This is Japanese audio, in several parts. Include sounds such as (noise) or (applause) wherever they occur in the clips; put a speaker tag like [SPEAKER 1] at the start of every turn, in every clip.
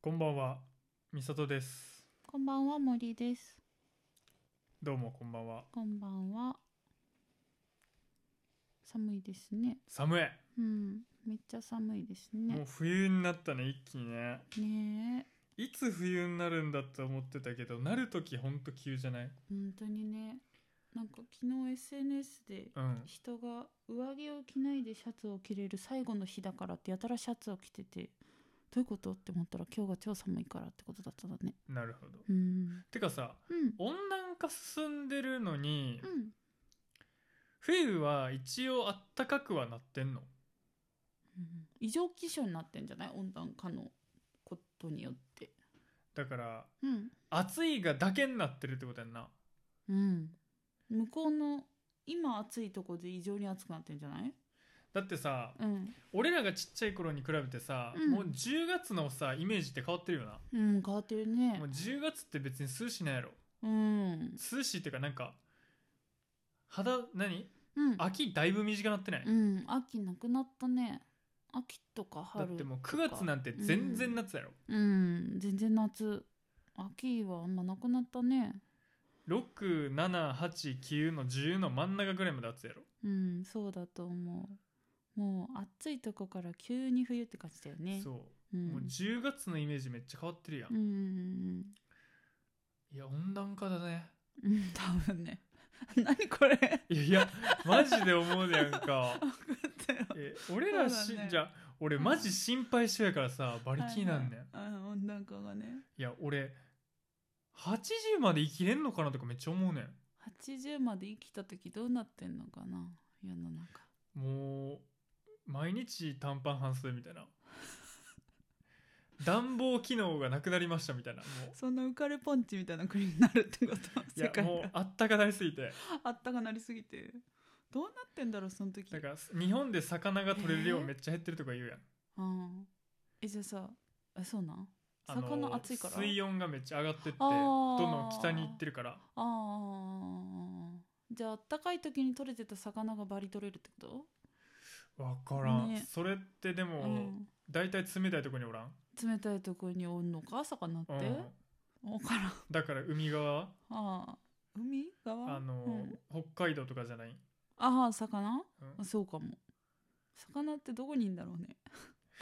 [SPEAKER 1] こんばんは、みさとです。
[SPEAKER 2] こんばんは森です。
[SPEAKER 1] どうもこんばんは。
[SPEAKER 2] こんばんは。寒いですね。
[SPEAKER 1] 寒い、
[SPEAKER 2] うん、めっちゃ寒いです
[SPEAKER 1] も
[SPEAKER 2] ね
[SPEAKER 1] う。冬になったね、一気にね。
[SPEAKER 2] ねえ、
[SPEAKER 1] いつ冬になるんだと思ってたけど、なるときほんと急じゃない
[SPEAKER 2] 本当にね。なんか昨日 SNS で
[SPEAKER 1] うん。
[SPEAKER 2] 人が上着を着ないでシャツを着れる最後の日だからってやたらシャツを着てて、どういうことって思ったら今日が超寒いからってことだったんだね。
[SPEAKER 1] なるほど。
[SPEAKER 2] うん。
[SPEAKER 1] てかさ、
[SPEAKER 2] うん。
[SPEAKER 1] 温暖化進んでるのに、
[SPEAKER 2] うん。
[SPEAKER 1] 冬は一応あったかくはなってんの
[SPEAKER 2] うん異常気象になってんじゃない温暖化のことによって。
[SPEAKER 1] だから、
[SPEAKER 2] うん。
[SPEAKER 1] 暑いがだけになってるってことやんな。
[SPEAKER 2] うん、向こうの今暑いとこで異常に暑くなってんじゃない、
[SPEAKER 1] だってさ、
[SPEAKER 2] うん、
[SPEAKER 1] 俺らがちっちゃい頃に比べてさ、
[SPEAKER 2] うん
[SPEAKER 1] もう10月のさ、イメージって変わってるよな。
[SPEAKER 2] うん、変わってるね
[SPEAKER 1] もう。10月って別に涼しないやろ。
[SPEAKER 2] うん、
[SPEAKER 1] 涼しいっていうかなんか肌何
[SPEAKER 2] うん、
[SPEAKER 1] 秋だいぶ短くなってない、
[SPEAKER 2] うん、秋なくなったね。秋とか
[SPEAKER 1] だ
[SPEAKER 2] 春
[SPEAKER 1] ってもう
[SPEAKER 2] と
[SPEAKER 1] 9
[SPEAKER 2] か
[SPEAKER 1] 月なんて全然夏やろ、
[SPEAKER 2] うん、全然夏。秋はあんまなくなったね。
[SPEAKER 1] 6789の10の真ん中ぐらいまで暑いやろ
[SPEAKER 2] うん、そうだと思う。もう暑いとこから急に冬って感じだよね。
[SPEAKER 1] そうう、
[SPEAKER 2] ん、
[SPEAKER 1] もう10月のイメージめっちゃ変わってるやん、
[SPEAKER 2] うんうん
[SPEAKER 1] いや温暖化だね
[SPEAKER 2] うん、うん、多分ね。 (laughs) 何これ。 (laughs)
[SPEAKER 1] いやいやマジで思うやんか
[SPEAKER 2] だよ
[SPEAKER 1] え俺ら
[SPEAKER 2] そ
[SPEAKER 1] し、
[SPEAKER 2] うだね
[SPEAKER 1] じゃ俺マジ心配しようやからさ馬力なんねん、い
[SPEAKER 2] はいはいあ温暖化がね。
[SPEAKER 1] や俺80まで生きれんのかなとかめっちゃ思うねん
[SPEAKER 2] 80まで生きた時どうなってんのかな世の中
[SPEAKER 1] もう毎日短パン半数みたいな暖房機能がなくなりましたみたいなもう
[SPEAKER 2] そんな浮かれポンチみたいな国になるってこと
[SPEAKER 1] い
[SPEAKER 2] 世
[SPEAKER 1] や
[SPEAKER 2] 界
[SPEAKER 1] もう
[SPEAKER 2] が
[SPEAKER 1] あったかなりすぎて
[SPEAKER 2] あったかなりすぎてどうなってんだろうその時
[SPEAKER 1] だから日本で魚が取れる量
[SPEAKER 2] えー
[SPEAKER 1] めっちゃ減ってるとか言うやん、
[SPEAKER 2] うんえじゃあさあそうなん
[SPEAKER 1] あの
[SPEAKER 2] 魚暑いから
[SPEAKER 1] 水温がめっちゃ上がってって
[SPEAKER 2] あ
[SPEAKER 1] どん
[SPEAKER 2] ー
[SPEAKER 1] どん北に行ってるから
[SPEAKER 2] あーじゃああったかい時に取れてた魚がバリ取れるってこ
[SPEAKER 1] 分からん、
[SPEAKER 2] ね
[SPEAKER 1] それってで
[SPEAKER 2] と、う
[SPEAKER 1] も
[SPEAKER 2] ん、
[SPEAKER 1] 大体、冷たいとこにおらん、
[SPEAKER 2] 冷たいとこにおんのか魚って
[SPEAKER 1] うん、
[SPEAKER 2] 分からん
[SPEAKER 1] だから海側
[SPEAKER 2] あー海側
[SPEAKER 1] あの、
[SPEAKER 2] うん
[SPEAKER 1] 北海道とかじゃない、
[SPEAKER 2] ああ魚
[SPEAKER 1] うん
[SPEAKER 2] あそうかも魚ってどこにいんだろうね (laughs)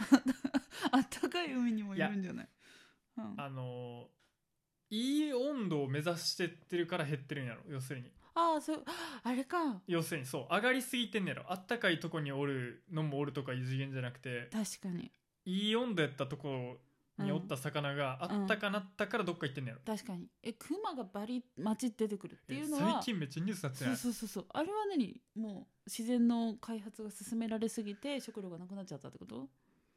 [SPEAKER 2] あったかい海にもいるんじゃないうん、あ
[SPEAKER 1] あのいい温度を目指してってるから減ってるんやろ要するに
[SPEAKER 2] あーそうあれか
[SPEAKER 1] 要するにそう上がりすぎてんねやろあったかいとこにおるのもおるとかいう次元じゃなくて
[SPEAKER 2] 確かに
[SPEAKER 1] いい温度やったとこにおった魚が、
[SPEAKER 2] うん
[SPEAKER 1] あったかなったからどっか行ってんねやろ、
[SPEAKER 2] 確かにえクマがバリ町に出てくるっていうの
[SPEAKER 1] え
[SPEAKER 2] は
[SPEAKER 1] 最近めっちゃニュースなってな
[SPEAKER 2] そう
[SPEAKER 1] い
[SPEAKER 2] そうそうそうあれは何もう自然の開発が進められすぎて食料がなくなっちゃったってこと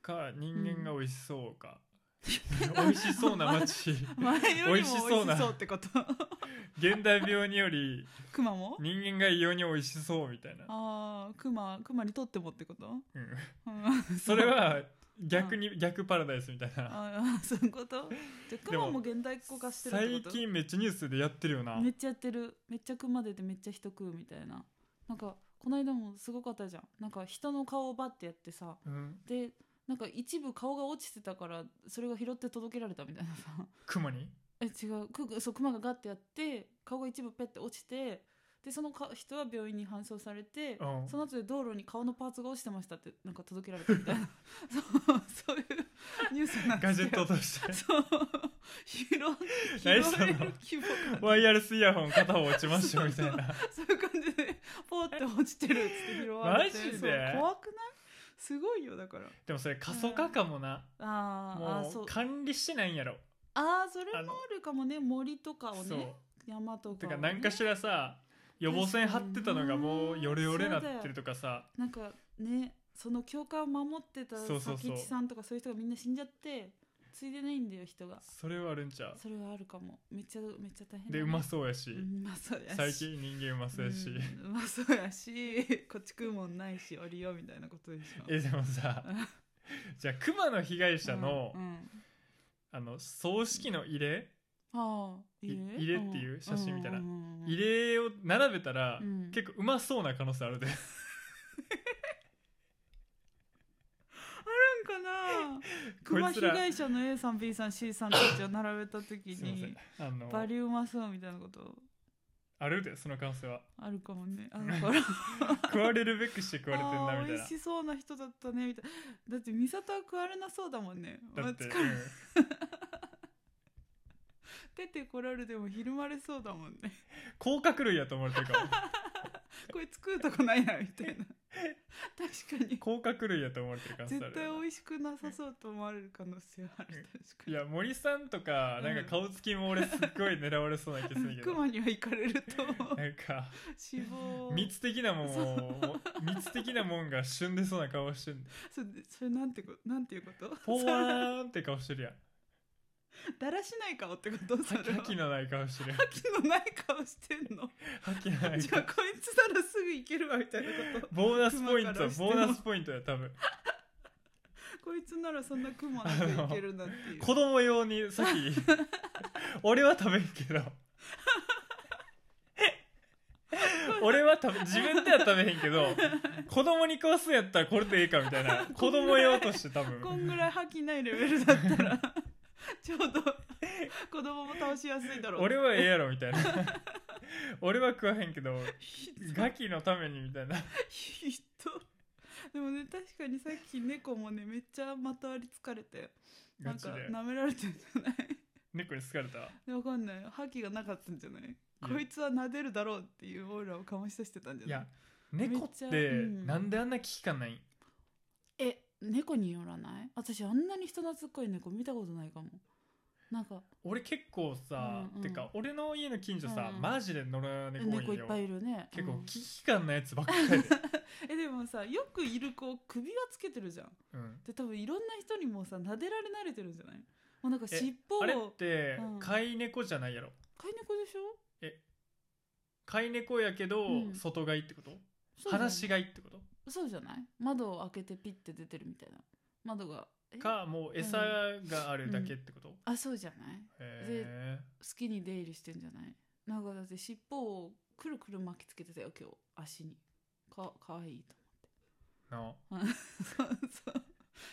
[SPEAKER 1] か人間が美味しそうか、美味しそうな街
[SPEAKER 2] 前よ
[SPEAKER 1] (laughs) 美
[SPEAKER 2] り
[SPEAKER 1] 味し
[SPEAKER 2] も
[SPEAKER 1] そ
[SPEAKER 2] 美
[SPEAKER 1] う
[SPEAKER 2] 味
[SPEAKER 1] な
[SPEAKER 2] しそうってこと
[SPEAKER 1] 現代病により
[SPEAKER 2] クマも
[SPEAKER 1] 人間が異様に美味しそうみたいな、
[SPEAKER 2] ああクマクマにとってもってこと、
[SPEAKER 1] うん
[SPEAKER 2] うん
[SPEAKER 1] それは逆に、逆パラダイスみたいな
[SPEAKER 2] (laughs) ああそういうことじゃあクマも現代っ子化してるって
[SPEAKER 1] 最
[SPEAKER 2] こと
[SPEAKER 1] 近めっちゃニュースでやってるよな
[SPEAKER 2] めっちゃやってるめっちゃクマ出てめっちゃ人食うみたいななんかこの間もすごかったじゃんなんか人の顔をバッてやってさ
[SPEAKER 1] うん、
[SPEAKER 2] でなんか一部顔が落ちてたからそれが拾って届けられたみたいなさ (laughs)
[SPEAKER 1] 熊に
[SPEAKER 2] え違うクそうクマがガッてやって顔が一部ペッて落ちてでそのか人は病院に搬送されて
[SPEAKER 1] うん
[SPEAKER 2] その後で道路に顔のパーツが落ちてましたってなんか届けられたみたいな (laughs) そうそういうニュースなんで
[SPEAKER 1] ガ
[SPEAKER 2] す
[SPEAKER 1] ジェ
[SPEAKER 2] よ
[SPEAKER 1] ットとして (laughs)
[SPEAKER 2] そう (laughs) 広拾え
[SPEAKER 1] 何
[SPEAKER 2] る
[SPEAKER 1] その
[SPEAKER 2] 規模が
[SPEAKER 1] ワイヤレスイヤホン片方落ちましたみたい
[SPEAKER 2] (laughs)
[SPEAKER 1] な。
[SPEAKER 2] そういう感じでポーって落ちてるっつって拾われて
[SPEAKER 1] マジで
[SPEAKER 2] そう怖くないすごいよだから
[SPEAKER 1] でもそれ過疎化かもな。
[SPEAKER 2] あーあ
[SPEAKER 1] も
[SPEAKER 2] ーそう
[SPEAKER 1] う管理してないんやろ。
[SPEAKER 2] あーそれ
[SPEAKER 1] あの
[SPEAKER 2] もあるかもね森とかを
[SPEAKER 1] そう。
[SPEAKER 2] ね山とかをね
[SPEAKER 1] てか何かしらさ、予防線張ってたのがもうヨレヨレなってるとかさ、
[SPEAKER 2] なんかねその教会を守ってた
[SPEAKER 1] そうそうそう
[SPEAKER 2] 佐吉さんとかそういう人がみんな死んじゃってついでないんだよ人が
[SPEAKER 1] それはあるんちゃう
[SPEAKER 2] それはあるかもめっちゃめっちゃ大変だね
[SPEAKER 1] で、うまそうや
[SPEAKER 2] う
[SPEAKER 1] し、
[SPEAKER 2] んうまそうやし
[SPEAKER 1] 最近人間うまそうやし。
[SPEAKER 2] うんうまそうやしこっち食うもんないし降りようみたいなことでしょ
[SPEAKER 1] え、でも
[SPEAKER 2] (laughs)
[SPEAKER 1] さ
[SPEAKER 2] うん、
[SPEAKER 1] じゃあ熊の被害者の
[SPEAKER 2] うんうん
[SPEAKER 1] あの葬式の入れ
[SPEAKER 2] ああ
[SPEAKER 1] い
[SPEAKER 2] 入
[SPEAKER 1] 入れっていう写真みたいな入
[SPEAKER 2] れ
[SPEAKER 1] れを並べたら
[SPEAKER 2] うん
[SPEAKER 1] 結構うまそうな可能性あるで。
[SPEAKER 2] なんかな
[SPEAKER 1] こ
[SPEAKER 2] 熊
[SPEAKER 1] いつ
[SPEAKER 2] 被
[SPEAKER 1] ら
[SPEAKER 2] 害者の A さん B さん C さんたちを並べた時
[SPEAKER 1] (laughs) すいませ
[SPEAKER 2] に
[SPEAKER 1] んあの
[SPEAKER 2] バリウマそうみたいなこと
[SPEAKER 1] あるでその可能性は
[SPEAKER 2] あるかもねあだから
[SPEAKER 1] (laughs) 食われるべくして食われてん
[SPEAKER 2] あ
[SPEAKER 1] な
[SPEAKER 2] ー
[SPEAKER 1] みたい
[SPEAKER 2] 美味
[SPEAKER 1] な
[SPEAKER 2] しそうな人だったねみたいなだって美里は食われなそうだもんね
[SPEAKER 1] だって、う
[SPEAKER 2] まあ疲れ
[SPEAKER 1] ん
[SPEAKER 2] 出てこられてもひるまれそうだもんね
[SPEAKER 1] 甲殻類やと思われてる
[SPEAKER 2] (laughs)
[SPEAKER 1] かも
[SPEAKER 2] こいつ食うとこないなみたいな確
[SPEAKER 1] (laughs)
[SPEAKER 2] かに
[SPEAKER 1] 甲殻類やと思われてる可能性あ
[SPEAKER 2] 絶
[SPEAKER 1] るよな
[SPEAKER 2] 対美味しくなさそうと思われる可能性はある確か
[SPEAKER 1] いや森さんとか
[SPEAKER 2] うん
[SPEAKER 1] なんか顔つきも俺すっごい狙われそうな気する
[SPEAKER 2] に
[SPEAKER 1] けど、
[SPEAKER 2] (laughs) 熊には行かれると
[SPEAKER 1] なんか
[SPEAKER 2] 死亡
[SPEAKER 1] 密的なもんをも密的なもんが旬でそうな顔してる
[SPEAKER 2] それそれなんてこなんていうこと
[SPEAKER 1] ポワ
[SPEAKER 2] それ
[SPEAKER 1] ーンって顔してるやん
[SPEAKER 2] だらしない顔ってことそれ
[SPEAKER 1] 覇
[SPEAKER 2] は
[SPEAKER 1] 気のない顔してる
[SPEAKER 2] 覇気のない顔してんの
[SPEAKER 1] 覇気の
[SPEAKER 2] (laughs)
[SPEAKER 1] ない
[SPEAKER 2] じゃあ
[SPEAKER 1] 顔
[SPEAKER 2] こいつならすぐ行けるわみたい
[SPEAKER 1] (laughs)
[SPEAKER 2] なこと
[SPEAKER 1] ボーナスポイン
[SPEAKER 2] 熊
[SPEAKER 1] ト
[SPEAKER 2] からしても
[SPEAKER 1] ボーナスポイントや多分
[SPEAKER 2] こいつならそんなクマなくいけるなっていう
[SPEAKER 1] 子供用にさっき
[SPEAKER 2] (laughs)
[SPEAKER 1] 俺は食べんけど俺は食べ自分では食べへんけど子供に食わすんやったらこれでええかみたいな子供用として多分
[SPEAKER 2] こんぐらい覇気ないレベルだったらちょうど子供も倒しやすいだろう
[SPEAKER 1] 俺はええやろみたいな俺は食わへんけど
[SPEAKER 2] ひ
[SPEAKER 1] ガキのためにみたいな
[SPEAKER 2] ひどでもね確かにさっき猫もねめっちゃまとわり疲れてな
[SPEAKER 1] ガ
[SPEAKER 2] ん
[SPEAKER 1] チ
[SPEAKER 2] か
[SPEAKER 1] で
[SPEAKER 2] 舐められてんじゃない
[SPEAKER 1] 猫に好かれた
[SPEAKER 2] でわかんない覇気がなかったんじゃないこいつは撫でるだろうっていうオーラを醸し出してたんじゃ
[SPEAKER 1] い
[SPEAKER 2] ない
[SPEAKER 1] や猫っ
[SPEAKER 2] めっち
[SPEAKER 1] て
[SPEAKER 2] ゃうん
[SPEAKER 1] なんであんな危機感ないん
[SPEAKER 2] え猫によらない私あんなに人懐っこい猫見たことないかもなんか
[SPEAKER 1] 俺結構さ
[SPEAKER 2] うんうん
[SPEAKER 1] てか俺の家の近所さ
[SPEAKER 2] うんうん
[SPEAKER 1] マジで野良猫多い
[SPEAKER 2] 猫
[SPEAKER 1] ん
[SPEAKER 2] いっ
[SPEAKER 1] よ
[SPEAKER 2] ぱいいるね
[SPEAKER 1] 結
[SPEAKER 2] う
[SPEAKER 1] 構
[SPEAKER 2] ん
[SPEAKER 1] 危機感のやつばっかり
[SPEAKER 2] (laughs)
[SPEAKER 1] で
[SPEAKER 2] えでもさよくいる子首輪つけてるじゃん
[SPEAKER 1] うん
[SPEAKER 2] で多分いろんな人にもさ撫でられ慣れてるんじゃないもうなんか
[SPEAKER 1] え
[SPEAKER 2] 尻尾を
[SPEAKER 1] あ
[SPEAKER 2] 飼
[SPEAKER 1] れ
[SPEAKER 2] い
[SPEAKER 1] って
[SPEAKER 2] うん
[SPEAKER 1] 飼い猫じゃないやろ
[SPEAKER 2] 猫でしょ
[SPEAKER 1] 飼い猫やけど
[SPEAKER 2] うん
[SPEAKER 1] 外飼いってこと
[SPEAKER 2] そうじゃない
[SPEAKER 1] 放し飼いってこと
[SPEAKER 2] そうじゃない窓を開けてピッて出てるみたいな窓がえ
[SPEAKER 1] かもう餌があるだけってこと
[SPEAKER 2] あそうじゃない
[SPEAKER 1] へ
[SPEAKER 2] 好きに出入りしてんじゃないなんかだって尻尾をくるくる巻きつけてたよ今日足にかかわいいと
[SPEAKER 1] えなあ
[SPEAKER 2] 思ってそう (laughs) そう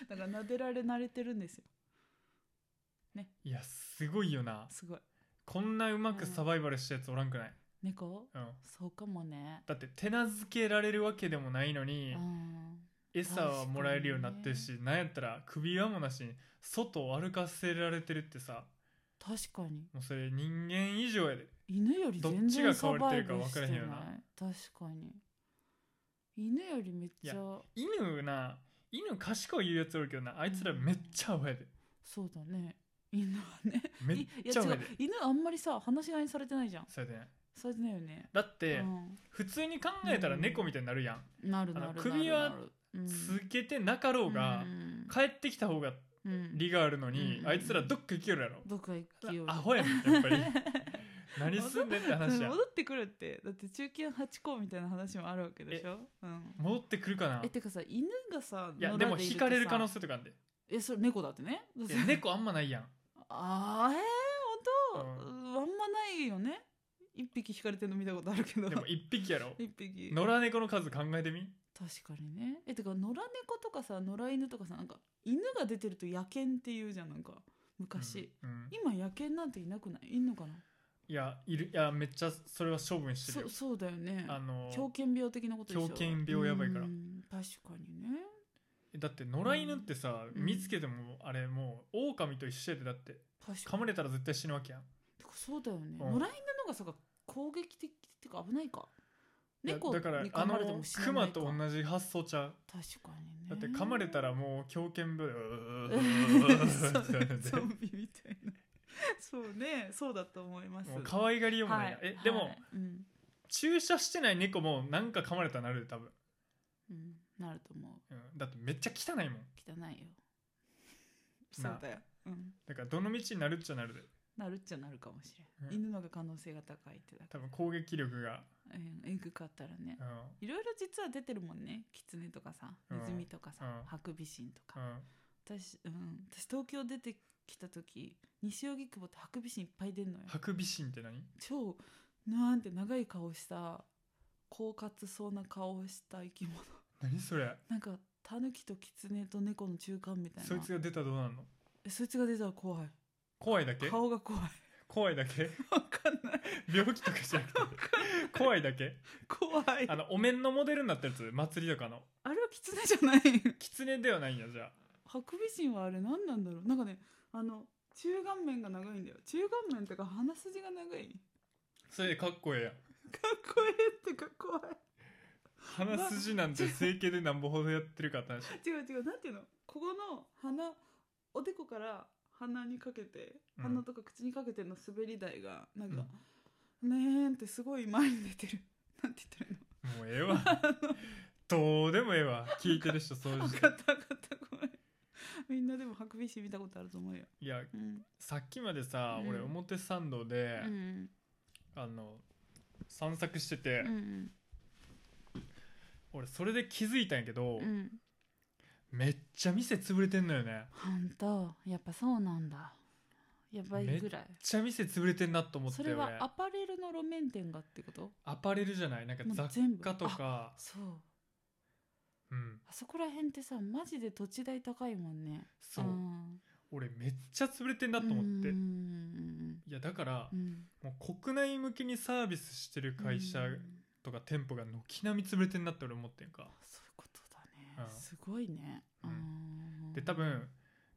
[SPEAKER 2] だから撫でられ慣れてるんですよ
[SPEAKER 1] いやすごいよな
[SPEAKER 2] すごい
[SPEAKER 1] こんなうまくサバイバルしたやつおらんくない、
[SPEAKER 2] 猫
[SPEAKER 1] うん、
[SPEAKER 2] そうかもね
[SPEAKER 1] だって手なずけられるわけでもないのに
[SPEAKER 2] うん
[SPEAKER 1] 餌はもらえるようになってるし、なんやったら首輪もなしに外を歩かせられてるってさ
[SPEAKER 2] 確かに
[SPEAKER 1] もうそれ人間以上やで
[SPEAKER 2] 犬より全
[SPEAKER 1] どっ
[SPEAKER 2] 然
[SPEAKER 1] ちが
[SPEAKER 2] サ
[SPEAKER 1] 飼わ
[SPEAKER 2] バ
[SPEAKER 1] れ
[SPEAKER 2] イ
[SPEAKER 1] てるか
[SPEAKER 2] ブ
[SPEAKER 1] 分
[SPEAKER 2] し
[SPEAKER 1] か
[SPEAKER 2] て
[SPEAKER 1] ら
[SPEAKER 2] な
[SPEAKER 1] へん
[SPEAKER 2] い
[SPEAKER 1] よな
[SPEAKER 2] 確かに犬よりめっちゃ
[SPEAKER 1] い犬な犬賢い言うやつおるけどなあいつらめっちゃアホやで、
[SPEAKER 2] そうだね犬はね
[SPEAKER 1] め
[SPEAKER 2] い
[SPEAKER 1] っ
[SPEAKER 2] いや
[SPEAKER 1] ちゃアホ
[SPEAKER 2] 違
[SPEAKER 1] や
[SPEAKER 2] う
[SPEAKER 1] で
[SPEAKER 2] 犬あんまりさ話し飼いにされてないじゃん
[SPEAKER 1] そうやでね
[SPEAKER 2] されてないよね
[SPEAKER 1] だって、
[SPEAKER 2] う
[SPEAKER 1] 普通に考えたら猫みたいになるやん、
[SPEAKER 2] ん、なる
[SPEAKER 1] あの
[SPEAKER 2] なるなる
[SPEAKER 1] 首輪
[SPEAKER 2] なるうん
[SPEAKER 1] つけてなかろうが、
[SPEAKER 2] うん
[SPEAKER 1] 帰ってきた方が
[SPEAKER 2] うん
[SPEAKER 1] 利があるのに、
[SPEAKER 2] うん
[SPEAKER 1] あいつらどっか行けるやろ、
[SPEAKER 2] どっか行きよ
[SPEAKER 1] アホやんや
[SPEAKER 2] (laughs)
[SPEAKER 1] っぱり何すんねんって話や
[SPEAKER 2] 戻ってくるってだって中堅八校みたいな話もあるわけでしょ、うん、
[SPEAKER 1] 戻ってくるかな
[SPEAKER 2] えてかさ犬がさ
[SPEAKER 1] いや
[SPEAKER 2] 野良
[SPEAKER 1] でも
[SPEAKER 2] い
[SPEAKER 1] 引
[SPEAKER 2] と
[SPEAKER 1] かれる
[SPEAKER 2] さ
[SPEAKER 1] 可能性とかあんで
[SPEAKER 2] えそれ猫だってね
[SPEAKER 1] いや猫あんまないやん
[SPEAKER 2] あーえー、ほんと、
[SPEAKER 1] う
[SPEAKER 2] あんまないよね一匹引かれてるの見たことあるけど
[SPEAKER 1] でも一匹やろ
[SPEAKER 2] 一匹
[SPEAKER 1] 野良猫の数考えてみ
[SPEAKER 2] 確かにねえてか野良猫とかさ野良犬とかさなんか犬が出てると野犬っていうじゃんなんか昔、、
[SPEAKER 1] うんうん
[SPEAKER 2] 今野犬なんていなくないいんのかない
[SPEAKER 1] やいるいやめっちゃそれは処分してる
[SPEAKER 2] そ
[SPEAKER 1] よ
[SPEAKER 2] うそうだよね
[SPEAKER 1] あの
[SPEAKER 2] 狂犬病的なことでしょ
[SPEAKER 1] 狂犬病やばいから
[SPEAKER 2] うん確かにね
[SPEAKER 1] だって野良犬ってさ、
[SPEAKER 2] うん
[SPEAKER 1] 見つけてもあれもう狼と一緒やでだって
[SPEAKER 2] 確か
[SPEAKER 1] 噛
[SPEAKER 2] に
[SPEAKER 1] まれたら絶対死ぬわけやん
[SPEAKER 2] てかそうだよね、
[SPEAKER 1] ん
[SPEAKER 2] 野良犬の方がさ攻撃的っていうか危ないか
[SPEAKER 1] いや
[SPEAKER 2] 猫
[SPEAKER 1] だから
[SPEAKER 2] に
[SPEAKER 1] あの
[SPEAKER 2] 噛まれても死な
[SPEAKER 1] ク
[SPEAKER 2] な
[SPEAKER 1] マ
[SPEAKER 2] いか
[SPEAKER 1] と同じ発想ちゃう
[SPEAKER 2] 確かにね
[SPEAKER 1] だって噛まれたらもう狂犬病でうー (laughs) ってなるんで
[SPEAKER 2] ゾンビみたいなそうねそうだと思います
[SPEAKER 1] もう可愛がりようもないや、えでも、
[SPEAKER 2] はいうん
[SPEAKER 1] 注射してない猫もなんか噛まれたらなるで多分、
[SPEAKER 2] うん、なると思う
[SPEAKER 1] うん、だってめっちゃ汚いもん
[SPEAKER 2] 汚いよ
[SPEAKER 1] な
[SPEAKER 2] そうだよ、うん、
[SPEAKER 1] だからどの道になるっちゃなるで
[SPEAKER 2] なるっちゃなるかもしれん、
[SPEAKER 1] うん
[SPEAKER 2] 犬の方が可能性が高いってだけ
[SPEAKER 1] 多分攻撃力が、
[SPEAKER 2] うんえぐかったらね
[SPEAKER 1] うん
[SPEAKER 2] いろいろ実は出てるもんねキツネとかさ
[SPEAKER 1] う
[SPEAKER 2] ネ
[SPEAKER 1] ん
[SPEAKER 2] ズミとかさ、
[SPEAKER 1] うん
[SPEAKER 2] ハクビシンと
[SPEAKER 1] う
[SPEAKER 2] か、
[SPEAKER 1] ん、
[SPEAKER 2] 私,、うん、私東京出てきた時西荻窪ってハクビシンいっぱい出んのよ
[SPEAKER 1] ハクビシンって何
[SPEAKER 2] 超なんて長い顔した狡猾そうな顔をした生き物 (laughs)
[SPEAKER 1] 何それ
[SPEAKER 2] なんかタヌキとキツネと猫の中間みたいな
[SPEAKER 1] そいつが出たらどうなんの
[SPEAKER 2] えそいつが出たら怖い
[SPEAKER 1] 怖いだけ
[SPEAKER 2] 顔が怖い (laughs)
[SPEAKER 1] 怖いだけ (laughs)
[SPEAKER 2] わかんない
[SPEAKER 1] 病気とかじゃなくて怖いだけ
[SPEAKER 2] 怖い
[SPEAKER 1] あのお面のモデルになったやつ祭りとかの
[SPEAKER 2] あれはキツネじゃない
[SPEAKER 1] 狐ではないんやじゃあ
[SPEAKER 2] ハクビシンはあれ何なんだろうなんかねあの中顔面が長いんだよ中顔面とか鼻筋が長い
[SPEAKER 1] それでかっこええやん
[SPEAKER 2] かっこええってか怖い
[SPEAKER 1] 鼻筋なんて整形でなんぼほどやってるかって話
[SPEAKER 2] 違う違うなんていうのここの鼻おでこから鼻にかけて
[SPEAKER 1] うん
[SPEAKER 2] 鼻とか口にかけての滑り台がなんか、ねーんってすごい前に出てる (laughs) なんて言った
[SPEAKER 1] もうええわどうでもええわ聞いてる人そう
[SPEAKER 2] らいいの
[SPEAKER 1] し
[SPEAKER 2] 分
[SPEAKER 1] て
[SPEAKER 2] かった分かったごめんみんなでもハクビシン見たことあると思うよ、
[SPEAKER 1] いや
[SPEAKER 2] うん、
[SPEAKER 1] さっきまでさ、
[SPEAKER 2] うん
[SPEAKER 1] 俺表参道で、
[SPEAKER 2] うん
[SPEAKER 1] あの散策してて、
[SPEAKER 2] うんうん
[SPEAKER 1] 俺それで気づいたんやけど、
[SPEAKER 2] うん
[SPEAKER 1] めっちゃ店潰れてんのよねめっ
[SPEAKER 2] ほんとやっぱそうなんだやばいぐらい
[SPEAKER 1] ちゃ店潰れてんなと思っ
[SPEAKER 2] そ
[SPEAKER 1] て
[SPEAKER 2] れ
[SPEAKER 1] 俺
[SPEAKER 2] はアパレルの路面店がってこと
[SPEAKER 1] アパレルじゃないなんか
[SPEAKER 2] もう
[SPEAKER 1] 雑
[SPEAKER 2] 全部
[SPEAKER 1] 貨とか
[SPEAKER 2] そう
[SPEAKER 1] うん
[SPEAKER 2] あそこら辺ってさマジで土地代高いもんね
[SPEAKER 1] そう、
[SPEAKER 2] ん
[SPEAKER 1] 俺めっちゃ潰れてんなと思って、
[SPEAKER 2] う
[SPEAKER 1] い
[SPEAKER 2] ん
[SPEAKER 1] やだから、
[SPEAKER 2] うん
[SPEAKER 1] もう国内向けにサービスしてる会社
[SPEAKER 2] うん
[SPEAKER 1] とか店舗が軒並み潰れてんなって俺思ってんか
[SPEAKER 2] そういうことだ
[SPEAKER 1] う
[SPEAKER 2] ね
[SPEAKER 1] ん
[SPEAKER 2] すごいね
[SPEAKER 1] う
[SPEAKER 2] うん
[SPEAKER 1] で多分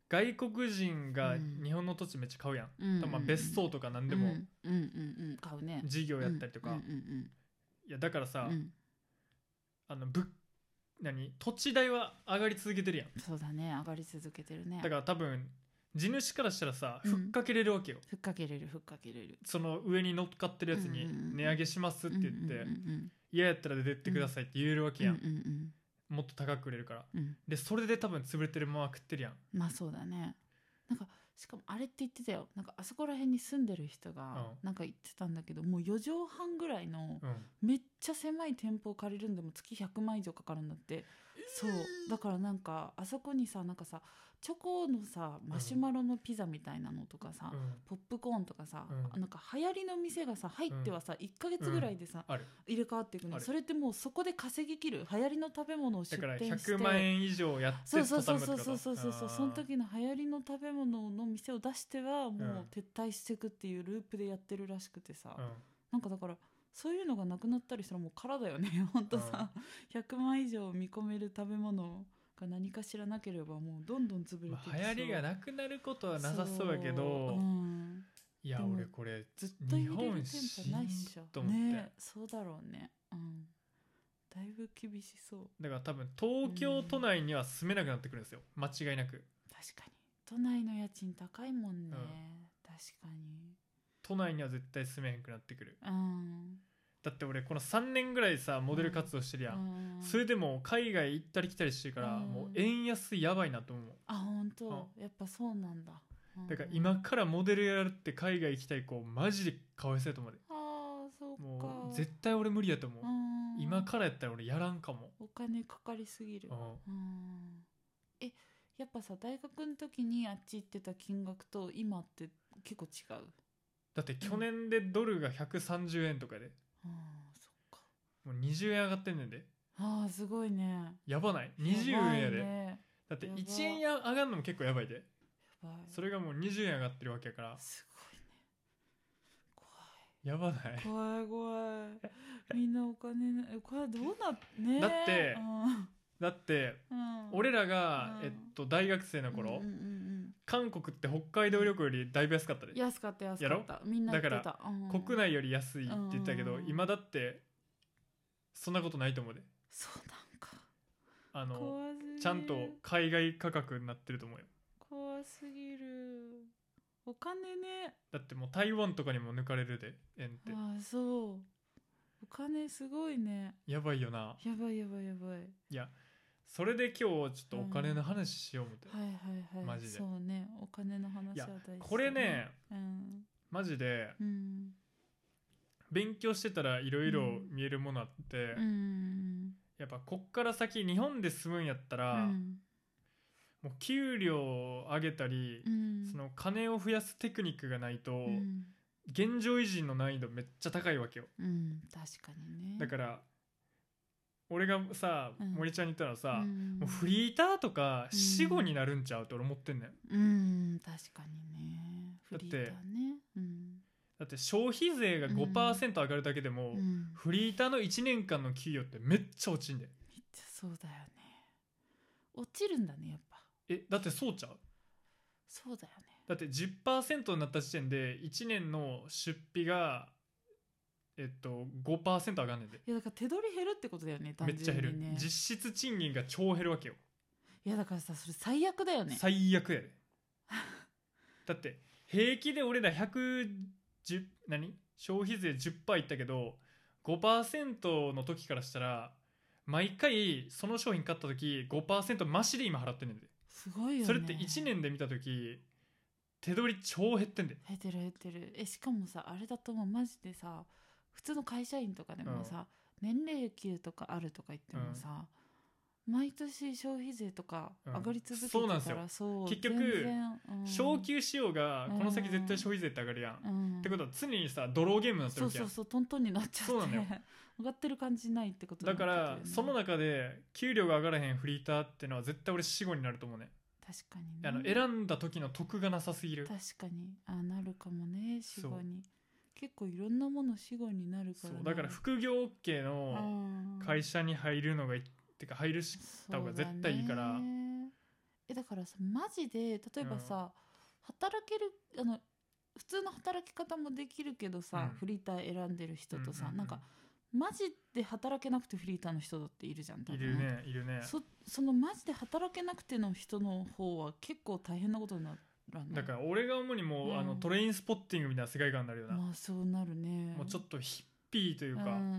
[SPEAKER 1] 外国人が
[SPEAKER 2] うん
[SPEAKER 1] 日本の土地めっちゃ買うやん、
[SPEAKER 2] うん
[SPEAKER 1] 多分まあ別荘とか何で
[SPEAKER 2] う
[SPEAKER 1] も
[SPEAKER 2] んうんうんうん買うね
[SPEAKER 1] 事業やったりとか、
[SPEAKER 2] うんうん
[SPEAKER 1] いやだから
[SPEAKER 2] うん
[SPEAKER 1] さ、
[SPEAKER 2] うん
[SPEAKER 1] あのぶ何土地代は上がり続けてるやん
[SPEAKER 2] そうだね上がり続けてるね
[SPEAKER 1] だから多分地主からしたらさ
[SPEAKER 2] うん
[SPEAKER 1] ふっかけれるわけよ、
[SPEAKER 2] ふっかけれるふっかけれる
[SPEAKER 1] その上に乗っかってるやつに
[SPEAKER 2] うんうんうん
[SPEAKER 1] 値上げしますって言って、
[SPEAKER 2] うんうん
[SPEAKER 1] 嫌やったら出てってくださいって言えるわけ
[SPEAKER 2] うんうん
[SPEAKER 1] や、
[SPEAKER 2] うんん
[SPEAKER 1] もっと高く売れるから
[SPEAKER 2] うんうん
[SPEAKER 1] でそれで多分潰れてるまま食ってるやん
[SPEAKER 2] まあそうだねなんかしかもあれって言ってたよなんかあそこら辺に住んでる人が
[SPEAKER 1] うん
[SPEAKER 2] なんか言ってたんだけどもう4畳半ぐらいの
[SPEAKER 1] うん
[SPEAKER 2] めっちゃ狭い店舗を借りるんでも月100万以上かかるんだってそうだからなんかあそこにさなんかさチョコのさマシュマロのピザみたいなのとかさ、
[SPEAKER 1] うん
[SPEAKER 2] ポップコーンとかさ、
[SPEAKER 1] うん
[SPEAKER 2] なんか流行りの店がさ入ってはさ、1ヶ月ぐらいでさ、
[SPEAKER 1] ある
[SPEAKER 2] 入れ替わっていく
[SPEAKER 1] あ
[SPEAKER 2] の
[SPEAKER 1] る
[SPEAKER 2] それってもうそこで稼ぎきる流行りの食べ物を出
[SPEAKER 1] だから
[SPEAKER 2] 店して
[SPEAKER 1] 100万円以上やって
[SPEAKER 2] そうそうそ
[SPEAKER 1] 畳
[SPEAKER 2] う
[SPEAKER 1] むって
[SPEAKER 2] そ
[SPEAKER 1] こ
[SPEAKER 2] う
[SPEAKER 1] と
[SPEAKER 2] そうそうそうそうその
[SPEAKER 1] あー
[SPEAKER 2] 時の流行りの食べ物の店を出してはもう撤退していくっていうループでやってるらしくてさ、
[SPEAKER 1] うん
[SPEAKER 2] なんかだからそういうのがなくなったりしたらもう空だよねほんとさ、100万以上見込める食べ物が何かしらなければもうどんどん潰れてい
[SPEAKER 1] ま
[SPEAKER 2] きそう
[SPEAKER 1] あ、流行りが
[SPEAKER 2] な
[SPEAKER 1] なくなることはなさそうやけど、
[SPEAKER 2] ん、
[SPEAKER 1] いや
[SPEAKER 2] でも
[SPEAKER 1] 俺これ
[SPEAKER 2] ずっと入れる店舗ないっし
[SPEAKER 1] 日本死ん
[SPEAKER 2] ょ
[SPEAKER 1] と思って
[SPEAKER 2] ねそうだろうね、うん、だいぶ厳しそう
[SPEAKER 1] だから多分東京都内には住めなくなってくるんですよ間違いなく
[SPEAKER 2] 確かに都内の家賃高いもん
[SPEAKER 1] う
[SPEAKER 2] ね、
[SPEAKER 1] ん
[SPEAKER 2] 確かに
[SPEAKER 1] 都内には絶対住めへんくなってくる
[SPEAKER 2] うん
[SPEAKER 1] だって俺この3年ぐらいさモデル活動してるやん、
[SPEAKER 2] うん
[SPEAKER 1] それでも海外行ったり来たりしてるから、
[SPEAKER 2] うん
[SPEAKER 1] もう円安やばいなと思う
[SPEAKER 2] あ本当、やっぱそうなんだ、うん
[SPEAKER 1] だから今からモデルやるって海外行きたい子マジでかわいそうやと思うで
[SPEAKER 2] ああそうか
[SPEAKER 1] もう絶対俺無理やと思う、
[SPEAKER 2] うん
[SPEAKER 1] 今からやったら俺やらんかも、
[SPEAKER 2] お金かかりすぎる
[SPEAKER 1] うん、
[SPEAKER 2] うんえやっぱさ大学の時にあっち行ってた金額と今って結構違う
[SPEAKER 1] だって去年でドルが130円とかで
[SPEAKER 2] あーそっか
[SPEAKER 1] もう20円上がってんねんで
[SPEAKER 2] あーすごいね
[SPEAKER 1] やばない20円やで
[SPEAKER 2] やばいね
[SPEAKER 1] だって
[SPEAKER 2] やば
[SPEAKER 1] 1円や上がるのも結構やばいで
[SPEAKER 2] やばい
[SPEAKER 1] それがもう20円上がってるわけやから
[SPEAKER 2] すごいね
[SPEAKER 1] や
[SPEAKER 2] 怖
[SPEAKER 1] ばない
[SPEAKER 2] い怖い怖いみんなお金なえこれどうなね
[SPEAKER 1] だって
[SPEAKER 2] うん
[SPEAKER 1] だって
[SPEAKER 2] うん、
[SPEAKER 1] 俺らが、
[SPEAKER 2] うん
[SPEAKER 1] えっと、大学生の
[SPEAKER 2] うん
[SPEAKER 1] 頃、
[SPEAKER 2] うんうん
[SPEAKER 1] 韓国って北海道旅行よりだいぶ安かったで
[SPEAKER 2] うん、安かった安かったみんな言ってたうん
[SPEAKER 1] 国内より安いって言ったけど、
[SPEAKER 2] うん
[SPEAKER 1] 今だってそんなことないと思うで
[SPEAKER 2] そうなんか
[SPEAKER 1] あの
[SPEAKER 2] 怖すぎる
[SPEAKER 1] ちゃんと海外価格になってると思うよ
[SPEAKER 2] 怖すぎるお金ね
[SPEAKER 1] だってもう台湾とかにも抜かれるで円って
[SPEAKER 2] ああそうお金すごいね
[SPEAKER 1] やばいよな
[SPEAKER 2] やばいやばいやばいはい
[SPEAKER 1] いやそれで今日ちょっとお金の話しよう思って、
[SPEAKER 2] はいはい
[SPEAKER 1] マジで
[SPEAKER 2] そうねお金の話
[SPEAKER 1] いや
[SPEAKER 2] は大事
[SPEAKER 1] これね
[SPEAKER 2] うん
[SPEAKER 1] マジで
[SPEAKER 2] うん
[SPEAKER 1] 勉強してたらいろいろ見えるものあって、
[SPEAKER 2] うん
[SPEAKER 1] やっぱこっから先日本で住むんやったら、
[SPEAKER 2] うん
[SPEAKER 1] もう給料を上げたり、
[SPEAKER 2] うん
[SPEAKER 1] その金を増やすテクニックがないと、
[SPEAKER 2] うん
[SPEAKER 1] 現状維持の難易度めっちゃ高いわけよ
[SPEAKER 2] うん確かにね
[SPEAKER 1] だから俺がさ
[SPEAKER 2] うん
[SPEAKER 1] 森ちゃんに言ったらさ、
[SPEAKER 2] うん
[SPEAKER 1] もうフリーターとか
[SPEAKER 2] うん
[SPEAKER 1] 死後になるんちゃうって俺思ってんねん
[SPEAKER 2] うん確かにねフ
[SPEAKER 1] だっ
[SPEAKER 2] リ
[SPEAKER 1] て
[SPEAKER 2] ーターねうん
[SPEAKER 1] だって消費税が5%上がるだけでも、
[SPEAKER 2] うん
[SPEAKER 1] フリーターの1年間の給与ってめっちゃ落ちんで
[SPEAKER 2] めっちゃそうだよね落ちるんだねやっぱ
[SPEAKER 1] えだってそうちゃう
[SPEAKER 2] そうだよね
[SPEAKER 1] だって10%になった時点で1年の出費がえっと5%上がんねんで
[SPEAKER 2] いやだから手取り減るってことだよね単
[SPEAKER 1] めっ
[SPEAKER 2] 純
[SPEAKER 1] ちゃ減る、
[SPEAKER 2] にね
[SPEAKER 1] 実質賃金が超減るわけよ、
[SPEAKER 2] いやだからさそれ最悪だよね
[SPEAKER 1] 最悪やでだって平気で俺ら110何消費税10%いったけど5%の時からしたら毎回その商品買った時5%マシで今払ってんねんです
[SPEAKER 2] ごいよね
[SPEAKER 1] それって1年で見た時手取り超減ってんで
[SPEAKER 2] 減ってる減ってるえしかもさあれだともうマジでさ普通の会社員とかでもさ、年齢給とかあるとか言ってもさ、毎年消費税とか
[SPEAKER 1] うん
[SPEAKER 2] 上がり続けて
[SPEAKER 1] そうなんです
[SPEAKER 2] たら
[SPEAKER 1] よ
[SPEAKER 2] そう
[SPEAKER 1] 結局
[SPEAKER 2] 全然うん
[SPEAKER 1] 昇給しようが
[SPEAKER 2] うん
[SPEAKER 1] この先絶対消費税って上がるやん、
[SPEAKER 2] うん
[SPEAKER 1] ってことは常にさドローゲームになってる
[SPEAKER 2] そう
[SPEAKER 1] わけや
[SPEAKER 2] そ
[SPEAKER 1] ん
[SPEAKER 2] うそうトントンになっちゃって
[SPEAKER 1] そうなのよ
[SPEAKER 2] (laughs) 上がってる感じないってこと
[SPEAKER 1] だ
[SPEAKER 2] になっ
[SPEAKER 1] か
[SPEAKER 2] てくるよね
[SPEAKER 1] らその中で給料が上がらへんフリーターってのは絶対俺死後になると思うね
[SPEAKER 2] 確かにね
[SPEAKER 1] あの選んだ時の得がなさすぎる
[SPEAKER 2] 確かにあなるかもね死
[SPEAKER 1] そ
[SPEAKER 2] 後
[SPEAKER 1] う
[SPEAKER 2] に結構いろんなもの死後になるか
[SPEAKER 1] そう
[SPEAKER 2] らな
[SPEAKER 1] だから副業系の会社に入るのがいってか入るし
[SPEAKER 2] だ
[SPEAKER 1] た方が絶対いいから
[SPEAKER 2] ねえだからさマジで例えばさ、働けるあの普通の働き方もできるけどさ、
[SPEAKER 1] うん
[SPEAKER 2] フリーター選んでる人とさ、
[SPEAKER 1] ううう
[SPEAKER 2] なんかマジで働けなくてフリーターの人だっているじゃん多
[SPEAKER 1] い
[SPEAKER 2] 分
[SPEAKER 1] るねいるね
[SPEAKER 2] そそのマジで働けなくての人の方は結構大変なことにならない
[SPEAKER 1] だから俺が主にもう、
[SPEAKER 2] うん
[SPEAKER 1] あのトレインスポッティングみたいな世界観になるような、
[SPEAKER 2] まあそうなるね
[SPEAKER 1] もうちょっとヒッピーというか、
[SPEAKER 2] うんうんう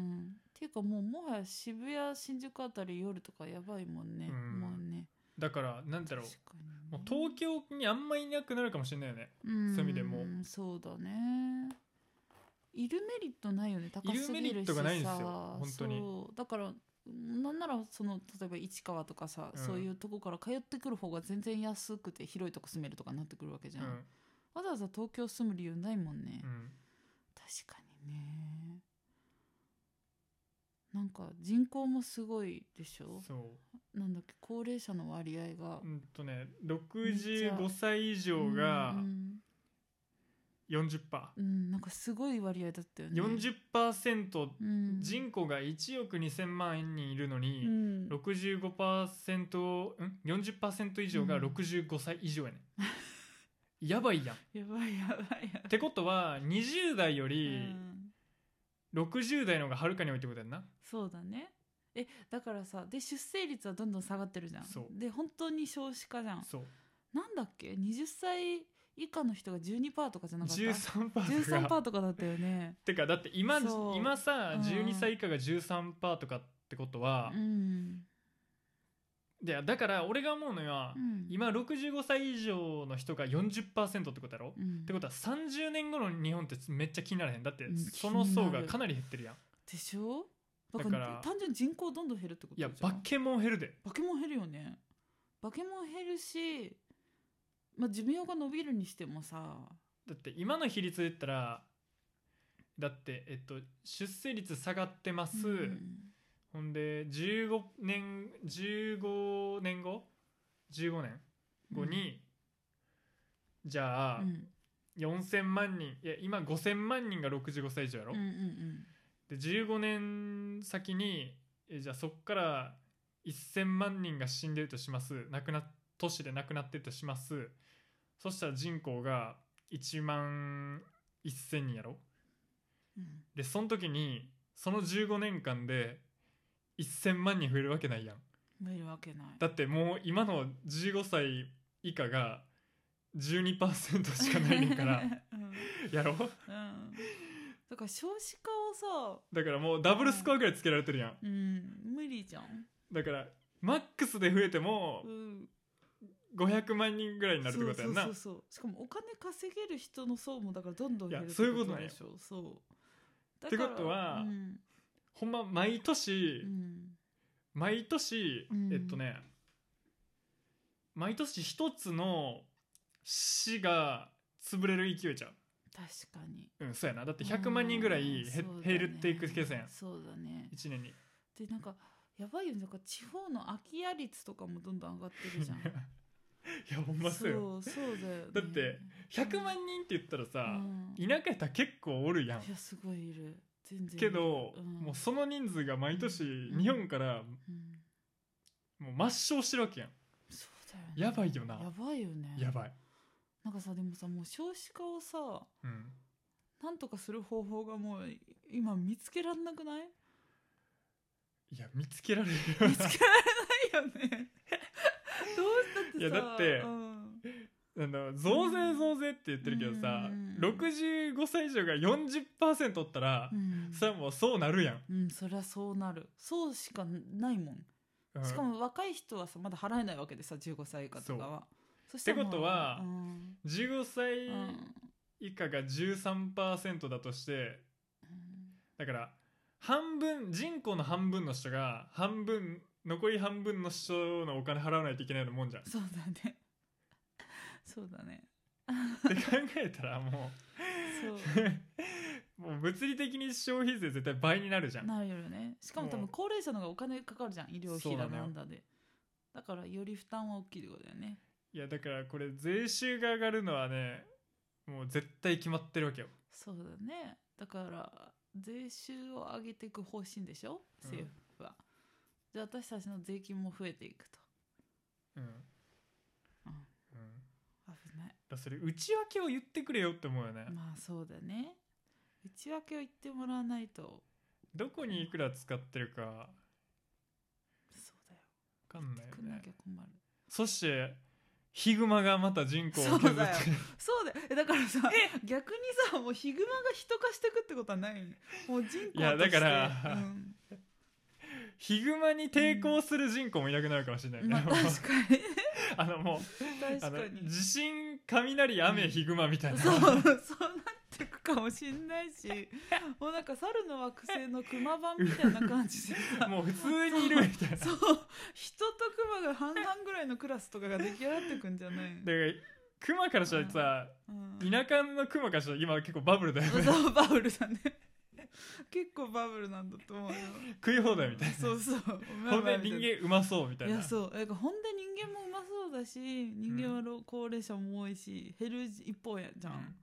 [SPEAKER 2] んっていうかもうもはや渋谷新宿あたり夜とかやばいもんね、
[SPEAKER 1] うん
[SPEAKER 2] もうね
[SPEAKER 1] だからなんだろう
[SPEAKER 2] 確かにね
[SPEAKER 1] もう東京にあんまいなくなるかもしれないよね
[SPEAKER 2] うん
[SPEAKER 1] そういう意味でも
[SPEAKER 2] うんそうだねいるメリットないよね高すぎるしさ
[SPEAKER 1] いるメリットがないんですよ本当に
[SPEAKER 2] そうだからなんならその例えば市川とかさ、
[SPEAKER 1] うん
[SPEAKER 2] そういうとこから通ってくる方が全然安くて広いとこ住めるとかなってくるわけじ
[SPEAKER 1] う
[SPEAKER 2] ゃ
[SPEAKER 1] ん
[SPEAKER 2] ん、わざわざ東京住む理由ないもんね、
[SPEAKER 1] うん
[SPEAKER 2] 確かにねなんか人口もすごいでしょ
[SPEAKER 1] そう
[SPEAKER 2] なんだっけ高齢者の割合が
[SPEAKER 1] うんとね
[SPEAKER 2] ちゃ
[SPEAKER 1] 65歳以上が
[SPEAKER 2] うん
[SPEAKER 1] 40%、
[SPEAKER 2] うん、なんかすごい割合だったよね、
[SPEAKER 1] 40%
[SPEAKER 2] うん、
[SPEAKER 1] 人口が1億2000万人いるのに、
[SPEAKER 2] うん、
[SPEAKER 1] 65%ん40%以上が
[SPEAKER 2] うん
[SPEAKER 1] 65歳以上やね、ん、 (laughs) やばいやんっ
[SPEAKER 2] やばいやばいやばい
[SPEAKER 1] てことは20代よ
[SPEAKER 2] う
[SPEAKER 1] り
[SPEAKER 2] ん
[SPEAKER 1] 60代の方がはるかに多いってことやんな、
[SPEAKER 2] そうだねえだからさで出生率はどんどん下がってるじゃん
[SPEAKER 1] そう
[SPEAKER 2] で本当に少子化じゃん
[SPEAKER 1] そう
[SPEAKER 2] なんだっけ20歳以下の人が12%とかじゃなかった
[SPEAKER 1] 13%
[SPEAKER 2] 13%
[SPEAKER 1] が
[SPEAKER 2] とかだったよね
[SPEAKER 1] てかだって今
[SPEAKER 2] そう
[SPEAKER 1] 今さ
[SPEAKER 2] うん
[SPEAKER 1] 12歳以下が13%とかってことは
[SPEAKER 2] う、ん、
[SPEAKER 1] でだから俺が思うのは、
[SPEAKER 2] うん、
[SPEAKER 1] 今65歳以上の人が40%ってことやろ、っ
[SPEAKER 2] うん
[SPEAKER 1] てことは30年後の日本ってめっちゃ気にならへんだって
[SPEAKER 2] うん
[SPEAKER 1] その層
[SPEAKER 2] 気にな
[SPEAKER 1] が
[SPEAKER 2] る
[SPEAKER 1] かなり減ってるやん
[SPEAKER 2] でしょだか
[SPEAKER 1] だ
[SPEAKER 2] ら
[SPEAKER 1] から
[SPEAKER 2] 単純に人口どんどん減るってこと
[SPEAKER 1] いや
[SPEAKER 2] じゃん
[SPEAKER 1] バケモン減るで
[SPEAKER 2] バケモン減るよねバケモン減るし、まあ、寿命が伸びるにしてもさ
[SPEAKER 1] だって今の比率で言ったらだってえっと出生率下がってます、
[SPEAKER 2] うん
[SPEAKER 1] ほんで15年15年後15年後に、じゃあ、
[SPEAKER 2] うん
[SPEAKER 1] 4000万人いや今5000万人が65歳以上やろ、
[SPEAKER 2] うんうんうん
[SPEAKER 1] で15年先にえじゃあそっから1000万人が死んでるとします亡くな都市で亡くなってるとしますそしたら人口が1万1000人やろ
[SPEAKER 2] うん
[SPEAKER 1] でその時にその15年間で1000万人増えるわけないやん
[SPEAKER 2] 増えるわけない
[SPEAKER 1] だってもう今の15歳以下が12%しかないねんから
[SPEAKER 2] (laughs) うん
[SPEAKER 1] やろ
[SPEAKER 2] うんだから少子化をさ、
[SPEAKER 1] だからもうダブルスコアぐらいつけられてるやん
[SPEAKER 2] うん、無理じゃん、
[SPEAKER 1] だからマックスで増えても
[SPEAKER 2] うん、
[SPEAKER 1] 500万人ぐらいになるってことやんな
[SPEAKER 2] そうそうそうそうしかもお金稼げる人の層もだからどんどん減る
[SPEAKER 1] いやそういうことなんよ
[SPEAKER 2] でしょそうだ
[SPEAKER 1] って
[SPEAKER 2] から
[SPEAKER 1] ことは
[SPEAKER 2] うん
[SPEAKER 1] ほんま毎年、
[SPEAKER 2] うん
[SPEAKER 1] 毎年、
[SPEAKER 2] うん
[SPEAKER 1] えっとね毎年一つの市が潰れる勢いじゃん
[SPEAKER 2] 確かに
[SPEAKER 1] うんそうやなだって100万人ぐらい
[SPEAKER 2] うん
[SPEAKER 1] へ
[SPEAKER 2] そうだね
[SPEAKER 1] 減るっていく計算やん
[SPEAKER 2] そうだね
[SPEAKER 1] 1年に
[SPEAKER 2] でなんかやばいよねなんか地方の空き家率とかもどんどん上がってるじゃん
[SPEAKER 1] いやほん (laughs) まそうよ
[SPEAKER 2] そうそうだよ、ね、
[SPEAKER 1] だって100万人って言ったらさ、
[SPEAKER 2] うん
[SPEAKER 1] 田舎やったら結構おるやん
[SPEAKER 2] いやすごいいる全然い
[SPEAKER 1] け
[SPEAKER 2] る
[SPEAKER 1] ど、
[SPEAKER 2] うん
[SPEAKER 1] もうその人数が毎年
[SPEAKER 2] うん
[SPEAKER 1] 日本から
[SPEAKER 2] うん
[SPEAKER 1] もう抹消してるわけやん
[SPEAKER 2] そうだよね
[SPEAKER 1] やばいよな
[SPEAKER 2] やばいよね
[SPEAKER 1] やばい、
[SPEAKER 2] なんかさでもさもう少子化をさ
[SPEAKER 1] うん、
[SPEAKER 2] なんとかする方法がもう今見つけられなくない (laughs)
[SPEAKER 1] いや見つけられる
[SPEAKER 2] 見つけられないよね (laughs) どうしたってさ
[SPEAKER 1] いやだって
[SPEAKER 2] うん、
[SPEAKER 1] あの増税増税って言ってるけどさ、
[SPEAKER 2] うん
[SPEAKER 1] 65歳以上が40%おったら、
[SPEAKER 2] うん
[SPEAKER 1] それはもうそうなるやん、
[SPEAKER 2] うん、そりゃそうなるそうしかないもん
[SPEAKER 1] うん
[SPEAKER 2] しかも若い人はさまだ払えないわけでさ15歳以下とかはそし
[SPEAKER 1] ってことは
[SPEAKER 2] うん
[SPEAKER 1] 15
[SPEAKER 2] う
[SPEAKER 1] 歳
[SPEAKER 2] ん
[SPEAKER 1] 以下が13%だとしてだから半分人口の半分の人が半分残り半分の人のお金払わないといけないようなもん
[SPEAKER 2] (laughs)
[SPEAKER 1] じゃんっ
[SPEAKER 2] そうだねそうだね
[SPEAKER 1] て考えたらも
[SPEAKER 2] そ
[SPEAKER 1] (laughs)
[SPEAKER 2] う
[SPEAKER 1] もう物理的に消費税絶対倍になるじゃ
[SPEAKER 2] うんなるよねしかも多分高齢者の方がお金かかるじゃん医療費だなんだでだからより負担は大きいってことだよね
[SPEAKER 1] いやだからこれ税収が上がるのはねもう絶対決まってるわけよ
[SPEAKER 2] そうだねだから税収を上げていく方針でしょ
[SPEAKER 1] うん
[SPEAKER 2] 政府は、で私たちの税金も増えていくと
[SPEAKER 1] うん、うん、だか
[SPEAKER 2] 危ない
[SPEAKER 1] らそれ内訳を言ってくれよって思うよね、
[SPEAKER 2] まあそうだね内訳を言ってもらわないと
[SPEAKER 1] どこにいくら使ってるか
[SPEAKER 2] そうだよ
[SPEAKER 1] 分かんない
[SPEAKER 2] 言って
[SPEAKER 1] よ
[SPEAKER 2] くん
[SPEAKER 1] ね
[SPEAKER 2] なきゃ困る
[SPEAKER 1] そしてヒグマがまた人口を削っ
[SPEAKER 2] そう
[SPEAKER 1] て
[SPEAKER 2] だよそうだよえだからさ逆にさもうヒグマが人化してくってことはないよねもう人口として
[SPEAKER 1] いやだから
[SPEAKER 2] うん
[SPEAKER 1] ヒグマに抵抗する人口もいなくなるかもしれないね、
[SPEAKER 2] (laughs) まあ (laughs) 確
[SPEAKER 1] もう
[SPEAKER 2] かに
[SPEAKER 1] あのもうあ
[SPEAKER 2] 確
[SPEAKER 1] の
[SPEAKER 2] かに
[SPEAKER 1] 地震雷雨ヒグマみたいな、
[SPEAKER 2] そうそうなってくかもしんないしもうなんか猿の惑星のクマ版みたいな感じでさ
[SPEAKER 1] もう普通にいるみたいなだか
[SPEAKER 2] そう人とクマが半々ぐらいのクラスとかが出来上がってくんじゃない、
[SPEAKER 1] らクマからしたらさ、
[SPEAKER 2] うん
[SPEAKER 1] 田舎のクマからしたら今結構バブルだよね
[SPEAKER 2] そうバブルだね結構バブルなんだと思うよ
[SPEAKER 1] 食い放題みたいな
[SPEAKER 2] そうそう
[SPEAKER 1] ほんで人間うまそうみたい
[SPEAKER 2] い
[SPEAKER 1] な
[SPEAKER 2] やそうだからほんで人間もうまそうだし人間は老高齢者も多いし、減る一方やじゃん、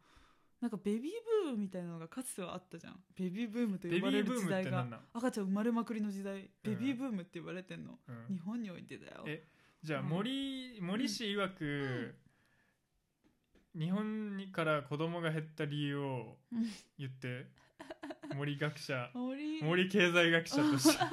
[SPEAKER 2] なんかベビーブームみたいなのがかつてはあったじゃんベビーブームと
[SPEAKER 1] ベビ
[SPEAKER 2] 呼ばれ
[SPEAKER 1] ーブ
[SPEAKER 2] る
[SPEAKER 1] ー
[SPEAKER 2] 時
[SPEAKER 1] ムっ
[SPEAKER 2] 代
[SPEAKER 1] てな
[SPEAKER 2] が
[SPEAKER 1] んなん、
[SPEAKER 2] 赤ちゃん生まれまくりの時代ベビーブームって呼ばれてんの、
[SPEAKER 1] うん
[SPEAKER 2] 日本においてだよ
[SPEAKER 1] えじゃあ森森氏曰く、日本にから子供が減った理由を
[SPEAKER 2] うん
[SPEAKER 1] 言
[SPEAKER 2] (laughs)
[SPEAKER 1] って森学者
[SPEAKER 2] 森
[SPEAKER 1] 森経済学者として、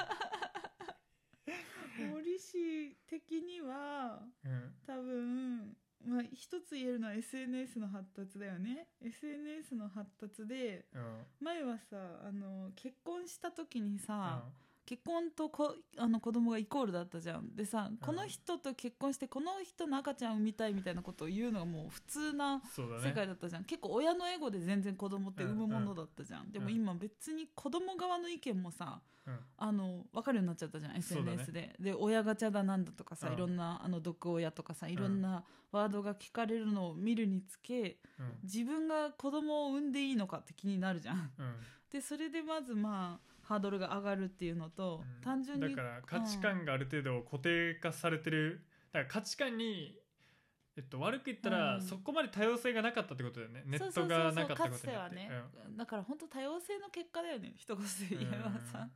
[SPEAKER 2] 森氏的には
[SPEAKER 1] うん
[SPEAKER 2] 多分まあ一つ言えるのは SNS の発達だよね SNS の発達で
[SPEAKER 1] うん
[SPEAKER 2] 前はさあの結婚した時に
[SPEAKER 1] う
[SPEAKER 2] さ、
[SPEAKER 1] ん
[SPEAKER 2] 結婚とこあの子供がイコールだったじゃんでさこ
[SPEAKER 1] う
[SPEAKER 2] の
[SPEAKER 1] ん
[SPEAKER 2] 人と結婚してこの人の赤ちゃんを産みたいみたいなことを言うのがもう普通な
[SPEAKER 1] そうだ
[SPEAKER 2] 世界
[SPEAKER 1] ね
[SPEAKER 2] だったじゃん、結構親のエゴで全然子供って産むものだったじゃん、でも今別に子供側の意見もさ
[SPEAKER 1] うん
[SPEAKER 2] あの分かるようになっちゃったじゃん
[SPEAKER 1] そうだね
[SPEAKER 2] SNS で、で親ガチャだなんだとかさ、
[SPEAKER 1] うん
[SPEAKER 2] いろんなあの毒親とかさいろんなワードが聞かれるのを見るにつけ
[SPEAKER 1] うん
[SPEAKER 2] 自分が子供を産んでいいのかって気になるじゃん
[SPEAKER 1] うん
[SPEAKER 2] でそれでまずまあハードルが上がるっていうのと、
[SPEAKER 1] うん
[SPEAKER 2] 単純
[SPEAKER 1] だ
[SPEAKER 2] に
[SPEAKER 1] から価値観がある程度固定化されてるだから価値観にえっと悪く言ったら、
[SPEAKER 2] うん
[SPEAKER 1] そこまで多様性がなかったってことだよねネ
[SPEAKER 2] そう
[SPEAKER 1] ッ
[SPEAKER 2] そ
[SPEAKER 1] ト
[SPEAKER 2] うそう
[SPEAKER 1] が
[SPEAKER 2] そ
[SPEAKER 1] な
[SPEAKER 2] う
[SPEAKER 1] かった
[SPEAKER 2] か
[SPEAKER 1] こ
[SPEAKER 2] つ
[SPEAKER 1] と
[SPEAKER 2] て
[SPEAKER 1] によっ
[SPEAKER 2] は
[SPEAKER 1] て
[SPEAKER 2] ね、だから本当多様性の結果だよね一言で言えばさ、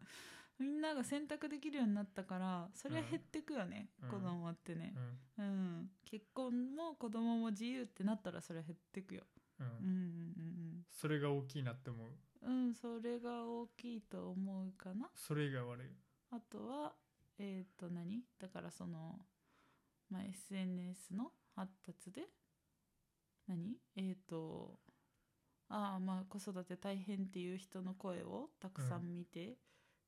[SPEAKER 2] みんなが選択できるようになったからそりゃ減ってくよね、
[SPEAKER 1] うん
[SPEAKER 2] 子供ってね
[SPEAKER 1] う、ん
[SPEAKER 2] うん結婚も子供も自由ってなったらそりゃ減ってくよ、
[SPEAKER 1] うん
[SPEAKER 2] うんうん
[SPEAKER 1] それが大きいなって思う
[SPEAKER 2] うんうん、うん、それが大きいと思うかな
[SPEAKER 1] それ以外悪い
[SPEAKER 2] あとはえっ、と何だからその、まあ、SNS の発達で何えっ、とああまあ子育て大変っていう人の声をたくさん見て、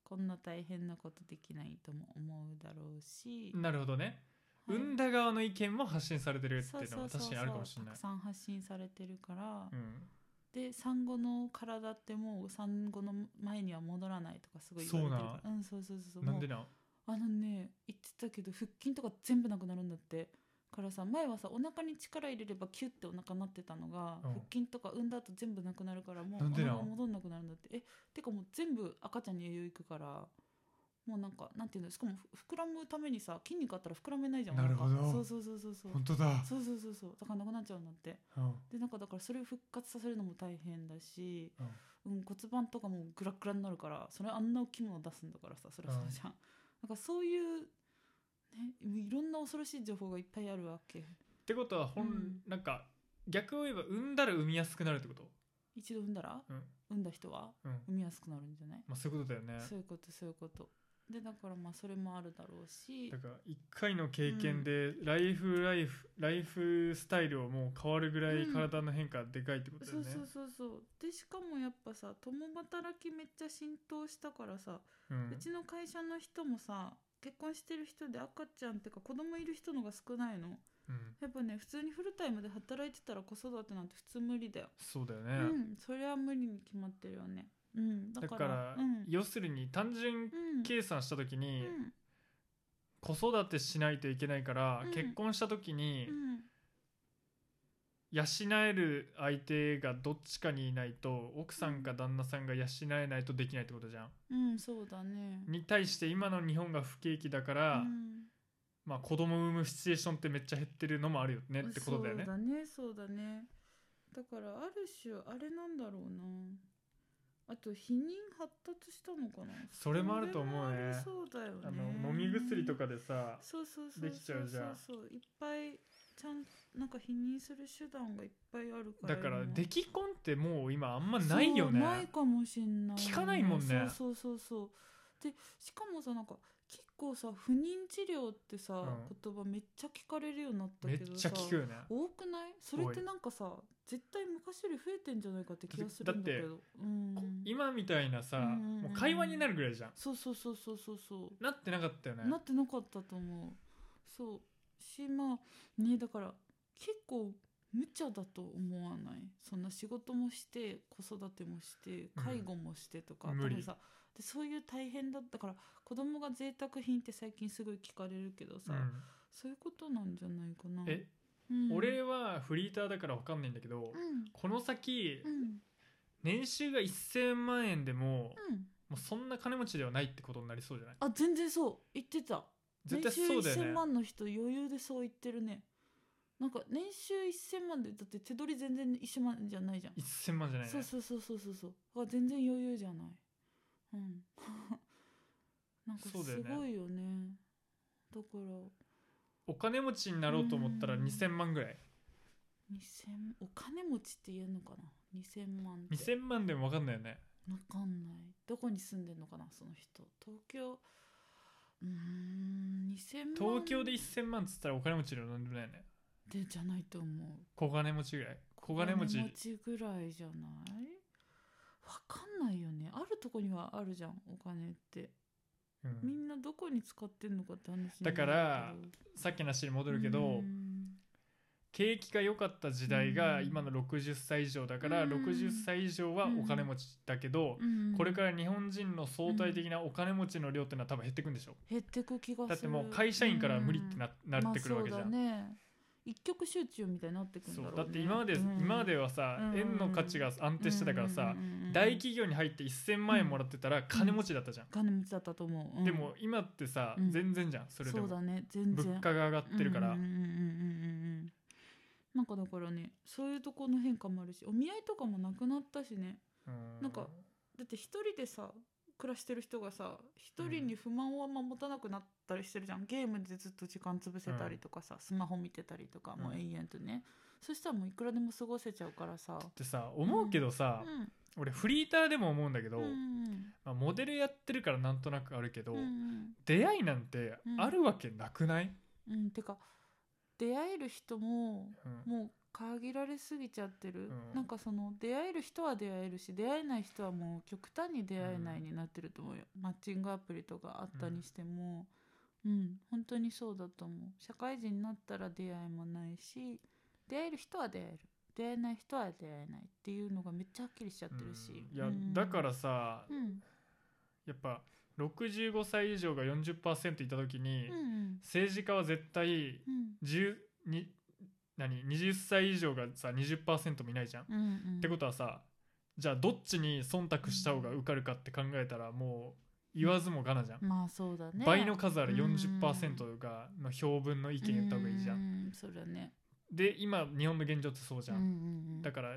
[SPEAKER 2] こんな大変なことできないとも思うだろうし、
[SPEAKER 1] なるほどね、
[SPEAKER 2] はい
[SPEAKER 1] 産んだ側の意見も発信されてるって
[SPEAKER 2] そ
[SPEAKER 1] いうう
[SPEAKER 2] そ
[SPEAKER 1] のは
[SPEAKER 2] うそう
[SPEAKER 1] 確
[SPEAKER 2] そ
[SPEAKER 1] かにあるかもしれ
[SPEAKER 2] う
[SPEAKER 1] な
[SPEAKER 2] た
[SPEAKER 1] い
[SPEAKER 2] くさん発信されてるから、
[SPEAKER 1] うん
[SPEAKER 2] で産後の体ってもう産後の前には戻らないとかすごい言われてるからうんそうそうそうそう
[SPEAKER 1] なん
[SPEAKER 2] もう
[SPEAKER 1] でな
[SPEAKER 2] あのね言ってたけど腹筋とか全部なくなるんだってからさ前はさお腹に力入れればキュッてお腹なってたのが、
[SPEAKER 1] うん
[SPEAKER 2] 腹筋とか産んだ後全部なくなるからもう
[SPEAKER 1] なんで
[SPEAKER 2] お
[SPEAKER 1] なん
[SPEAKER 2] 腹が戻んなくなるんだってえてかもう全部赤ちゃんに栄養いくからもうなんかなんていうのしかもふ膨らむためにさ筋肉あったら膨らめないじゃん
[SPEAKER 1] なるほど
[SPEAKER 2] お腹そうそうそうそうそう
[SPEAKER 1] 本当だ、
[SPEAKER 2] そうそうそうそうだからなくなっちゃうんだって
[SPEAKER 1] うん
[SPEAKER 2] でなんかだからそれを復活させるのも大変だし、
[SPEAKER 1] うん
[SPEAKER 2] うん骨盤とかもグラグラになるからそれあんな大きいもの出すんだからさそれはそうじゃん、なんかそういう、ね、いろんな恐ろしい情報がいっぱいあるわけ
[SPEAKER 1] ってことは本、
[SPEAKER 2] うん
[SPEAKER 1] なんか逆を言えば産んだら産みやすくなるってこと、
[SPEAKER 2] 一度産んだら、
[SPEAKER 1] うん
[SPEAKER 2] 産んだ人は
[SPEAKER 1] うん
[SPEAKER 2] 産みやすくなるんじゃない、
[SPEAKER 1] まあ、そういうことだよね
[SPEAKER 2] そういうことそういうことでだからまあそれもあるだろうし
[SPEAKER 1] だから1回の経験でライフライフ、ライフスタイルをもう変わるぐらい体の変化がでかいってことだ
[SPEAKER 2] そ
[SPEAKER 1] よ
[SPEAKER 2] う
[SPEAKER 1] ね、
[SPEAKER 2] そうそうそうでしかもやっぱさ共働きめっちゃ浸透したからさ、
[SPEAKER 1] うん
[SPEAKER 2] うちの会社の人もさ結婚してる人で赤ちゃんってか子供いる人のが少ないの
[SPEAKER 1] うん
[SPEAKER 2] やっぱね普通にフルタイムで働いてたら子育てなんて普通無理だよ、
[SPEAKER 1] そうだよ
[SPEAKER 2] う
[SPEAKER 1] ね、
[SPEAKER 2] んそれは無理に決まってるよねうんだ
[SPEAKER 1] だ
[SPEAKER 2] か
[SPEAKER 1] からら、
[SPEAKER 2] うん、
[SPEAKER 1] 要するに単純
[SPEAKER 2] うん
[SPEAKER 1] 計算した時
[SPEAKER 2] う
[SPEAKER 1] に、
[SPEAKER 2] ん
[SPEAKER 1] 子育てしないといけないから、
[SPEAKER 2] うん
[SPEAKER 1] 結婚した時に
[SPEAKER 2] うん
[SPEAKER 1] 養える相手がどっちかにいないと奥さんか旦那さんが養えないとできないってことじゃん。
[SPEAKER 2] うんそうだね
[SPEAKER 1] に対して今の日本が不景気だから、
[SPEAKER 2] うん
[SPEAKER 1] まあ、子供産むシチュエーションってめっちゃ減ってるのもあるよねってことだよね。
[SPEAKER 2] そうだねそうだねだからある種あれなんだろうなあと避妊発達したのかな
[SPEAKER 1] それもあると思うね
[SPEAKER 2] それもありそうだよね
[SPEAKER 1] あの飲み薬とかでさ
[SPEAKER 2] そうそうそう
[SPEAKER 1] できちゃうじゃん
[SPEAKER 2] そうそうそういっぱいちゃんなんか否認する手段がいっぱいあるから
[SPEAKER 1] だから
[SPEAKER 2] 今
[SPEAKER 1] 出来婚ってもう今あんまないよね
[SPEAKER 2] そうないかもしんない
[SPEAKER 1] 聞かないもんね
[SPEAKER 2] そうそうそうそうでしかもさなんか結構さ不妊治療ってさ、
[SPEAKER 1] ん
[SPEAKER 2] 言葉めっちゃ聞かれるようになった
[SPEAKER 1] め
[SPEAKER 2] け
[SPEAKER 1] っ
[SPEAKER 2] どさ
[SPEAKER 1] ちゃ聞くよね
[SPEAKER 2] 多くないそれっ
[SPEAKER 1] 多
[SPEAKER 2] て
[SPEAKER 1] い
[SPEAKER 2] なんかさ絶対昔より増えてんじゃないかって気がするんだけどう
[SPEAKER 1] こ
[SPEAKER 2] ん
[SPEAKER 1] 今みたいなさ、
[SPEAKER 2] うんうんうんうん
[SPEAKER 1] もう会話になるぐらいじゃん
[SPEAKER 2] そうそうそうそうそうそう
[SPEAKER 1] なってなかったよね
[SPEAKER 2] なってなかったと思うそうしまあねだから結構無茶だと思わないそんな仕事もして子育てもして
[SPEAKER 1] うん
[SPEAKER 2] 介護もしてとか、
[SPEAKER 1] 無理
[SPEAKER 2] 多分さでそういう大変だったから子供が贅沢品って最近すごい聞かれるけどさ、
[SPEAKER 1] う
[SPEAKER 2] そういうことなんじゃないかな。
[SPEAKER 1] んえ、
[SPEAKER 2] うん、
[SPEAKER 1] 俺はフリーターだから分かんないんだけど、
[SPEAKER 2] うん
[SPEAKER 1] この先
[SPEAKER 2] うん
[SPEAKER 1] 年収が1000万円でも、
[SPEAKER 2] うん、
[SPEAKER 1] もうそんな金持ちではないってことになりそうじゃない
[SPEAKER 2] あ全然そう言ってた
[SPEAKER 1] 絶対そうだよ
[SPEAKER 2] 年収1000
[SPEAKER 1] ね
[SPEAKER 2] 万の人余裕でそう言ってるねなんか年収1000万でだって手取り全然1万じゃないじゃん
[SPEAKER 1] 1000万じゃないね
[SPEAKER 2] そうそうそうそうそうそうだから全然余裕じゃないうん (laughs) なんかす
[SPEAKER 1] そうだよね
[SPEAKER 2] ごいよねだから
[SPEAKER 1] お金持ちになろうと思ったら
[SPEAKER 2] うん
[SPEAKER 1] 2000万ぐらい
[SPEAKER 2] 2000お金持ちって言えんのかな2000万って
[SPEAKER 1] 2000万でも分かんないよね
[SPEAKER 2] わかんないどこに住んでんのかなその人東京うーん2000万
[SPEAKER 1] 東京で1000万っつったらお金持ちではなんでもないよね
[SPEAKER 2] でじゃないと思う
[SPEAKER 1] 小金持ちぐらい小金持ち
[SPEAKER 2] ぐらいじゃないわかんないよねあるとこにはあるじゃんお金って、
[SPEAKER 1] う
[SPEAKER 2] み
[SPEAKER 1] ん、
[SPEAKER 2] んなどこに使ってんのかって話になるけど
[SPEAKER 1] だからさっきの話に戻るけど、
[SPEAKER 2] うん
[SPEAKER 1] 景気が良かった時代が
[SPEAKER 2] うん
[SPEAKER 1] 今の60歳以上だから、
[SPEAKER 2] うん
[SPEAKER 1] 60歳以上はお金持ちだけど、
[SPEAKER 2] うん
[SPEAKER 1] これから日本人の相対的なお金持ちの量ってのは多分減ってくんでしょ
[SPEAKER 2] 減ってく気がする
[SPEAKER 1] だってもう会社員から無理ってな,、
[SPEAKER 2] うん
[SPEAKER 1] なってくるわけじゃん、
[SPEAKER 2] まあそうだね一極集中みたいになってくるん
[SPEAKER 1] そ
[SPEAKER 2] だ
[SPEAKER 1] う
[SPEAKER 2] ろう、ね、
[SPEAKER 1] だって今まで、
[SPEAKER 2] うん
[SPEAKER 1] 今まではさ、
[SPEAKER 2] うん
[SPEAKER 1] 円の価値が安定してたからさ、
[SPEAKER 2] うんうんうんうん
[SPEAKER 1] 大企業に入って1000万円もらってたら金持ちだったじゃん、
[SPEAKER 2] 金持ちだったと思う、うん
[SPEAKER 1] でも今ってさ、
[SPEAKER 2] うん
[SPEAKER 1] 全然じゃんそれで
[SPEAKER 2] そう
[SPEAKER 1] も、
[SPEAKER 2] だね全然
[SPEAKER 1] 物価が上がってるから、
[SPEAKER 2] うんうんうんうんうんうんなんかだからねそういうとこの変化もあるしお見合いとかもなくなったしね
[SPEAKER 1] うん
[SPEAKER 2] なんかだって一人でさ暮らしてる人がさ一人に不満をあんま持たなくなったりしてるじゃん、ゲームでずっと時間潰せたりとかさ、スマホ見てたりとか、もう延々とねそしたらもういくらでも過ごせちゃうからさ
[SPEAKER 1] ってさ思うけどさ、
[SPEAKER 2] うん
[SPEAKER 1] 俺フリーターでも思うんだけど、
[SPEAKER 2] うんうん
[SPEAKER 1] まあ、モデルやってるからなんとなくあるけど、
[SPEAKER 2] うんうん
[SPEAKER 1] 出会いなんてあるわけなくない、
[SPEAKER 2] うんてか出会える人も
[SPEAKER 1] うん
[SPEAKER 2] もう限られすぎちゃってる、
[SPEAKER 1] うん
[SPEAKER 2] なんかその出会える人は出会えるし出会えない人はもう極端に出会えないになってると思うよ、マッチングアプリとかあったにしてもうん、本当にそうだと思う社会人になったら出会いもないし出会える人は出会える出会えない人は出会えないっていうのがめっちゃはっきりしちゃってるし、
[SPEAKER 1] いや、
[SPEAKER 2] うん
[SPEAKER 1] だからさ、
[SPEAKER 2] うん
[SPEAKER 1] やっぱ65歳以上が40%いた時に、
[SPEAKER 2] うんうん
[SPEAKER 1] 政治家は絶対
[SPEAKER 2] うん
[SPEAKER 1] 10に何20歳以上がさ20%もいないじゃん。っ
[SPEAKER 2] うんうん
[SPEAKER 1] てことはさじゃあどっちに忖度した方が受かるかって考えたらもう言わずもがなじゃん、
[SPEAKER 2] まあそうだね
[SPEAKER 1] 倍の数ある40%がの評分の意見言った方がいいじゃん、
[SPEAKER 2] んそれはね
[SPEAKER 1] で今日本の現状ってそうじゃん、
[SPEAKER 2] うんうんうん、
[SPEAKER 1] だ
[SPEAKER 2] か
[SPEAKER 1] から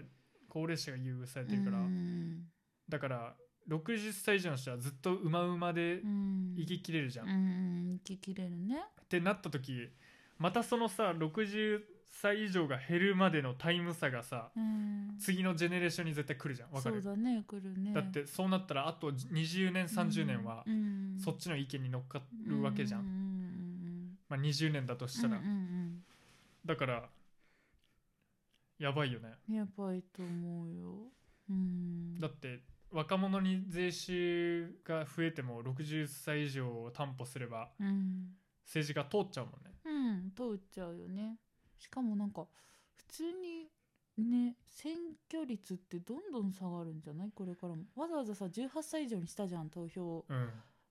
[SPEAKER 1] 高齢者が優遇されてるから、
[SPEAKER 2] うん
[SPEAKER 1] だから60歳以上の人はずっとうまうまで
[SPEAKER 2] うん、
[SPEAKER 1] 生ききれるじゃん、
[SPEAKER 2] うんうん生ききれるね
[SPEAKER 1] ってなった時またそのさ60歳以上が減るまでのタイム差がさ
[SPEAKER 2] うん
[SPEAKER 1] 次のジェネレーションに絶対来るじゃんわかる
[SPEAKER 2] そうだね来るね
[SPEAKER 1] だってそうなったらあと20年30年は
[SPEAKER 2] うんうん
[SPEAKER 1] そっちの意見に乗っかるわけじゃん、
[SPEAKER 2] うううん
[SPEAKER 1] まあ、20年だとしたら、
[SPEAKER 2] うんうん
[SPEAKER 1] だからやばいよね
[SPEAKER 2] うんやばいと思うようん
[SPEAKER 1] だって若者に税収が増えても60歳以上を担保すれば
[SPEAKER 2] うん
[SPEAKER 1] 政治が通っちゃうもんね
[SPEAKER 2] うん通っちゃうよねしかもなんか普通にね選挙率ってどんどん下がるんじゃないこれからもわざわざさ18歳以上にしたじゃん投票
[SPEAKER 1] うん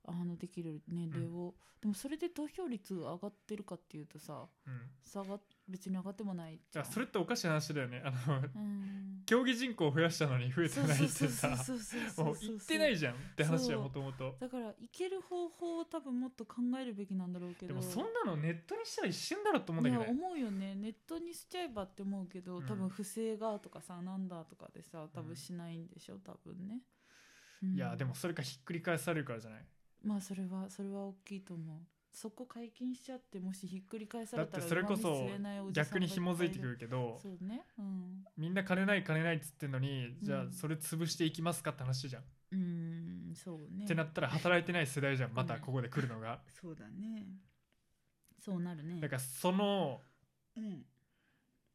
[SPEAKER 2] あのできる年齢を、でもそれで投票率上がってるかっていうとさ
[SPEAKER 1] うん
[SPEAKER 2] 下が別に上がってもないじ
[SPEAKER 1] じ
[SPEAKER 2] ゃ
[SPEAKER 1] ゃ
[SPEAKER 2] ん
[SPEAKER 1] それっておかしい話だよねあの
[SPEAKER 2] うん
[SPEAKER 1] 競技人口を増やしたのに増えてないってさ
[SPEAKER 2] そうそうそうそうそう
[SPEAKER 1] もう行ってないじゃんって話は
[SPEAKER 2] そう
[SPEAKER 1] もともと
[SPEAKER 2] だからいける方法を多分もっと考えるべきなんだろうけ
[SPEAKER 1] で
[SPEAKER 2] ど
[SPEAKER 1] もそんなのネットにしたら一瞬だろうと思うんだ
[SPEAKER 2] い
[SPEAKER 1] け
[SPEAKER 2] や
[SPEAKER 1] どね
[SPEAKER 2] 思うよねネットにしちゃえばって思うけど、
[SPEAKER 1] うん
[SPEAKER 2] 多分不正がとかさなんだとかでさ多分しないんでしょ多分ね、うん
[SPEAKER 1] いやでもそれがひっくり返されるからじゃない
[SPEAKER 2] まあそれはそれは大きいと思うそこ解禁しちゃってもしひっくり返さ
[SPEAKER 1] だ
[SPEAKER 2] れ
[SPEAKER 1] ったて
[SPEAKER 2] ら
[SPEAKER 1] それこ
[SPEAKER 2] 馬
[SPEAKER 1] そ
[SPEAKER 2] 見据えないおじさんが
[SPEAKER 1] 逆に紐づいてく
[SPEAKER 2] っ
[SPEAKER 1] るけど
[SPEAKER 2] ぱいいそうねうん
[SPEAKER 1] みんな金ない金ないっつってんのにじゃあ
[SPEAKER 2] うん
[SPEAKER 1] それ潰していきますかって話じゃん、
[SPEAKER 2] うんそうね
[SPEAKER 1] ってなったら働いてない世代じゃんまた
[SPEAKER 2] うん
[SPEAKER 1] ここで来るのが、
[SPEAKER 2] そうだねそうなるね
[SPEAKER 1] だからその
[SPEAKER 2] うん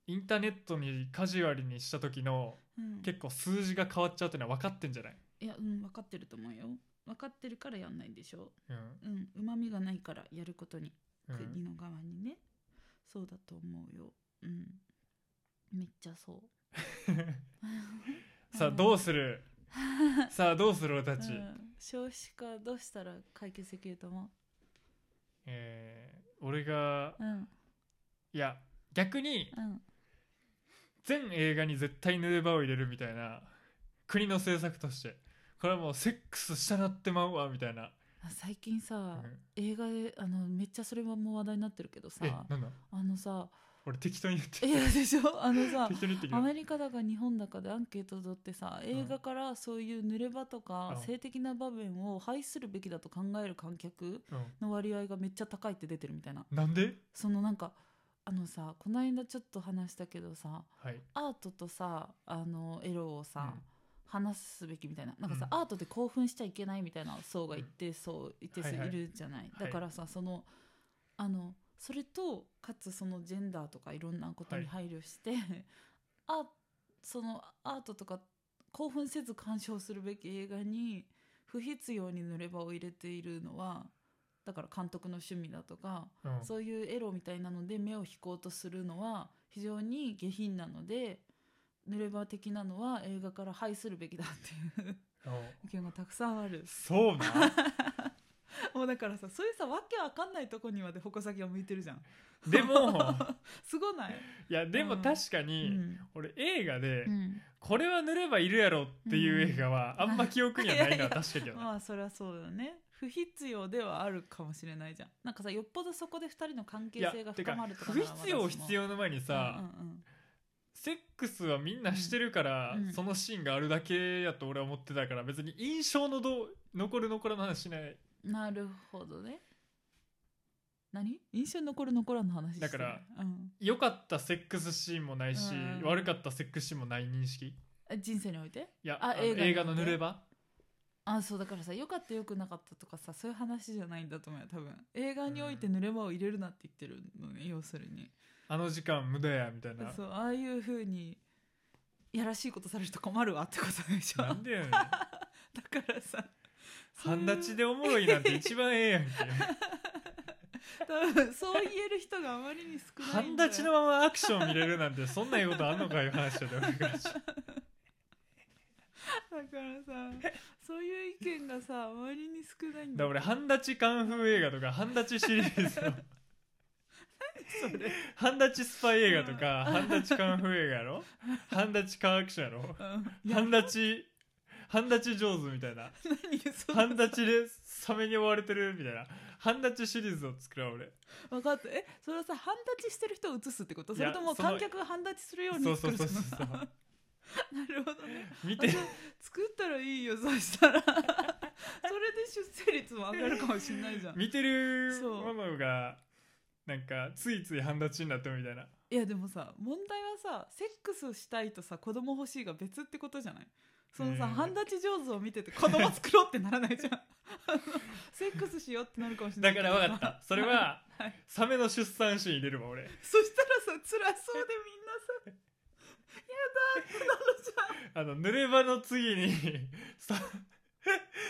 [SPEAKER 1] インターネットにカジュアルにした時の
[SPEAKER 2] うん、
[SPEAKER 1] 結構数字が変わっちゃうってのは分かってんじゃない、
[SPEAKER 2] いやうん分かってると思うよ分かってるからやんないんでしょ
[SPEAKER 1] うん
[SPEAKER 2] うんうまみがないからやることに、
[SPEAKER 1] うん
[SPEAKER 2] 国の側にねそうだと思うようんめっちゃそう
[SPEAKER 1] さあどうす
[SPEAKER 2] (laughs)
[SPEAKER 1] るさあどうする俺たち、
[SPEAKER 2] うん少子化どうしたら解決できると思
[SPEAKER 1] えー俺が
[SPEAKER 2] ううん
[SPEAKER 1] いや逆に
[SPEAKER 2] うん
[SPEAKER 1] 全映画に絶対ヌーバーを入れるみたいな国の政策としてこれはもうセックスしたなってまうわみたいな、
[SPEAKER 2] あ最近
[SPEAKER 1] う
[SPEAKER 2] さ、
[SPEAKER 1] ん
[SPEAKER 2] 映画であのめっちゃそれはもう話題になってるけど
[SPEAKER 1] え
[SPEAKER 2] さ
[SPEAKER 1] なんだ
[SPEAKER 2] あのさ
[SPEAKER 1] 俺適当に言って
[SPEAKER 2] 映画でしょあのさ
[SPEAKER 1] 適当に言ってき
[SPEAKER 2] ア
[SPEAKER 1] た
[SPEAKER 2] メリカだか日本だかでアンケート取ってさ映画からそういう濡れ場とか
[SPEAKER 1] うん
[SPEAKER 2] 性的な場面を排するべきだと考える観客
[SPEAKER 1] う、
[SPEAKER 2] の割合がめっちゃ高いって出てるみたいなん
[SPEAKER 1] なんで
[SPEAKER 2] そのなんかあのさこの間ちょっと話したけどさ
[SPEAKER 1] はい
[SPEAKER 2] アートとさあのエロをさ、
[SPEAKER 1] うん
[SPEAKER 2] 話すべきみたいななんかさ、
[SPEAKER 1] うん
[SPEAKER 2] アートで興奮しちゃいけないみたいな層が一定層一定数
[SPEAKER 1] はいいはい
[SPEAKER 2] るじゃない、
[SPEAKER 1] はい
[SPEAKER 2] だからさそのあのそれとかつそのジェンダーとかいろんなことに配慮して、あそのアートとか興奮せず鑑賞するべき映画に不必要に濡れ場を入れているのはだから監督の趣味だとか
[SPEAKER 1] うん
[SPEAKER 2] そういうエロみたいなので目を引こうとするのは非常に下品なので濡れ場的なのは映画から排するべきだっていう
[SPEAKER 1] お
[SPEAKER 2] 意見がたくさんある
[SPEAKER 1] そうな
[SPEAKER 2] (laughs) もうだからさそういうさわけわかんないとこにまで矛先が向いてるじゃん
[SPEAKER 1] でも
[SPEAKER 2] すごない、
[SPEAKER 1] いやでも確か
[SPEAKER 2] う
[SPEAKER 1] に、
[SPEAKER 2] ん
[SPEAKER 1] 俺映画で、
[SPEAKER 2] うん
[SPEAKER 1] これは塗ればいるやろっていう映画は、
[SPEAKER 2] うん
[SPEAKER 1] あんま記憶にはないな
[SPEAKER 2] いやいや
[SPEAKER 1] 確かに、ね
[SPEAKER 2] まあそれはそうだよね不必要ではあるかもしれないじゃんなんかさよっぽどそこで2人の関係
[SPEAKER 1] いや
[SPEAKER 2] 性が
[SPEAKER 1] て
[SPEAKER 2] 深
[SPEAKER 1] か
[SPEAKER 2] まるとか
[SPEAKER 1] 不必要必要の前にさ、
[SPEAKER 2] うんうん
[SPEAKER 1] セックスはみんなしてるから、
[SPEAKER 2] うんうん
[SPEAKER 1] そのシーンがあるだけやと俺は思ってたから別に印象のどう残る残らの話しない
[SPEAKER 2] うんなるほどね何印象に残る残らんの話してる
[SPEAKER 1] だから、
[SPEAKER 2] うん、
[SPEAKER 1] 良かったセックスシーンもないし、
[SPEAKER 2] うん
[SPEAKER 1] 悪かったセックスシーンもない認識い
[SPEAKER 2] あ人生において
[SPEAKER 1] や
[SPEAKER 2] あ
[SPEAKER 1] あの
[SPEAKER 2] 映
[SPEAKER 1] 映
[SPEAKER 2] 画
[SPEAKER 1] 画
[SPEAKER 2] に
[SPEAKER 1] の濡れ場
[SPEAKER 2] あそうだからさ良かった良くなかったとかさそういう話じゃないんだと思うよ多分映画において濡れ場を入れるなって言ってるのね、要するに
[SPEAKER 1] あの時間無駄やみたいな
[SPEAKER 2] そうああいうふうにやらしいことされると困るわってことでしょだ
[SPEAKER 1] な
[SPEAKER 2] か
[SPEAKER 1] んでやねん
[SPEAKER 2] らさ
[SPEAKER 1] 半立ちでおもろいなんて一番ええやんけ
[SPEAKER 2] (laughs) 多分そう言える人があまりに少ない
[SPEAKER 1] 半
[SPEAKER 2] だよ
[SPEAKER 1] 立ちのままアクション見れるなんてそんなええことあんのかいう話だよ俺からしたら
[SPEAKER 2] だからさそういう意見がさあまりに少ないんだ
[SPEAKER 1] だから俺半立ちカンフー映画とか半立ちシリーズの
[SPEAKER 2] それ
[SPEAKER 1] 半立ちスパイ映画と
[SPEAKER 2] (laughs)
[SPEAKER 1] か半立ちカンフー映画やろ半立ちカーアクションやろ
[SPEAKER 2] うん
[SPEAKER 1] 半立ち半立ち上手みたいな
[SPEAKER 2] 何そ
[SPEAKER 1] 半
[SPEAKER 2] んな
[SPEAKER 1] 立ちでサメに追われてるみたいな半立ちシリーズを作ろう俺
[SPEAKER 2] 分かったえそれはさ半立ちしてる人を映すってこと
[SPEAKER 1] い
[SPEAKER 2] そ
[SPEAKER 1] や
[SPEAKER 2] れとも
[SPEAKER 1] その
[SPEAKER 2] 観客が半立ちするよう
[SPEAKER 1] そう
[SPEAKER 2] に
[SPEAKER 1] そ
[SPEAKER 2] 作
[SPEAKER 1] う
[SPEAKER 2] る
[SPEAKER 1] そうそう
[SPEAKER 2] のなるほどね
[SPEAKER 1] 見て
[SPEAKER 2] あじゃあ作ったらいいよそしたら (laughs) それで出生率も上がるかもしんないじゃ (laughs) ん
[SPEAKER 1] 見てる
[SPEAKER 2] そ
[SPEAKER 1] マ
[SPEAKER 2] う
[SPEAKER 1] マがなんかついつい半立ちになってるみたいない
[SPEAKER 2] やでもさ問題はさセックスしたいとさ子供欲しいが別ってことじゃないそのさ、
[SPEAKER 1] うん
[SPEAKER 2] 半立ち上手を見てて子供作ろうってならないじゃんあのセックスしようってなるかもし
[SPEAKER 1] だ
[SPEAKER 2] れない
[SPEAKER 1] か
[SPEAKER 2] けど
[SPEAKER 1] ら分かったそれは
[SPEAKER 2] はい
[SPEAKER 1] サメの出産シーン入れるわ俺
[SPEAKER 2] そしたらさ辛そうでみんなさ
[SPEAKER 1] あの濡れ場の次に (laughs) サ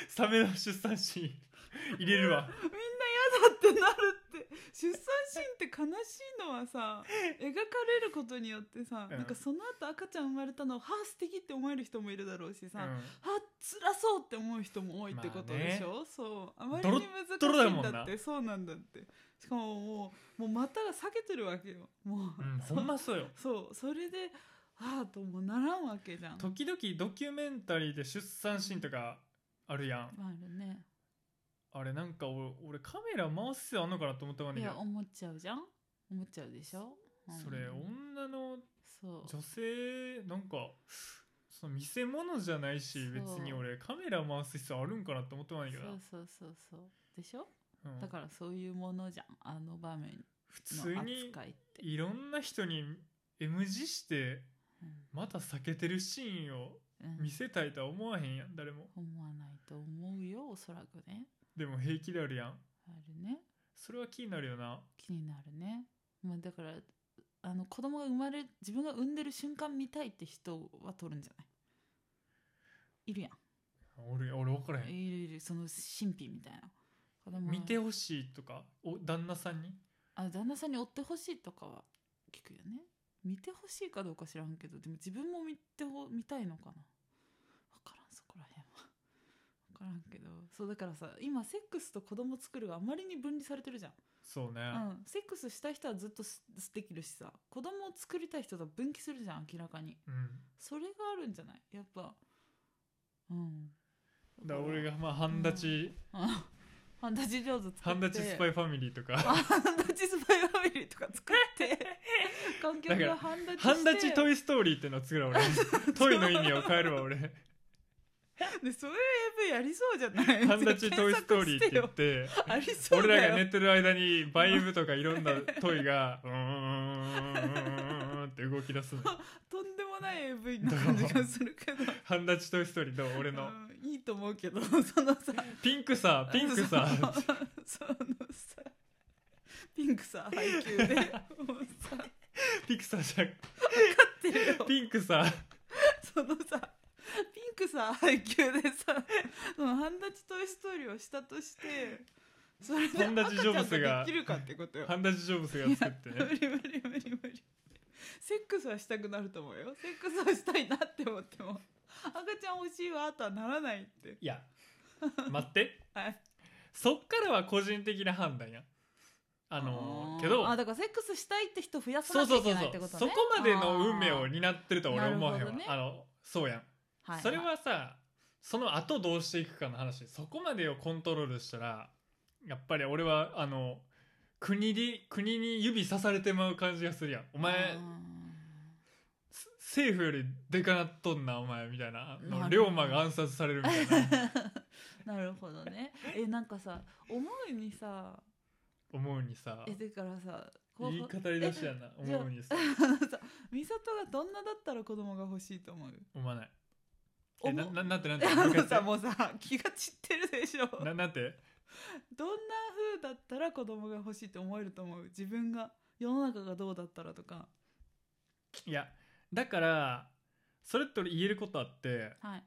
[SPEAKER 1] サメの出産シーン入れるわ
[SPEAKER 2] みんな嫌だってなるって出産シーンって悲しいのは
[SPEAKER 1] (laughs)
[SPEAKER 2] さ描かれることによってさ、
[SPEAKER 1] うん
[SPEAKER 2] なんかその後赤ちゃん生まれたのをはあ素敵って思える人もいるだろうしさ、
[SPEAKER 1] うん
[SPEAKER 2] あ辛そうって思う人も多いってことでしょ、そうあまりに
[SPEAKER 1] ドロッドロだ
[SPEAKER 2] 難しい
[SPEAKER 1] も
[SPEAKER 2] ん
[SPEAKER 1] んな
[SPEAKER 2] だってそうなんだってしかももうもう股が裂けてるわけよもう、
[SPEAKER 1] うん、ほんまそうよ
[SPEAKER 2] そうそれでああともならんわけじゃん
[SPEAKER 1] 時々ドキュメンタリーで出産シーンとかあるやん
[SPEAKER 2] まああるね
[SPEAKER 1] あれなんか俺俺カメラ回すよあんのかなと思ったわ
[SPEAKER 2] い
[SPEAKER 1] ねんけ
[SPEAKER 2] や
[SPEAKER 1] ど
[SPEAKER 2] 思っちゃうじゃん思っちゃうでしょ、うん
[SPEAKER 1] それ女の
[SPEAKER 2] そう
[SPEAKER 1] 女性なんかその見せ物じゃないし
[SPEAKER 2] そう
[SPEAKER 1] 別に俺カメラ回す必要あるんかなと思ってないけどな、
[SPEAKER 2] そうそうそうそうでしょ、
[SPEAKER 1] うん
[SPEAKER 2] だからそういうものじゃんあの場面
[SPEAKER 1] 普
[SPEAKER 2] の
[SPEAKER 1] 通に
[SPEAKER 2] 扱いって、
[SPEAKER 1] いろんな人に M 字して
[SPEAKER 2] うん
[SPEAKER 1] また避けてるシーンを
[SPEAKER 2] うん
[SPEAKER 1] 見せたいとは思わへんやん誰も
[SPEAKER 2] 思わないと思うよおそらくね
[SPEAKER 1] でも平気であるやん
[SPEAKER 2] あるね
[SPEAKER 1] それは気になるよな
[SPEAKER 2] 気になるね、まあ、だからあの子供が生まれ自分が産んでる瞬間見たいって人は撮るんじゃないいるや
[SPEAKER 1] 俺俺分からへ
[SPEAKER 2] ん
[SPEAKER 1] ん
[SPEAKER 2] いるいるその神秘みたいな子供は
[SPEAKER 1] 見てほしいとかお旦那さんに
[SPEAKER 2] あ旦那さんに追ってほしいとかは聞くよね見てほしいかどうか知らんけどでも自分も見てほ見たいのかな分からんそこらへんは分からんけどそうだからさ今セックスと子供作るがあまりに分離されてるじゃん
[SPEAKER 1] そうね、
[SPEAKER 2] うん、セックスしたい人はずっとすできるしさ子供を作りたい人とは分岐するじゃん明らかに
[SPEAKER 1] うん、
[SPEAKER 2] それがあるんじゃないやっぱうん (laughs)
[SPEAKER 1] だから俺がまあ半立ち、
[SPEAKER 2] うんファンタジー上手作って
[SPEAKER 1] 半立ちスパイファミリーとか
[SPEAKER 2] あハンダチスパイファミリーとか作
[SPEAKER 1] (laughs)
[SPEAKER 2] って観客がハンダチして
[SPEAKER 1] 半立ちト
[SPEAKER 2] イ
[SPEAKER 1] イストーリーってのを作るわ
[SPEAKER 2] (laughs)
[SPEAKER 1] 俺トイの意味を変えるわ俺
[SPEAKER 2] でそういう AV やりそうじゃない
[SPEAKER 1] 半立ちトイストーリーって言って
[SPEAKER 2] 検索してよありそうだ
[SPEAKER 1] 俺
[SPEAKER 2] よ
[SPEAKER 1] らが寝てる間にバイブとかいろんなトイがうーんうーんうーんうーんって動き出すの
[SPEAKER 2] とんでもない AV な感じがするけど
[SPEAKER 1] 半立ちトイストーリーどう俺の
[SPEAKER 2] うんいいと思うけどそのさ
[SPEAKER 1] ピンクさピンクさ
[SPEAKER 2] (laughs) そのそのさピンクさ配給でもうさ勝
[SPEAKER 1] ピンクさじゃん
[SPEAKER 2] ってるよ
[SPEAKER 1] ピンクさ
[SPEAKER 2] そのさピンクさ (laughs) 配給でさそのハンダチトイストーリーをしたとしてそれで
[SPEAKER 1] ハンダ
[SPEAKER 2] 赤
[SPEAKER 1] チ
[SPEAKER 2] ち
[SPEAKER 1] ジョ
[SPEAKER 2] ゃ
[SPEAKER 1] ブ
[SPEAKER 2] ん
[SPEAKER 1] ズが
[SPEAKER 2] ができるかってことよ
[SPEAKER 1] 半立ちジョブスが作って
[SPEAKER 2] 無
[SPEAKER 1] ね
[SPEAKER 2] 理無理無理無理セックスはしたくなると思うよセックスはしたいなって思っても赤ちゃん欲しいわとはならないって
[SPEAKER 1] いや待って
[SPEAKER 2] はい
[SPEAKER 1] そっからは個人的な判断やあの
[SPEAKER 2] あー
[SPEAKER 1] けど
[SPEAKER 2] あだからセックスしたいって人増やさ
[SPEAKER 1] そう
[SPEAKER 2] なきゃ
[SPEAKER 1] そうそうそ
[SPEAKER 2] いけないうってことね
[SPEAKER 1] そこまでの運命を
[SPEAKER 2] あー
[SPEAKER 1] 担ってるとは俺思わへん
[SPEAKER 2] な
[SPEAKER 1] わ、
[SPEAKER 2] るほどね
[SPEAKER 1] あのそうやん、
[SPEAKER 2] はい
[SPEAKER 1] それはさその後どうしていくかの話そこまでをコントロールしたらやっぱり俺はあの国で国に指さされてまう感じがするやんお前
[SPEAKER 2] あ
[SPEAKER 1] す政府よりでかなっとんなお前みたいなあ
[SPEAKER 2] な
[SPEAKER 1] の
[SPEAKER 2] る
[SPEAKER 1] 龍
[SPEAKER 2] ほど
[SPEAKER 1] 馬が暗殺されるみたいな
[SPEAKER 2] ー (laughs) なるほどねえなんかさ思うにさ
[SPEAKER 1] 思うにさ
[SPEAKER 2] (laughs) えだからさこう
[SPEAKER 1] 言い語り出しやな
[SPEAKER 2] じゃあ
[SPEAKER 1] 思うにさ
[SPEAKER 2] あのさ美里がどんなだったら子供が欲しいと思う
[SPEAKER 1] 思わないえ
[SPEAKER 2] 思
[SPEAKER 1] な
[SPEAKER 2] う
[SPEAKER 1] な (laughs) なんてなんて
[SPEAKER 2] (laughs) あ
[SPEAKER 1] もう一
[SPEAKER 2] の
[SPEAKER 1] 回や
[SPEAKER 2] さ
[SPEAKER 1] っ
[SPEAKER 2] もうさ気が散ってるでしょど
[SPEAKER 1] て
[SPEAKER 2] んな
[SPEAKER 1] ななんて
[SPEAKER 2] 風だったら子供が欲しいと思えると思う自分が世の中がどうだったらとか
[SPEAKER 1] いやだからそれって俺言えることあって
[SPEAKER 2] はい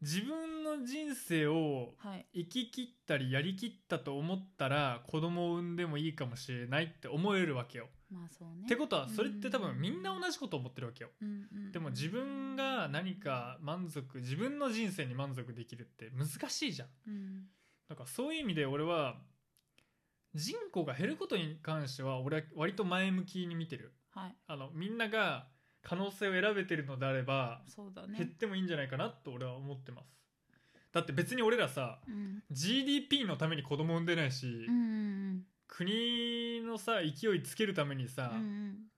[SPEAKER 1] 自分の人生を
[SPEAKER 2] はい
[SPEAKER 1] 生き切ったりやりきったと思ったら子供を産んでもいいかもしれないって思えるわけよ。
[SPEAKER 2] まあそうね
[SPEAKER 1] ってことはそれって多
[SPEAKER 2] う
[SPEAKER 1] 分
[SPEAKER 2] ん
[SPEAKER 1] みんな同じこと思ってるわけよ。
[SPEAKER 2] うんうんうん
[SPEAKER 1] でも自分が何か満足自分の人生に満足できるって難しいじゃん。
[SPEAKER 2] うん
[SPEAKER 1] だからそういう意味で俺は人口が減ることに関しては俺は割と前向きに見てる。
[SPEAKER 2] はい
[SPEAKER 1] あのみんなが可能性を選べてるのであれば、
[SPEAKER 2] そうだ
[SPEAKER 1] 減っ
[SPEAKER 2] ね
[SPEAKER 1] てもいいんじゃないかなと俺は思ってますだって別に俺らさ
[SPEAKER 2] うん
[SPEAKER 1] GDP のために子供産んでないし、
[SPEAKER 2] うんうん
[SPEAKER 1] 国のさ勢いつけるために
[SPEAKER 2] う
[SPEAKER 1] さ、
[SPEAKER 2] んうんうん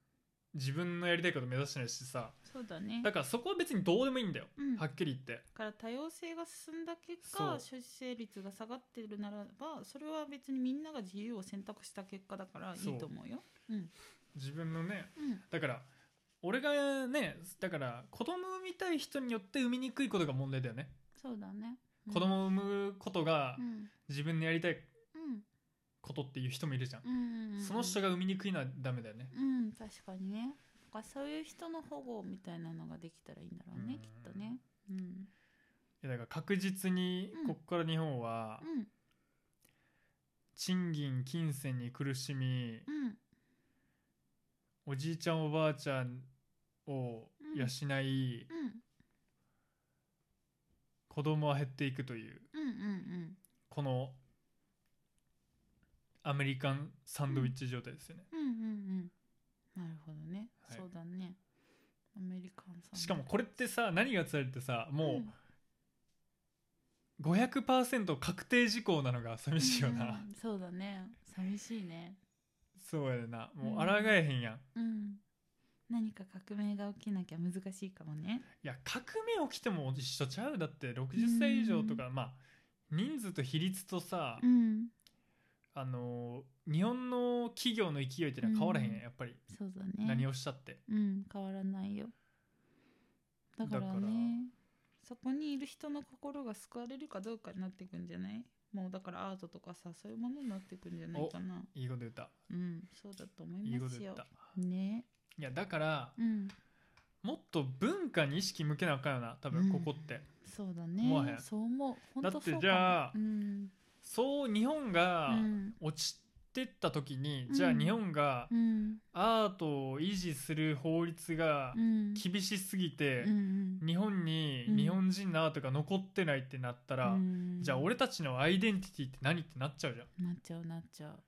[SPEAKER 1] 自分のやりたいこと目指してないしさ
[SPEAKER 2] そうだね
[SPEAKER 1] だからそこは別にどうでもいいんだよ、
[SPEAKER 2] うん
[SPEAKER 1] はっきり言って
[SPEAKER 2] だから多様性が進んだ結
[SPEAKER 1] そ
[SPEAKER 2] 果
[SPEAKER 1] う
[SPEAKER 2] 出生率が下がってるならばそれは別にみんなが自由を選択した結果だからいいと思うよ。うん
[SPEAKER 1] 自分のね
[SPEAKER 2] うん
[SPEAKER 1] だから俺がねだから子供産みたい人によって産みにくいことが問題だよね、
[SPEAKER 2] そうだね。うん
[SPEAKER 1] 子供を産むことが
[SPEAKER 2] うん
[SPEAKER 1] 自分のやりたい
[SPEAKER 2] うん
[SPEAKER 1] ことっていう人もいるじゃん、
[SPEAKER 2] うんうん
[SPEAKER 1] その人が産みにくいのはダメだよね、
[SPEAKER 2] うん確かにね。なんかそういう人の保護みたいなのができたらいいんだろう
[SPEAKER 1] う
[SPEAKER 2] ね
[SPEAKER 1] ん
[SPEAKER 2] きっとね。うん
[SPEAKER 1] いやだから確実に
[SPEAKER 2] うん
[SPEAKER 1] ここから日本は
[SPEAKER 2] うん
[SPEAKER 1] 賃金金銭に苦しみ
[SPEAKER 2] うん
[SPEAKER 1] おじいちゃんおばあちゃんを養い
[SPEAKER 2] うん
[SPEAKER 1] 子供は減っていくという
[SPEAKER 2] うんうん
[SPEAKER 1] このアメリカンサンドイッチ状態ですよね
[SPEAKER 2] うんうんうんうんなるほどね。
[SPEAKER 1] はい
[SPEAKER 2] そうだね。アメリカンさん。
[SPEAKER 1] しかもこれってさ何が辛いってさも
[SPEAKER 2] ん
[SPEAKER 1] う500%確定事項なのが寂しいよな
[SPEAKER 2] うんうんそうだね。寂しいね。
[SPEAKER 1] そうやでなもう
[SPEAKER 2] うん
[SPEAKER 1] 抗えへんやん
[SPEAKER 2] うん、何か革命が起きなきゃ難しいかもね。
[SPEAKER 1] いや革命起きても一緒ちゃうだって60歳以上とかまあ人数と比率とさ、
[SPEAKER 2] うん、
[SPEAKER 1] あのー日本の企業の勢いってのは変わらへんやん
[SPEAKER 2] うん
[SPEAKER 1] やっぱり、
[SPEAKER 2] そうだね。
[SPEAKER 1] 何をしたって
[SPEAKER 2] うん、変わらないよ。だから
[SPEAKER 1] だから
[SPEAKER 2] ね、そこにいる人の心が救われるかどうかになっていくんじゃないもうだからアートとかさ、そういうものになっていくんじゃないかな。
[SPEAKER 1] いいこと言った
[SPEAKER 2] うん、そうだと思
[SPEAKER 1] いい
[SPEAKER 2] い
[SPEAKER 1] こ
[SPEAKER 2] ま
[SPEAKER 1] と
[SPEAKER 2] す
[SPEAKER 1] 言っ
[SPEAKER 2] よ
[SPEAKER 1] た。
[SPEAKER 2] ね。
[SPEAKER 1] いやだから
[SPEAKER 2] うん、
[SPEAKER 1] もっと文化に意識向けなあかんよな多
[SPEAKER 2] う
[SPEAKER 1] 分
[SPEAKER 2] ん
[SPEAKER 1] ここって、
[SPEAKER 2] そうだ
[SPEAKER 1] 思わへ
[SPEAKER 2] ね
[SPEAKER 1] ん。
[SPEAKER 2] そう思う。本
[SPEAKER 1] だ
[SPEAKER 2] 当
[SPEAKER 1] っ
[SPEAKER 2] そ
[SPEAKER 1] て
[SPEAKER 2] うかも
[SPEAKER 1] じゃあ
[SPEAKER 2] うん、
[SPEAKER 1] そう日本が
[SPEAKER 2] うん、
[SPEAKER 1] 落ちてった時に、
[SPEAKER 2] うん
[SPEAKER 1] じゃあ日本が
[SPEAKER 2] うん、
[SPEAKER 1] アートを維持する法律が
[SPEAKER 2] うん、
[SPEAKER 1] 厳しすぎて
[SPEAKER 2] うん、うん、
[SPEAKER 1] 日本に
[SPEAKER 2] うん
[SPEAKER 1] 日本人のアートが残ってないってなったら、
[SPEAKER 2] うん
[SPEAKER 1] じゃあ俺たちのアイデンティティって何ってなっちゃうじゃん
[SPEAKER 2] なっちゃうなっちゃう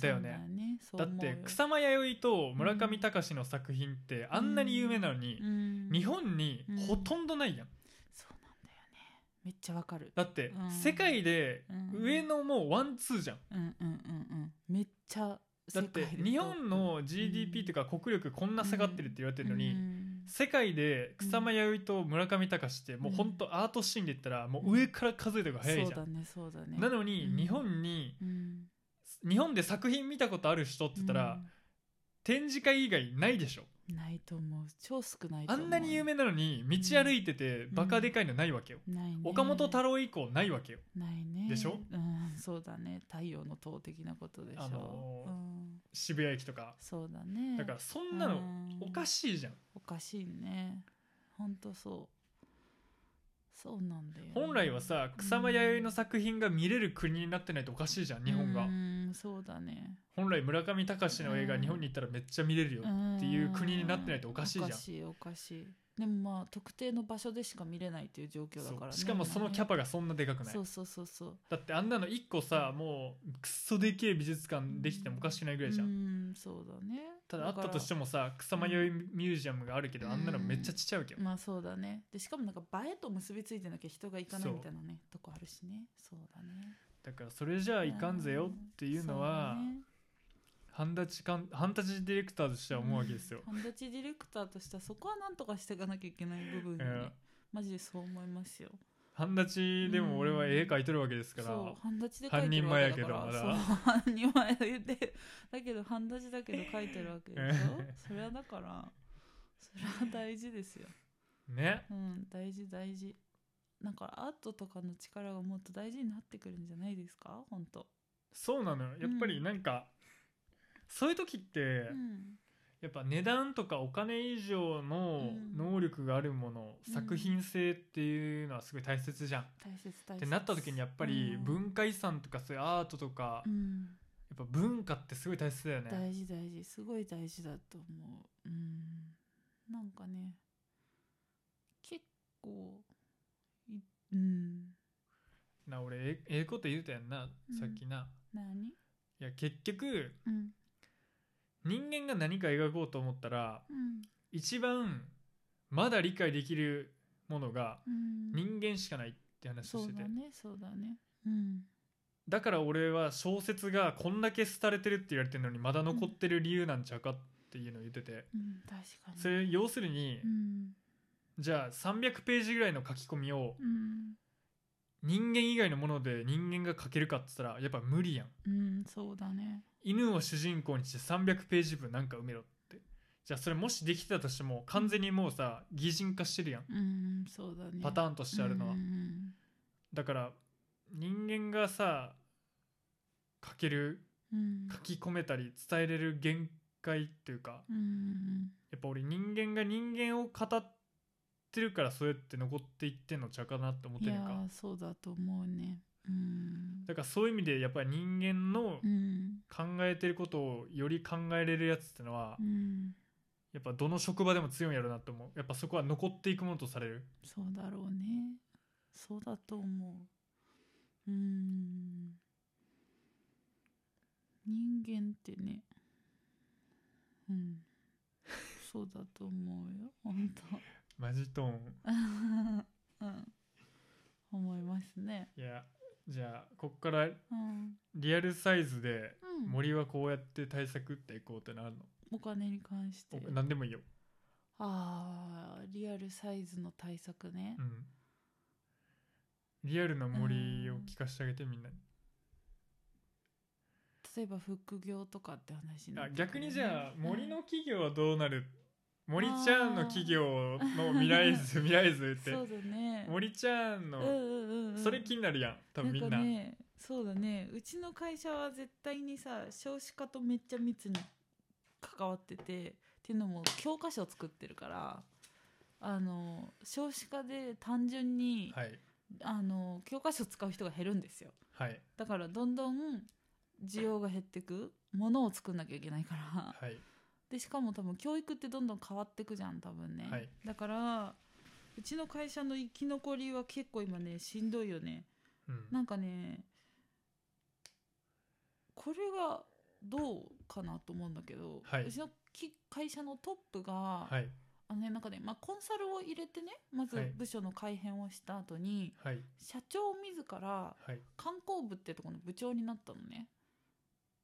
[SPEAKER 1] だよね
[SPEAKER 2] そう
[SPEAKER 1] だ
[SPEAKER 2] だ
[SPEAKER 1] っ
[SPEAKER 2] よね
[SPEAKER 1] て草間彌生と村上隆の作品ってあんなに有名なのに、日
[SPEAKER 2] 日
[SPEAKER 1] 本にほとんどないやん、
[SPEAKER 2] そうなんだよねめっちゃわかる
[SPEAKER 1] だって
[SPEAKER 2] うん
[SPEAKER 1] 世界で
[SPEAKER 2] うん
[SPEAKER 1] 上のもうワンツーじゃん、
[SPEAKER 2] うんうんうんうんめっちゃ
[SPEAKER 1] だって日本の GDP とか国力こんな下がってるって言われてるのに、世界で草間彌生と村上隆ってもうほんとアートシーンで言ったらもう上から数えた方が早いじゃん、
[SPEAKER 2] そうだねそうだね
[SPEAKER 1] なのに
[SPEAKER 2] うん
[SPEAKER 1] 日本に
[SPEAKER 2] うん
[SPEAKER 1] 日本で作品見たことある人って言ったら、展示会以外ないでしょ
[SPEAKER 2] うんないと思う超少ないと
[SPEAKER 1] あ
[SPEAKER 2] 思うん
[SPEAKER 1] なに有名なのに道歩いててバカでかいのないわけよ、
[SPEAKER 2] ないね
[SPEAKER 1] 岡本太郎以降ないわけよ
[SPEAKER 2] ないね
[SPEAKER 1] でしょ
[SPEAKER 2] うんそうだね太陽の塔的なことでしょ
[SPEAKER 1] あのー
[SPEAKER 2] うん
[SPEAKER 1] 渋谷駅とか
[SPEAKER 2] そうだね
[SPEAKER 1] だからそんなのおか
[SPEAKER 2] しい
[SPEAKER 1] しいじゃん
[SPEAKER 2] おかしいねほんとそうそうなんだよね、
[SPEAKER 1] 本来はさ草間彌生の作品が見れる国になってないとおかしいじゃん日本
[SPEAKER 2] う
[SPEAKER 1] が
[SPEAKER 2] ーんそうだね
[SPEAKER 1] 本来村上隆の映画
[SPEAKER 2] うん
[SPEAKER 1] 日本に行ったらめっちゃ見れるよっていう国になってないとおかしいじゃん
[SPEAKER 2] おかしいおかしいでもまあ特定の場所でしか見れないっていう状況だから
[SPEAKER 1] そう
[SPEAKER 2] ね
[SPEAKER 1] しかもそのキャパ
[SPEAKER 2] が
[SPEAKER 1] がそんなでかくない
[SPEAKER 2] そうそうそうそう
[SPEAKER 1] だってあんなの1個さもうクソでけえ美術館できてもおかしくないぐらいじゃん
[SPEAKER 2] んそうだね
[SPEAKER 1] ただあったとして
[SPEAKER 2] も
[SPEAKER 1] もさ草間彌生ミュージアムがあるけどあんなのめっちゃちっちゃいわけよ
[SPEAKER 2] まあそうだねでしかもなんか映えと結びついてなきゃ人が行かない
[SPEAKER 1] そう
[SPEAKER 2] みたいなねとこあるしねそうだね
[SPEAKER 1] だからそれじゃあいかんぜよっていうのは
[SPEAKER 2] そうだね
[SPEAKER 1] ハンダチかんハンタジーディレクターとしては思うわけですよ
[SPEAKER 2] うん。友達ディレクターとしてはそこはなんとかしていかなきゃいけない部分よね、
[SPEAKER 1] うん
[SPEAKER 2] マジでそう思いますよ。
[SPEAKER 1] ハンダチでも俺は絵描いてるわけですか
[SPEAKER 2] そう
[SPEAKER 1] ら、
[SPEAKER 2] 半立ちで書いてるわけだから
[SPEAKER 1] 半人前やけどまだ
[SPEAKER 2] そう半人前でだけど半立ちだけど書いてるわけ
[SPEAKER 1] (laughs)
[SPEAKER 2] でしょそれはだからそれは大事ですよ。
[SPEAKER 1] ね
[SPEAKER 2] うん大事大事。なんかアートとかの力がもっと大事になってくるんじゃないですか本当。
[SPEAKER 1] そうなのよやっぱりなんか、そういう時って、
[SPEAKER 2] うん
[SPEAKER 1] やっぱ値段とかお金以上の
[SPEAKER 2] うん
[SPEAKER 1] 能力があるもの、
[SPEAKER 2] うん
[SPEAKER 1] 作品性っていうのはすごい大切じゃん。っ
[SPEAKER 2] 大切大切。
[SPEAKER 1] てなった時にやっぱり
[SPEAKER 2] うん
[SPEAKER 1] 文化遺産とかそういうアートとか、
[SPEAKER 2] うん
[SPEAKER 1] やっぱ文化ってすごい大切だよね。
[SPEAKER 2] 大事大事すごい大事だと思ううんなんかね結構いうん
[SPEAKER 1] な俺えええこと言うたやんな、
[SPEAKER 2] うん
[SPEAKER 1] さっきな。
[SPEAKER 2] 何
[SPEAKER 1] いや結局
[SPEAKER 2] うん
[SPEAKER 1] 人間が何か描こうと思ったら
[SPEAKER 2] うん
[SPEAKER 1] 一番まだ理解できるものが
[SPEAKER 2] うん
[SPEAKER 1] 人間しかないって話を
[SPEAKER 2] そ
[SPEAKER 1] し
[SPEAKER 2] う
[SPEAKER 1] てて
[SPEAKER 2] だねそうだねうん
[SPEAKER 1] だから俺は小説がこんだけ廃れてるって言われてるのにまだ残ってる理由なんちゃうかっていうのを言ってて
[SPEAKER 2] うん確かに
[SPEAKER 1] それ要するに
[SPEAKER 2] うん
[SPEAKER 1] じゃあ300ページぐらいの書き込みを
[SPEAKER 2] うん
[SPEAKER 1] 人間以外のもので人間が書けるかっつったらやっぱ無理やん
[SPEAKER 2] うんそうだね
[SPEAKER 1] 犬を主人公にして300ページ分なんか埋めろってじゃあそれもしできてたとしても完全にもうさ擬人化してるやん
[SPEAKER 2] うんそうだね
[SPEAKER 1] パターンとしてあるのは
[SPEAKER 2] うんうん
[SPEAKER 1] だから人間がさ書ける
[SPEAKER 2] うん
[SPEAKER 1] 書き込めたり伝えれる限界っていうか
[SPEAKER 2] うんうん
[SPEAKER 1] やっぱ俺人間が人間を語ってるからそうやって残っていってんのちゃうかなって思っ
[SPEAKER 2] い
[SPEAKER 1] てる
[SPEAKER 2] や
[SPEAKER 1] やんか
[SPEAKER 2] ーそうだと思うねうん
[SPEAKER 1] だからそういう意味でやっぱり人間の
[SPEAKER 2] うん
[SPEAKER 1] 考えてることをより考えれるやつってのは
[SPEAKER 2] うん
[SPEAKER 1] やっぱどの職場でも強いんやろなって思うやっぱそこは残っていくものとされる
[SPEAKER 2] そうだろうねそうだと思ううん人間ってねうんそうだと思うよ本
[SPEAKER 1] マジトーン
[SPEAKER 2] 当うん思いますね
[SPEAKER 1] いやじゃあこっから
[SPEAKER 2] うん、
[SPEAKER 1] リアルサイズで
[SPEAKER 2] うん、
[SPEAKER 1] 森はこうやって対策っていこうってなるの、
[SPEAKER 2] お金に関して
[SPEAKER 1] お何でもいいよ、
[SPEAKER 2] あーリアルサイズの対策ね
[SPEAKER 1] うん、リアルな森を聞かせてあげてみんなに
[SPEAKER 2] 例えば副業とかって話になっ
[SPEAKER 1] あ
[SPEAKER 2] てくる
[SPEAKER 1] 逆にじゃあ
[SPEAKER 2] うん
[SPEAKER 1] 森の企業はどうなる森ちゃんの企業の未来図未来図って
[SPEAKER 2] そうだね
[SPEAKER 1] 森ちゃん
[SPEAKER 2] うん
[SPEAKER 1] の
[SPEAKER 2] うんうんうん
[SPEAKER 1] それ気になるやん多分みんな
[SPEAKER 2] かねそうだねうちの会社は絶対にさ少子化とめっちゃ密に関わっててっていうのも教科書を作ってるからあの少子化で単純に、
[SPEAKER 1] はい
[SPEAKER 2] あの教科書使う人が減るんですよ
[SPEAKER 1] はい
[SPEAKER 2] だからどんどん需要が減ってくものを作んなきゃいけないから
[SPEAKER 1] はい
[SPEAKER 2] でしかも多分教育ってどんどん変わってくじゃん多分ね、
[SPEAKER 1] はい
[SPEAKER 2] だからうちの会社の生き残りは結構今ねしんどいよね
[SPEAKER 1] うん
[SPEAKER 2] なんかねこれがどうかなと思うんだけど、
[SPEAKER 1] はいう
[SPEAKER 2] ちのき会社のトップが、
[SPEAKER 1] はい
[SPEAKER 2] あのねなんかね、まあ、コンサルを入れてねまず
[SPEAKER 1] はい
[SPEAKER 2] 部署の改編をした後に、
[SPEAKER 1] はい
[SPEAKER 2] 社長自ら
[SPEAKER 1] はい
[SPEAKER 2] 観光部ってところの部長になったのね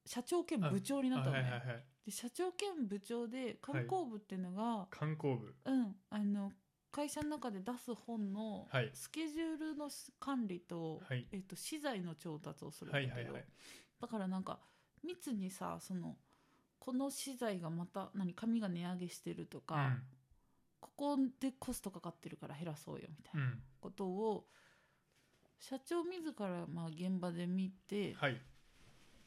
[SPEAKER 2] 社長兼部長にな
[SPEAKER 1] あ
[SPEAKER 2] ったの
[SPEAKER 1] は
[SPEAKER 2] ね、
[SPEAKER 1] いはいはい
[SPEAKER 2] で社長兼部長で観光部っていうのが、
[SPEAKER 1] 観光部
[SPEAKER 2] うん、あの会社の中で出す本の
[SPEAKER 1] はい
[SPEAKER 2] スケジュールのし管理と,、
[SPEAKER 1] はい
[SPEAKER 2] えっと資材の調達をするんだ
[SPEAKER 1] は
[SPEAKER 2] け
[SPEAKER 1] い
[SPEAKER 2] ど、
[SPEAKER 1] はいはい
[SPEAKER 2] だからなんか密にさそのこの資材がまた何紙が値上げしてるとか、ここでコストかかってるから減らそうよみたい
[SPEAKER 1] うん
[SPEAKER 2] な
[SPEAKER 1] うん
[SPEAKER 2] ことを社長自らまあ現場で見て
[SPEAKER 1] はい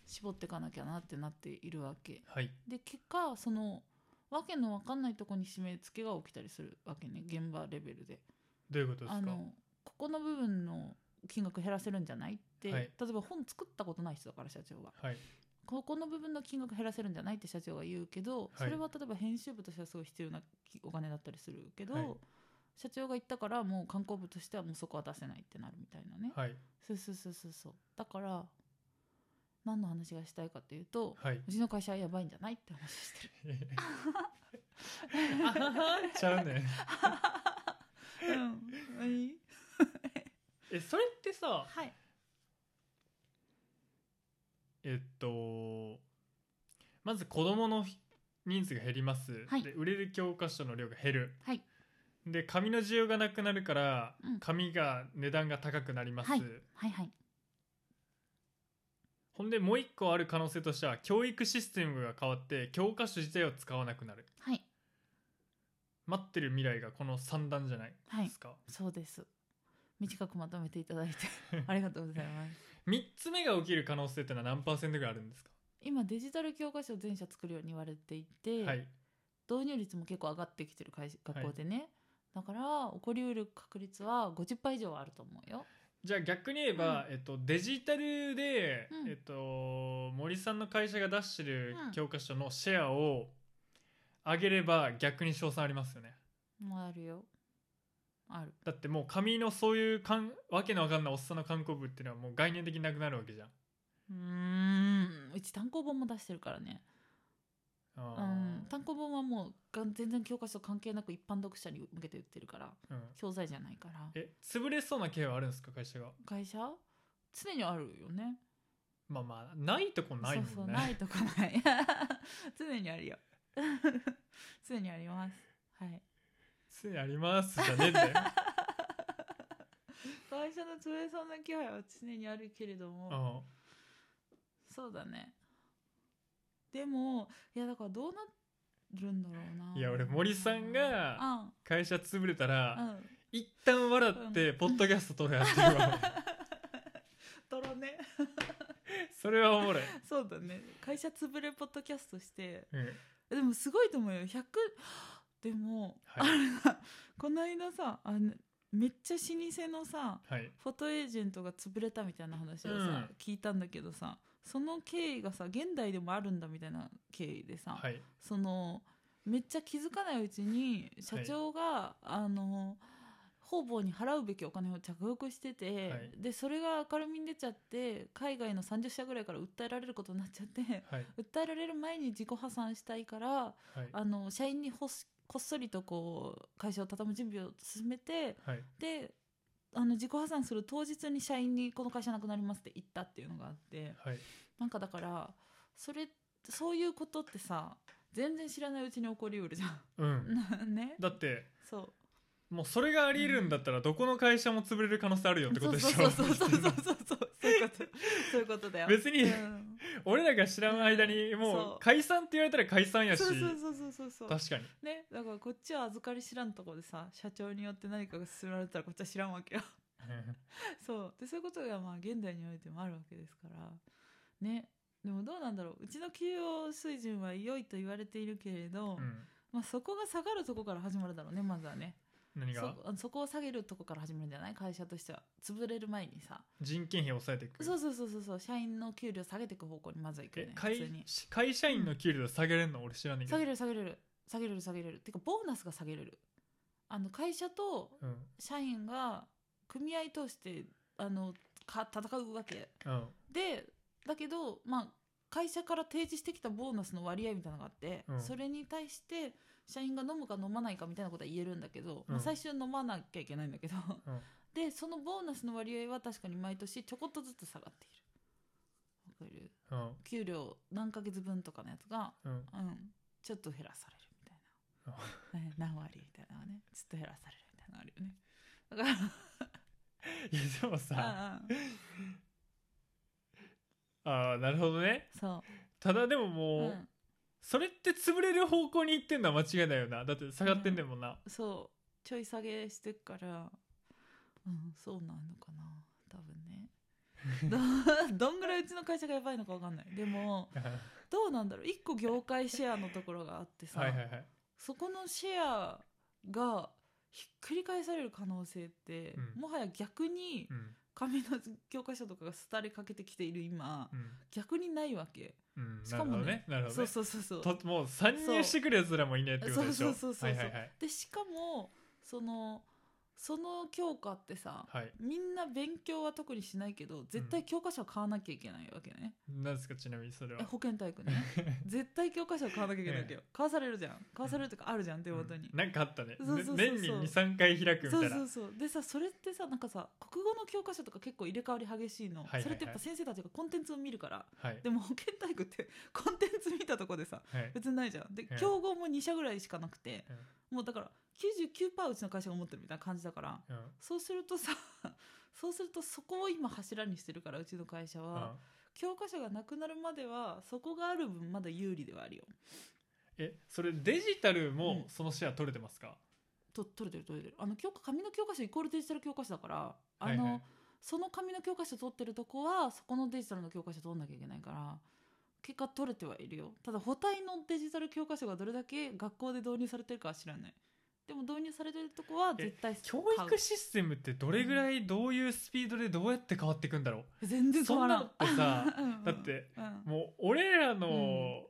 [SPEAKER 2] 絞っていかなきゃなってなっているわけ
[SPEAKER 1] はい
[SPEAKER 2] で結果そのわけのわかんないとこに締め付けが起きたりするわけね現場レベルで
[SPEAKER 1] どういうことで
[SPEAKER 2] あ
[SPEAKER 1] すか
[SPEAKER 2] のここの部分の金額減らせるんじゃないって、
[SPEAKER 1] はい
[SPEAKER 2] 例えば本作ったことない人だから社長は
[SPEAKER 1] はい
[SPEAKER 2] ここの部分の金額減らせるんじゃないって社長が言うけど、それは例えば編集部としてはすごい必要なきお金だったりするけど、
[SPEAKER 1] はい
[SPEAKER 2] 社長が言ったからもう観光部としてはもうそこは出せないってなるみたいなね、
[SPEAKER 1] はい
[SPEAKER 2] そうそうそうそうそうだから何の話がしたいかというと、
[SPEAKER 1] はいう
[SPEAKER 2] ちの会社はやばいんじゃないって話して
[SPEAKER 1] (laughs)
[SPEAKER 2] る
[SPEAKER 1] ちゃう
[SPEAKER 2] (laughs)
[SPEAKER 1] ね
[SPEAKER 2] うん何
[SPEAKER 1] えそれってさ
[SPEAKER 2] はい
[SPEAKER 1] えっとまず子どもの人数が減ります、
[SPEAKER 2] はい
[SPEAKER 1] で売れる教科書の量が減る
[SPEAKER 2] はい
[SPEAKER 1] で紙の需要がなくなるから、
[SPEAKER 2] うん
[SPEAKER 1] 紙が値段が高くなります、
[SPEAKER 2] はいはいはい
[SPEAKER 1] ほんでもう一個ある可能性としては教育システムが変わって教科書自体を使わなくなる
[SPEAKER 2] はい
[SPEAKER 1] 待ってる未来がこの三段じゃない
[SPEAKER 2] はい
[SPEAKER 1] ですか、
[SPEAKER 2] そうです短くまとめていた
[SPEAKER 1] (laughs)
[SPEAKER 2] だいてありがとうございます
[SPEAKER 1] 三つ目が起きる可能性ってのは何パーセントぐらいあるんですか、
[SPEAKER 2] 今デジタル教科書を全社作るように言われていて、
[SPEAKER 1] はい
[SPEAKER 2] 導入率も結構上がってきてる会社学校でね、だから起こりうる確率は50%以上はあると思うよ
[SPEAKER 1] じゃあ逆に言えば、えっと、デジタルで、
[SPEAKER 2] うん
[SPEAKER 1] えっと、森さんの会社が出してる
[SPEAKER 2] うん
[SPEAKER 1] 教科書のシェアを上げれば逆に賞賛ありますよね
[SPEAKER 2] もうあるよある
[SPEAKER 1] だってもう紙のそういうかんわけのわかんないおっさんの観光部っていうのはもう概念的になくなるわけじゃん
[SPEAKER 2] うーんうち単行本も出してるからね
[SPEAKER 1] あ
[SPEAKER 2] う
[SPEAKER 1] ー
[SPEAKER 2] ん、単行本はもうが全然教科書関係なく一般読者に向けて売ってるから
[SPEAKER 1] うん
[SPEAKER 2] 教材じゃないから
[SPEAKER 1] え潰れそうな経営はあるんですか会社が
[SPEAKER 2] 会社常にあるよね
[SPEAKER 1] まあまあないとこないもんね
[SPEAKER 2] そう
[SPEAKER 1] (laughs)
[SPEAKER 2] そうないとかない (laughs) 常にあるよ (laughs) 常にありますはい
[SPEAKER 1] 常にありますじゃねえん
[SPEAKER 2] (laughs)
[SPEAKER 1] だよ
[SPEAKER 2] 会社の潰れそうな気配は常にあるけれども、
[SPEAKER 1] うん
[SPEAKER 2] そうだねでもいやだからどうなるんだろうない
[SPEAKER 1] いや俺森さんが会社潰れた
[SPEAKER 2] うんう
[SPEAKER 1] ら
[SPEAKER 2] ん
[SPEAKER 1] 一旦笑ってポッドキャスト撮るやってるわ
[SPEAKER 2] (laughs) とろね
[SPEAKER 1] それはおもろい、
[SPEAKER 2] そうだね会社潰れポッドキャストして
[SPEAKER 1] うん
[SPEAKER 2] でもすごいと思うよ100でも、
[SPEAKER 1] はい
[SPEAKER 2] あれさこの間さあのめっちゃ老舗のさ
[SPEAKER 1] はい
[SPEAKER 2] フォトエージェントが潰れたみたいな話をさ、
[SPEAKER 1] うん
[SPEAKER 2] 聞いたんだけどさその経緯がさ現代でもあるんだみたいな経緯でさ、
[SPEAKER 1] はい
[SPEAKER 2] そのめっちゃ気づかないうちに社長が、あの方々に払うべきお金を着服してて、
[SPEAKER 1] はい
[SPEAKER 2] でそれが明るみに出ちゃって海外の30社ぐらいから訴えられることになっちゃって
[SPEAKER 1] (laughs) はい
[SPEAKER 2] 訴えられる前に自己破産したいから
[SPEAKER 1] はい
[SPEAKER 2] あの社員にほっこっそりとこう会社を畳む準備を進めて
[SPEAKER 1] はい
[SPEAKER 2] であの自己破産する当日に社員に「この会社なくなります」って言ったっていうのがあって
[SPEAKER 1] はい
[SPEAKER 2] なんかだからそれそういうことってさ全然知らないうちに起こりうるじゃ
[SPEAKER 1] うん
[SPEAKER 2] ん。 (laughs) ね
[SPEAKER 1] だって
[SPEAKER 2] そう
[SPEAKER 1] もうそれがあり得るんだったらどこの会社も潰れる可能性あるよってこ
[SPEAKER 2] そ
[SPEAKER 1] とで
[SPEAKER 2] う
[SPEAKER 1] しょ
[SPEAKER 2] そうそうそうそうそうそうそうそういうことそういうことだよ。
[SPEAKER 1] 別に
[SPEAKER 2] うん
[SPEAKER 1] 俺らが知らん間に
[SPEAKER 2] そ
[SPEAKER 1] もう
[SPEAKER 2] う
[SPEAKER 1] 解散って言われたら解散やし
[SPEAKER 2] そうそうそうそうそうそう
[SPEAKER 1] 確かに
[SPEAKER 2] ねだからこっちは預かり知らんとこでさ社長によって何かが進められたらこっちは知らんわけよ。そうでそういうことがまあ現代においてもあるわけですからねでもどうなんだろううちの給与水準は良いと言われているけれ
[SPEAKER 1] う
[SPEAKER 2] ど、
[SPEAKER 1] ん
[SPEAKER 2] まあ、そこが下がるとこから始まるだろうねまずはね
[SPEAKER 1] 何
[SPEAKER 2] そ
[SPEAKER 1] が
[SPEAKER 2] あそこを下げるとこから始まるんじゃない会社としては潰れる前にさ
[SPEAKER 1] 人件費を抑えていく
[SPEAKER 2] そうそうそうそうそう社員の給料下げていく方向にまずはいくよ
[SPEAKER 1] え
[SPEAKER 2] ね普
[SPEAKER 1] 会
[SPEAKER 2] 通に
[SPEAKER 1] 会社員の給料下げれるの俺知らないけ
[SPEAKER 2] 下
[SPEAKER 1] ど
[SPEAKER 2] げれる下げれる下げれる下げれるてかボーナスが下げれるあの会社と
[SPEAKER 1] うん
[SPEAKER 2] 社員が組合通してあのか戦うわけ
[SPEAKER 1] うん
[SPEAKER 2] でだけど、まあ、会社から提示してきたボーナスの割合みたいなのがあって、
[SPEAKER 1] うん
[SPEAKER 2] それに対して社員が飲むか飲まないかみたいなことは言えるんだけど、ま
[SPEAKER 1] う
[SPEAKER 2] あ、
[SPEAKER 1] ん
[SPEAKER 2] 最終飲まなきゃいけないんだけど、
[SPEAKER 1] うん
[SPEAKER 2] でそのボーナスの割合は確かに毎年ちょこっとずつ下がっているわかる
[SPEAKER 1] うん
[SPEAKER 2] 給料何ヶ月分とかのやつが、
[SPEAKER 1] うん
[SPEAKER 2] うん、ちょっと減らされるみたいな、ね何割みたいなのがねちょっと減らされるみたいなのがあるよねだから
[SPEAKER 1] いやでも (laughs) さ
[SPEAKER 2] うんうん
[SPEAKER 1] ああなるほどね
[SPEAKER 2] そ
[SPEAKER 1] ただでも
[SPEAKER 2] う、う
[SPEAKER 1] もうんそれって潰れる方向に行ってんのは間違いだよなだって下がってんねんもんな
[SPEAKER 2] そうちょい下げしてっからうんそうなのかな多
[SPEAKER 1] (laughs)
[SPEAKER 2] 分ねどどんぐらいうちの会社がやばいのか分かんないでも
[SPEAKER 1] は
[SPEAKER 2] どうなんだろう1個業界シェアのところがあってさ、
[SPEAKER 1] いはいはい
[SPEAKER 2] そこのシェアがひっくり返される可能性って、
[SPEAKER 1] うん
[SPEAKER 2] もはや逆に
[SPEAKER 1] うん
[SPEAKER 2] 紙の教科書とかが廃れかけてきている今、
[SPEAKER 1] うん
[SPEAKER 2] 逆にないわけ、
[SPEAKER 1] うん
[SPEAKER 2] し
[SPEAKER 1] なる
[SPEAKER 2] か
[SPEAKER 1] ほど
[SPEAKER 2] も
[SPEAKER 1] ね
[SPEAKER 2] ね
[SPEAKER 1] なるほど
[SPEAKER 2] そう
[SPEAKER 1] ね
[SPEAKER 2] そうそうそう
[SPEAKER 1] ともう参入してくるやつらもいないってことでしょ
[SPEAKER 2] そうそうそうそうそう
[SPEAKER 1] はいはいはい
[SPEAKER 2] でしかもそのその教科ってさ、
[SPEAKER 1] はい
[SPEAKER 2] みんな勉強は特にしないけど絶対教科書は買わなきゃいけないわけね、
[SPEAKER 1] なんですかちなみにそれは
[SPEAKER 2] え保健体
[SPEAKER 1] (laughs)
[SPEAKER 2] 育ね絶対教科書は買わなきゃいけないわけよ、買わされるじゃん買わされるとかあるじゃん手元に、
[SPEAKER 1] うんなんかあったねね
[SPEAKER 2] そうそうそうそう
[SPEAKER 1] 年に23回開くみた
[SPEAKER 2] そ
[SPEAKER 1] いうな
[SPEAKER 2] そうそうでさそれってさなんかさ国語の教科書とか結構入れ替わり激しいの、
[SPEAKER 1] はいはいはい
[SPEAKER 2] それってやっぱ先生たちがコンテンツを見るから
[SPEAKER 1] はい
[SPEAKER 2] でも保健体育って (laughs) コンテンツ見たとこでさ
[SPEAKER 1] はい
[SPEAKER 2] 別にないじゃんで
[SPEAKER 1] ええ
[SPEAKER 2] 競合も2社ぐらいしかなくて、もうだから99%うちの会社が持ってるみたいな感じだから
[SPEAKER 1] うん
[SPEAKER 2] そうするとさ (laughs) そうするとそこを今柱にしてるからうちの会社は、
[SPEAKER 1] うん
[SPEAKER 2] 教科書がなくなるまではそこがある分まだ有利ではあるよ
[SPEAKER 1] えそれデジタルも
[SPEAKER 2] うん
[SPEAKER 1] そのシェア取れてますか
[SPEAKER 2] と取れてる取れてるあの教科紙の教科書イコールデジタル教科書だからあ
[SPEAKER 1] はい
[SPEAKER 2] の、
[SPEAKER 1] はい
[SPEAKER 2] その紙の教科書取ってるとこはそこのデジタルの教科書取んなきゃいけないから結果取れてはいるよただ補体のデジタル教科書がどれだけ学校で導入されてるかは知らないでも導入されてるとこは
[SPEAKER 1] え
[SPEAKER 2] 絶対
[SPEAKER 1] 教
[SPEAKER 2] 買う
[SPEAKER 1] 育システムってどれぐらいどういうスピードでどうやって変わっていくんだろ
[SPEAKER 2] 全然
[SPEAKER 1] う
[SPEAKER 2] 変
[SPEAKER 1] そ
[SPEAKER 2] わ
[SPEAKER 1] ん
[SPEAKER 2] (laughs) ら
[SPEAKER 1] なんのってさ
[SPEAKER 2] うんうん
[SPEAKER 1] だって
[SPEAKER 2] うん
[SPEAKER 1] もう俺らの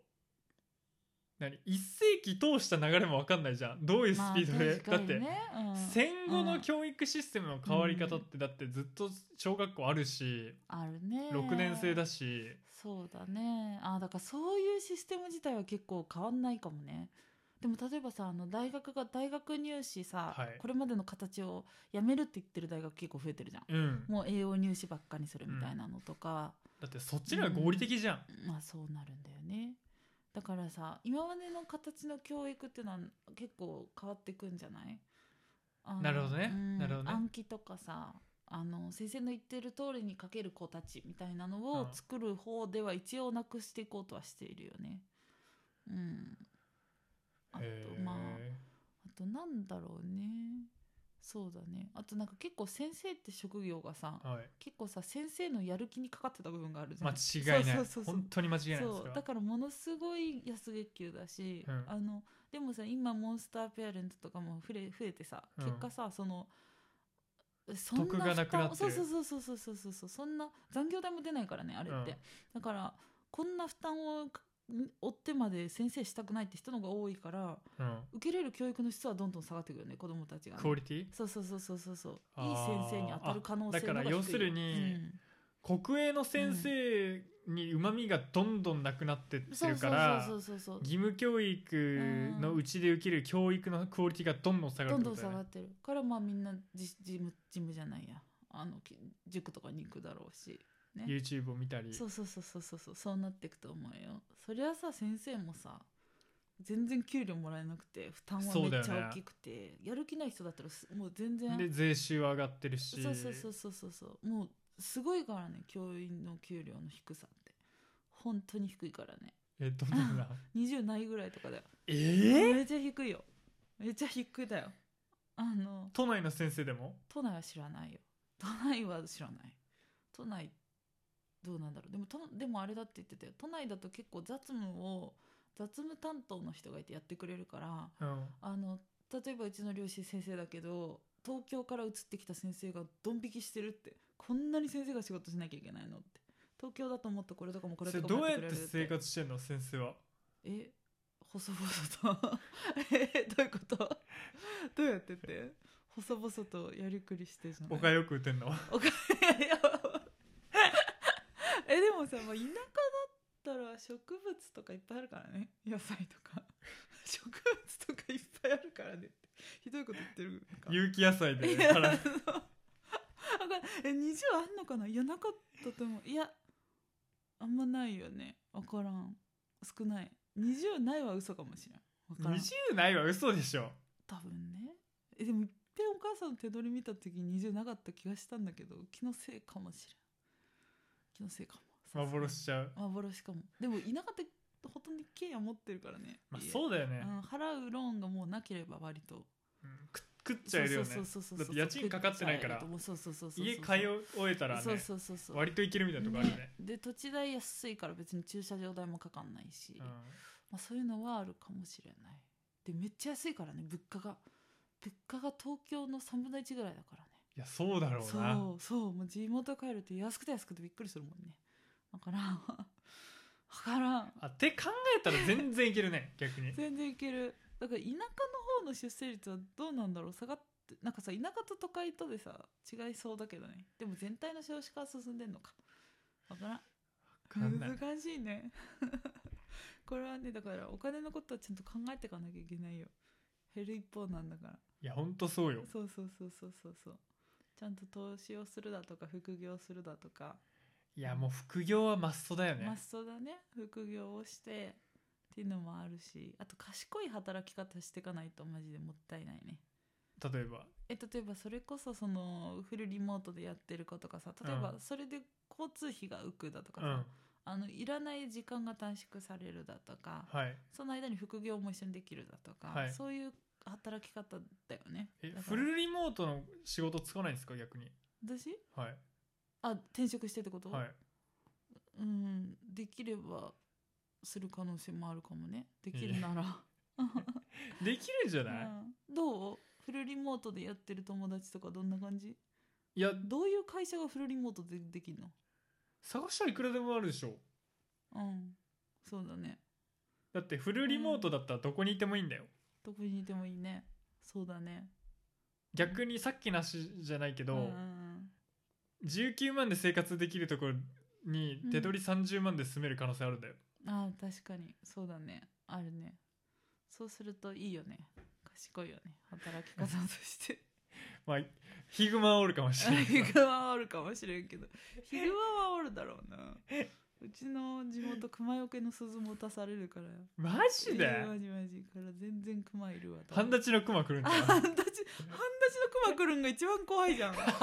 [SPEAKER 1] 何一世紀通した流れも分かんないじゃんどういうスピードで、
[SPEAKER 2] ま
[SPEAKER 1] だ
[SPEAKER 2] あ
[SPEAKER 1] っ
[SPEAKER 2] 確か
[SPEAKER 1] て
[SPEAKER 2] にねうん
[SPEAKER 1] 戦後
[SPEAKER 2] う
[SPEAKER 1] の
[SPEAKER 2] ん
[SPEAKER 1] 教育システムの変わり方ってだってずっと小学校あるし、
[SPEAKER 2] あるね
[SPEAKER 1] 6年生だし
[SPEAKER 2] そうだねあだからそういうシステム自体は結構変わんないかもねでも例えばさあの大学が大学入試さ、
[SPEAKER 1] はい
[SPEAKER 2] これまでの形をやめるって言ってる大学結構増えてるじゃん
[SPEAKER 1] うん
[SPEAKER 2] もう栄養入試ばっかにするみたいなのとか、
[SPEAKER 1] だってそっちの方が合理的じゃん、
[SPEAKER 2] まあそうなるんだよねだからさ今までの形の教育っていうのは結構変わってくんじゃないあの
[SPEAKER 1] なるほどね
[SPEAKER 2] うん
[SPEAKER 1] なるほどね
[SPEAKER 2] 暗記とかさあの先生の言ってる通りに書ける子たちみたいなの
[SPEAKER 1] う
[SPEAKER 2] を
[SPEAKER 1] ん
[SPEAKER 2] 作る方では一応なくしていこうとはしているよねうんあと
[SPEAKER 1] へー
[SPEAKER 2] まああとなんだろうねそうだねあとなんか結構先生って職業がさ
[SPEAKER 1] はい、
[SPEAKER 2] 結構さ先生のやる気にかかってた部分があるじゃん
[SPEAKER 1] 間違いない
[SPEAKER 2] そうそうそうそう
[SPEAKER 1] 本当に間違いないです
[SPEAKER 2] そうだからものすごい安月給だし、
[SPEAKER 1] うん
[SPEAKER 2] あのでもさ今モンスターペアレントとかも増え増えてさ、
[SPEAKER 1] うん
[SPEAKER 2] 結果さそのそんな
[SPEAKER 1] 得がなくなってる
[SPEAKER 2] 負担そうそうそうそうそうそうそうそんな残業代も出ないからねあれって、
[SPEAKER 1] うん
[SPEAKER 2] だからこんな負担をか負ってまで先生したくないって人の方が多いから
[SPEAKER 1] うん、
[SPEAKER 2] 受けれる教育の質はどんどん下がってくるよね子供たちがね、
[SPEAKER 1] クオリティ
[SPEAKER 2] そうそうそうそうそうそう
[SPEAKER 1] あー
[SPEAKER 2] いい先生に当たる可能性の方が低い
[SPEAKER 1] あだから要するに国営の先生にうまみがどんどんなくなってっ
[SPEAKER 2] うん、
[SPEAKER 1] て
[SPEAKER 2] そう
[SPEAKER 1] る
[SPEAKER 2] そ
[SPEAKER 1] か
[SPEAKER 2] う
[SPEAKER 1] ら、
[SPEAKER 2] そうそうそうそう
[SPEAKER 1] 義務教育のうちで受ける教育のクオリティがどんどん下がる
[SPEAKER 2] ど
[SPEAKER 1] って
[SPEAKER 2] んど
[SPEAKER 1] こ
[SPEAKER 2] ん
[SPEAKER 1] と
[SPEAKER 2] 下
[SPEAKER 1] だよ
[SPEAKER 2] が
[SPEAKER 1] ね
[SPEAKER 2] ってるからまあみんなジジムジムじゃないやあのき塾とかに行くだろうし
[SPEAKER 1] YouTube を見たり
[SPEAKER 2] そうそうそうそうそうそうそうなっていくと思うよそりゃさ先生もさ全然給料もらえなくて負担は
[SPEAKER 1] そ
[SPEAKER 2] め
[SPEAKER 1] うだ
[SPEAKER 2] っ
[SPEAKER 1] よ
[SPEAKER 2] ち
[SPEAKER 1] ね
[SPEAKER 2] ゃ大きくて、やる気ない人だったらすもう全然
[SPEAKER 1] で税収は上がってるし
[SPEAKER 2] そうそうそうそうそうそうもうすごいからね教員の給料の低さって本当に低いからね
[SPEAKER 1] えどんど
[SPEAKER 2] (laughs)
[SPEAKER 1] んな
[SPEAKER 2] 20ないぐらいとかだよ
[SPEAKER 1] え
[SPEAKER 2] めっちゃ低いよめっちゃ低いだよあの
[SPEAKER 1] 都内の先生でも
[SPEAKER 2] 都内は知らないよ都内は知らない都内どうなんだろうでもとでもあれだって言ってたよ都内だと結構雑務を雑務担当の人がいてやってくれるから
[SPEAKER 1] うん
[SPEAKER 2] あの例えばうちの両親先生だけど東京から移ってきた先生がドン引きしてるってこんなに先生が仕事しなきゃいけないのって東京だともっとこれとかもこれ
[SPEAKER 1] それ
[SPEAKER 2] とか
[SPEAKER 1] どう
[SPEAKER 2] もや
[SPEAKER 1] や
[SPEAKER 2] っ
[SPEAKER 1] って
[SPEAKER 2] くれ
[SPEAKER 1] て
[SPEAKER 2] る
[SPEAKER 1] 生活してんの先生は
[SPEAKER 2] え細々と (laughs) えどういうことどうやってって細々とやりくりしてじゃな
[SPEAKER 1] お
[SPEAKER 2] い
[SPEAKER 1] かよく打てんの
[SPEAKER 2] お金やば (laughs) えでもさ、まあ、田舎だったら植物とかいっぱいあるからね野菜とか (laughs) 植物とかいっぱいあるからねってひどいこと言ってるか
[SPEAKER 1] (laughs) 有機野菜
[SPEAKER 2] (laughs)
[SPEAKER 1] で
[SPEAKER 2] いやあの
[SPEAKER 1] 払 (laughs) う
[SPEAKER 2] わかんないえ20あんのかないやなかったと思ういやあんまないよね分からん少ない20ないは嘘かもしれん分からん
[SPEAKER 1] 20ないは嘘でしょ
[SPEAKER 2] 多分ねえでもいっぺんお母さんの手取り見た時20なかった気がしたんだけど気のせいかもしれん気のせいかもさすがに
[SPEAKER 1] 幻しちゃう
[SPEAKER 2] 幻かもでも田舎ってほとんど一軒家持ってるからね、
[SPEAKER 1] まあ
[SPEAKER 2] 家
[SPEAKER 1] そうだよ
[SPEAKER 2] う
[SPEAKER 1] ね
[SPEAKER 2] ん、払うローンがもうなければ割と
[SPEAKER 1] うんく食っちゃえるよね
[SPEAKER 2] そうそうそうそう
[SPEAKER 1] だって家賃かかってないから
[SPEAKER 2] 食ちゃえると思うそうそうそうそう
[SPEAKER 1] 家買い終えたら
[SPEAKER 2] そう
[SPEAKER 1] ね
[SPEAKER 2] そうそうそう
[SPEAKER 1] 割といけるみたいなとこあるよね
[SPEAKER 2] ねで土地代安いから別に駐車場代もかかんないし、
[SPEAKER 1] うん
[SPEAKER 2] まあ、そういうのはあるかもしれないでめっちゃ安いからね物価が物価が東京の3分の1ぐらいだからね
[SPEAKER 1] いやそうだろうな
[SPEAKER 2] そうそうもう地元帰ると安くて安くてびっくりするもんねだから (laughs) わからん
[SPEAKER 1] あって考えたら全然いける
[SPEAKER 2] (laughs)
[SPEAKER 1] ね逆に
[SPEAKER 2] 全然いけるだから田舎の方の出生率はどうなんだろう下がってなんかさ田舎と都会とでさ違いそうだけどねでも全体の少子化は進んでんのかわからん
[SPEAKER 1] かんない
[SPEAKER 2] 難しいね (laughs) これはねだからお金のことはちゃんと考えていかなきゃいけないよ減る一方なんだから
[SPEAKER 1] いやほんとそうよ
[SPEAKER 2] そうそうそうそうそうそうちゃんと投資をするだとか副業するだとか、
[SPEAKER 1] いやもう副業はマストだよ
[SPEAKER 2] マ
[SPEAKER 1] ね
[SPEAKER 2] ストだね副業をしてっていうのもあるしあと賢い働き方していかないとマジでもったいないね
[SPEAKER 1] 例えば
[SPEAKER 2] え例えばそれこそそのフルリモートでやってる子とかさ例えば
[SPEAKER 1] うん
[SPEAKER 2] それで交通費が浮くだとか
[SPEAKER 1] う
[SPEAKER 2] さ、
[SPEAKER 1] ん
[SPEAKER 2] あのいらない時間が短縮されるだとか、
[SPEAKER 1] はい
[SPEAKER 2] その間に副業も一緒にできるだとか、
[SPEAKER 1] はい
[SPEAKER 2] そういう働き方だよね。
[SPEAKER 1] え
[SPEAKER 2] だか
[SPEAKER 1] フ
[SPEAKER 2] ら
[SPEAKER 1] ルリモートの仕事つかないんですか逆に
[SPEAKER 2] 私
[SPEAKER 1] はい
[SPEAKER 2] あ転職してってこと、
[SPEAKER 1] はい
[SPEAKER 2] うんできればする可能性もあるかもねできるなら、
[SPEAKER 1] できるんじゃない、
[SPEAKER 2] (laughs) うんどうフルリモートでやってる友達とかどんな感じ
[SPEAKER 1] いや
[SPEAKER 2] どういう会社がフルリモートでできるの
[SPEAKER 1] 探したらいくらでもあるでしょ
[SPEAKER 2] うんそうだね
[SPEAKER 1] だってフルリモートだったらどこにいてもいいんだよ、
[SPEAKER 2] どこにいてもいいねそうだね
[SPEAKER 1] 逆にさっきなしじゃないけど、
[SPEAKER 2] うんうん
[SPEAKER 1] 19万で生活できるところに手取り30万で住める可能性あるんだよ、
[SPEAKER 2] うんあー確かにそうだねあるねそうするといいよね賢いよね働き方として
[SPEAKER 1] まあヒグマはおるかもしれ
[SPEAKER 2] (laughs)
[SPEAKER 1] ないけ
[SPEAKER 2] ヒ
[SPEAKER 1] ど
[SPEAKER 2] グマはおるかもしれんけどヒグマはおるだろうなうちの地元熊よけの鈴持たされるから
[SPEAKER 1] マジで
[SPEAKER 2] マジマジから全然クマいるわ
[SPEAKER 1] 半
[SPEAKER 2] ち
[SPEAKER 1] 立ちのクマ来るん (laughs)
[SPEAKER 2] あ
[SPEAKER 1] だ
[SPEAKER 2] 半立ち半立ちのクマ来るんが一番怖いじゃん (laughs) 半立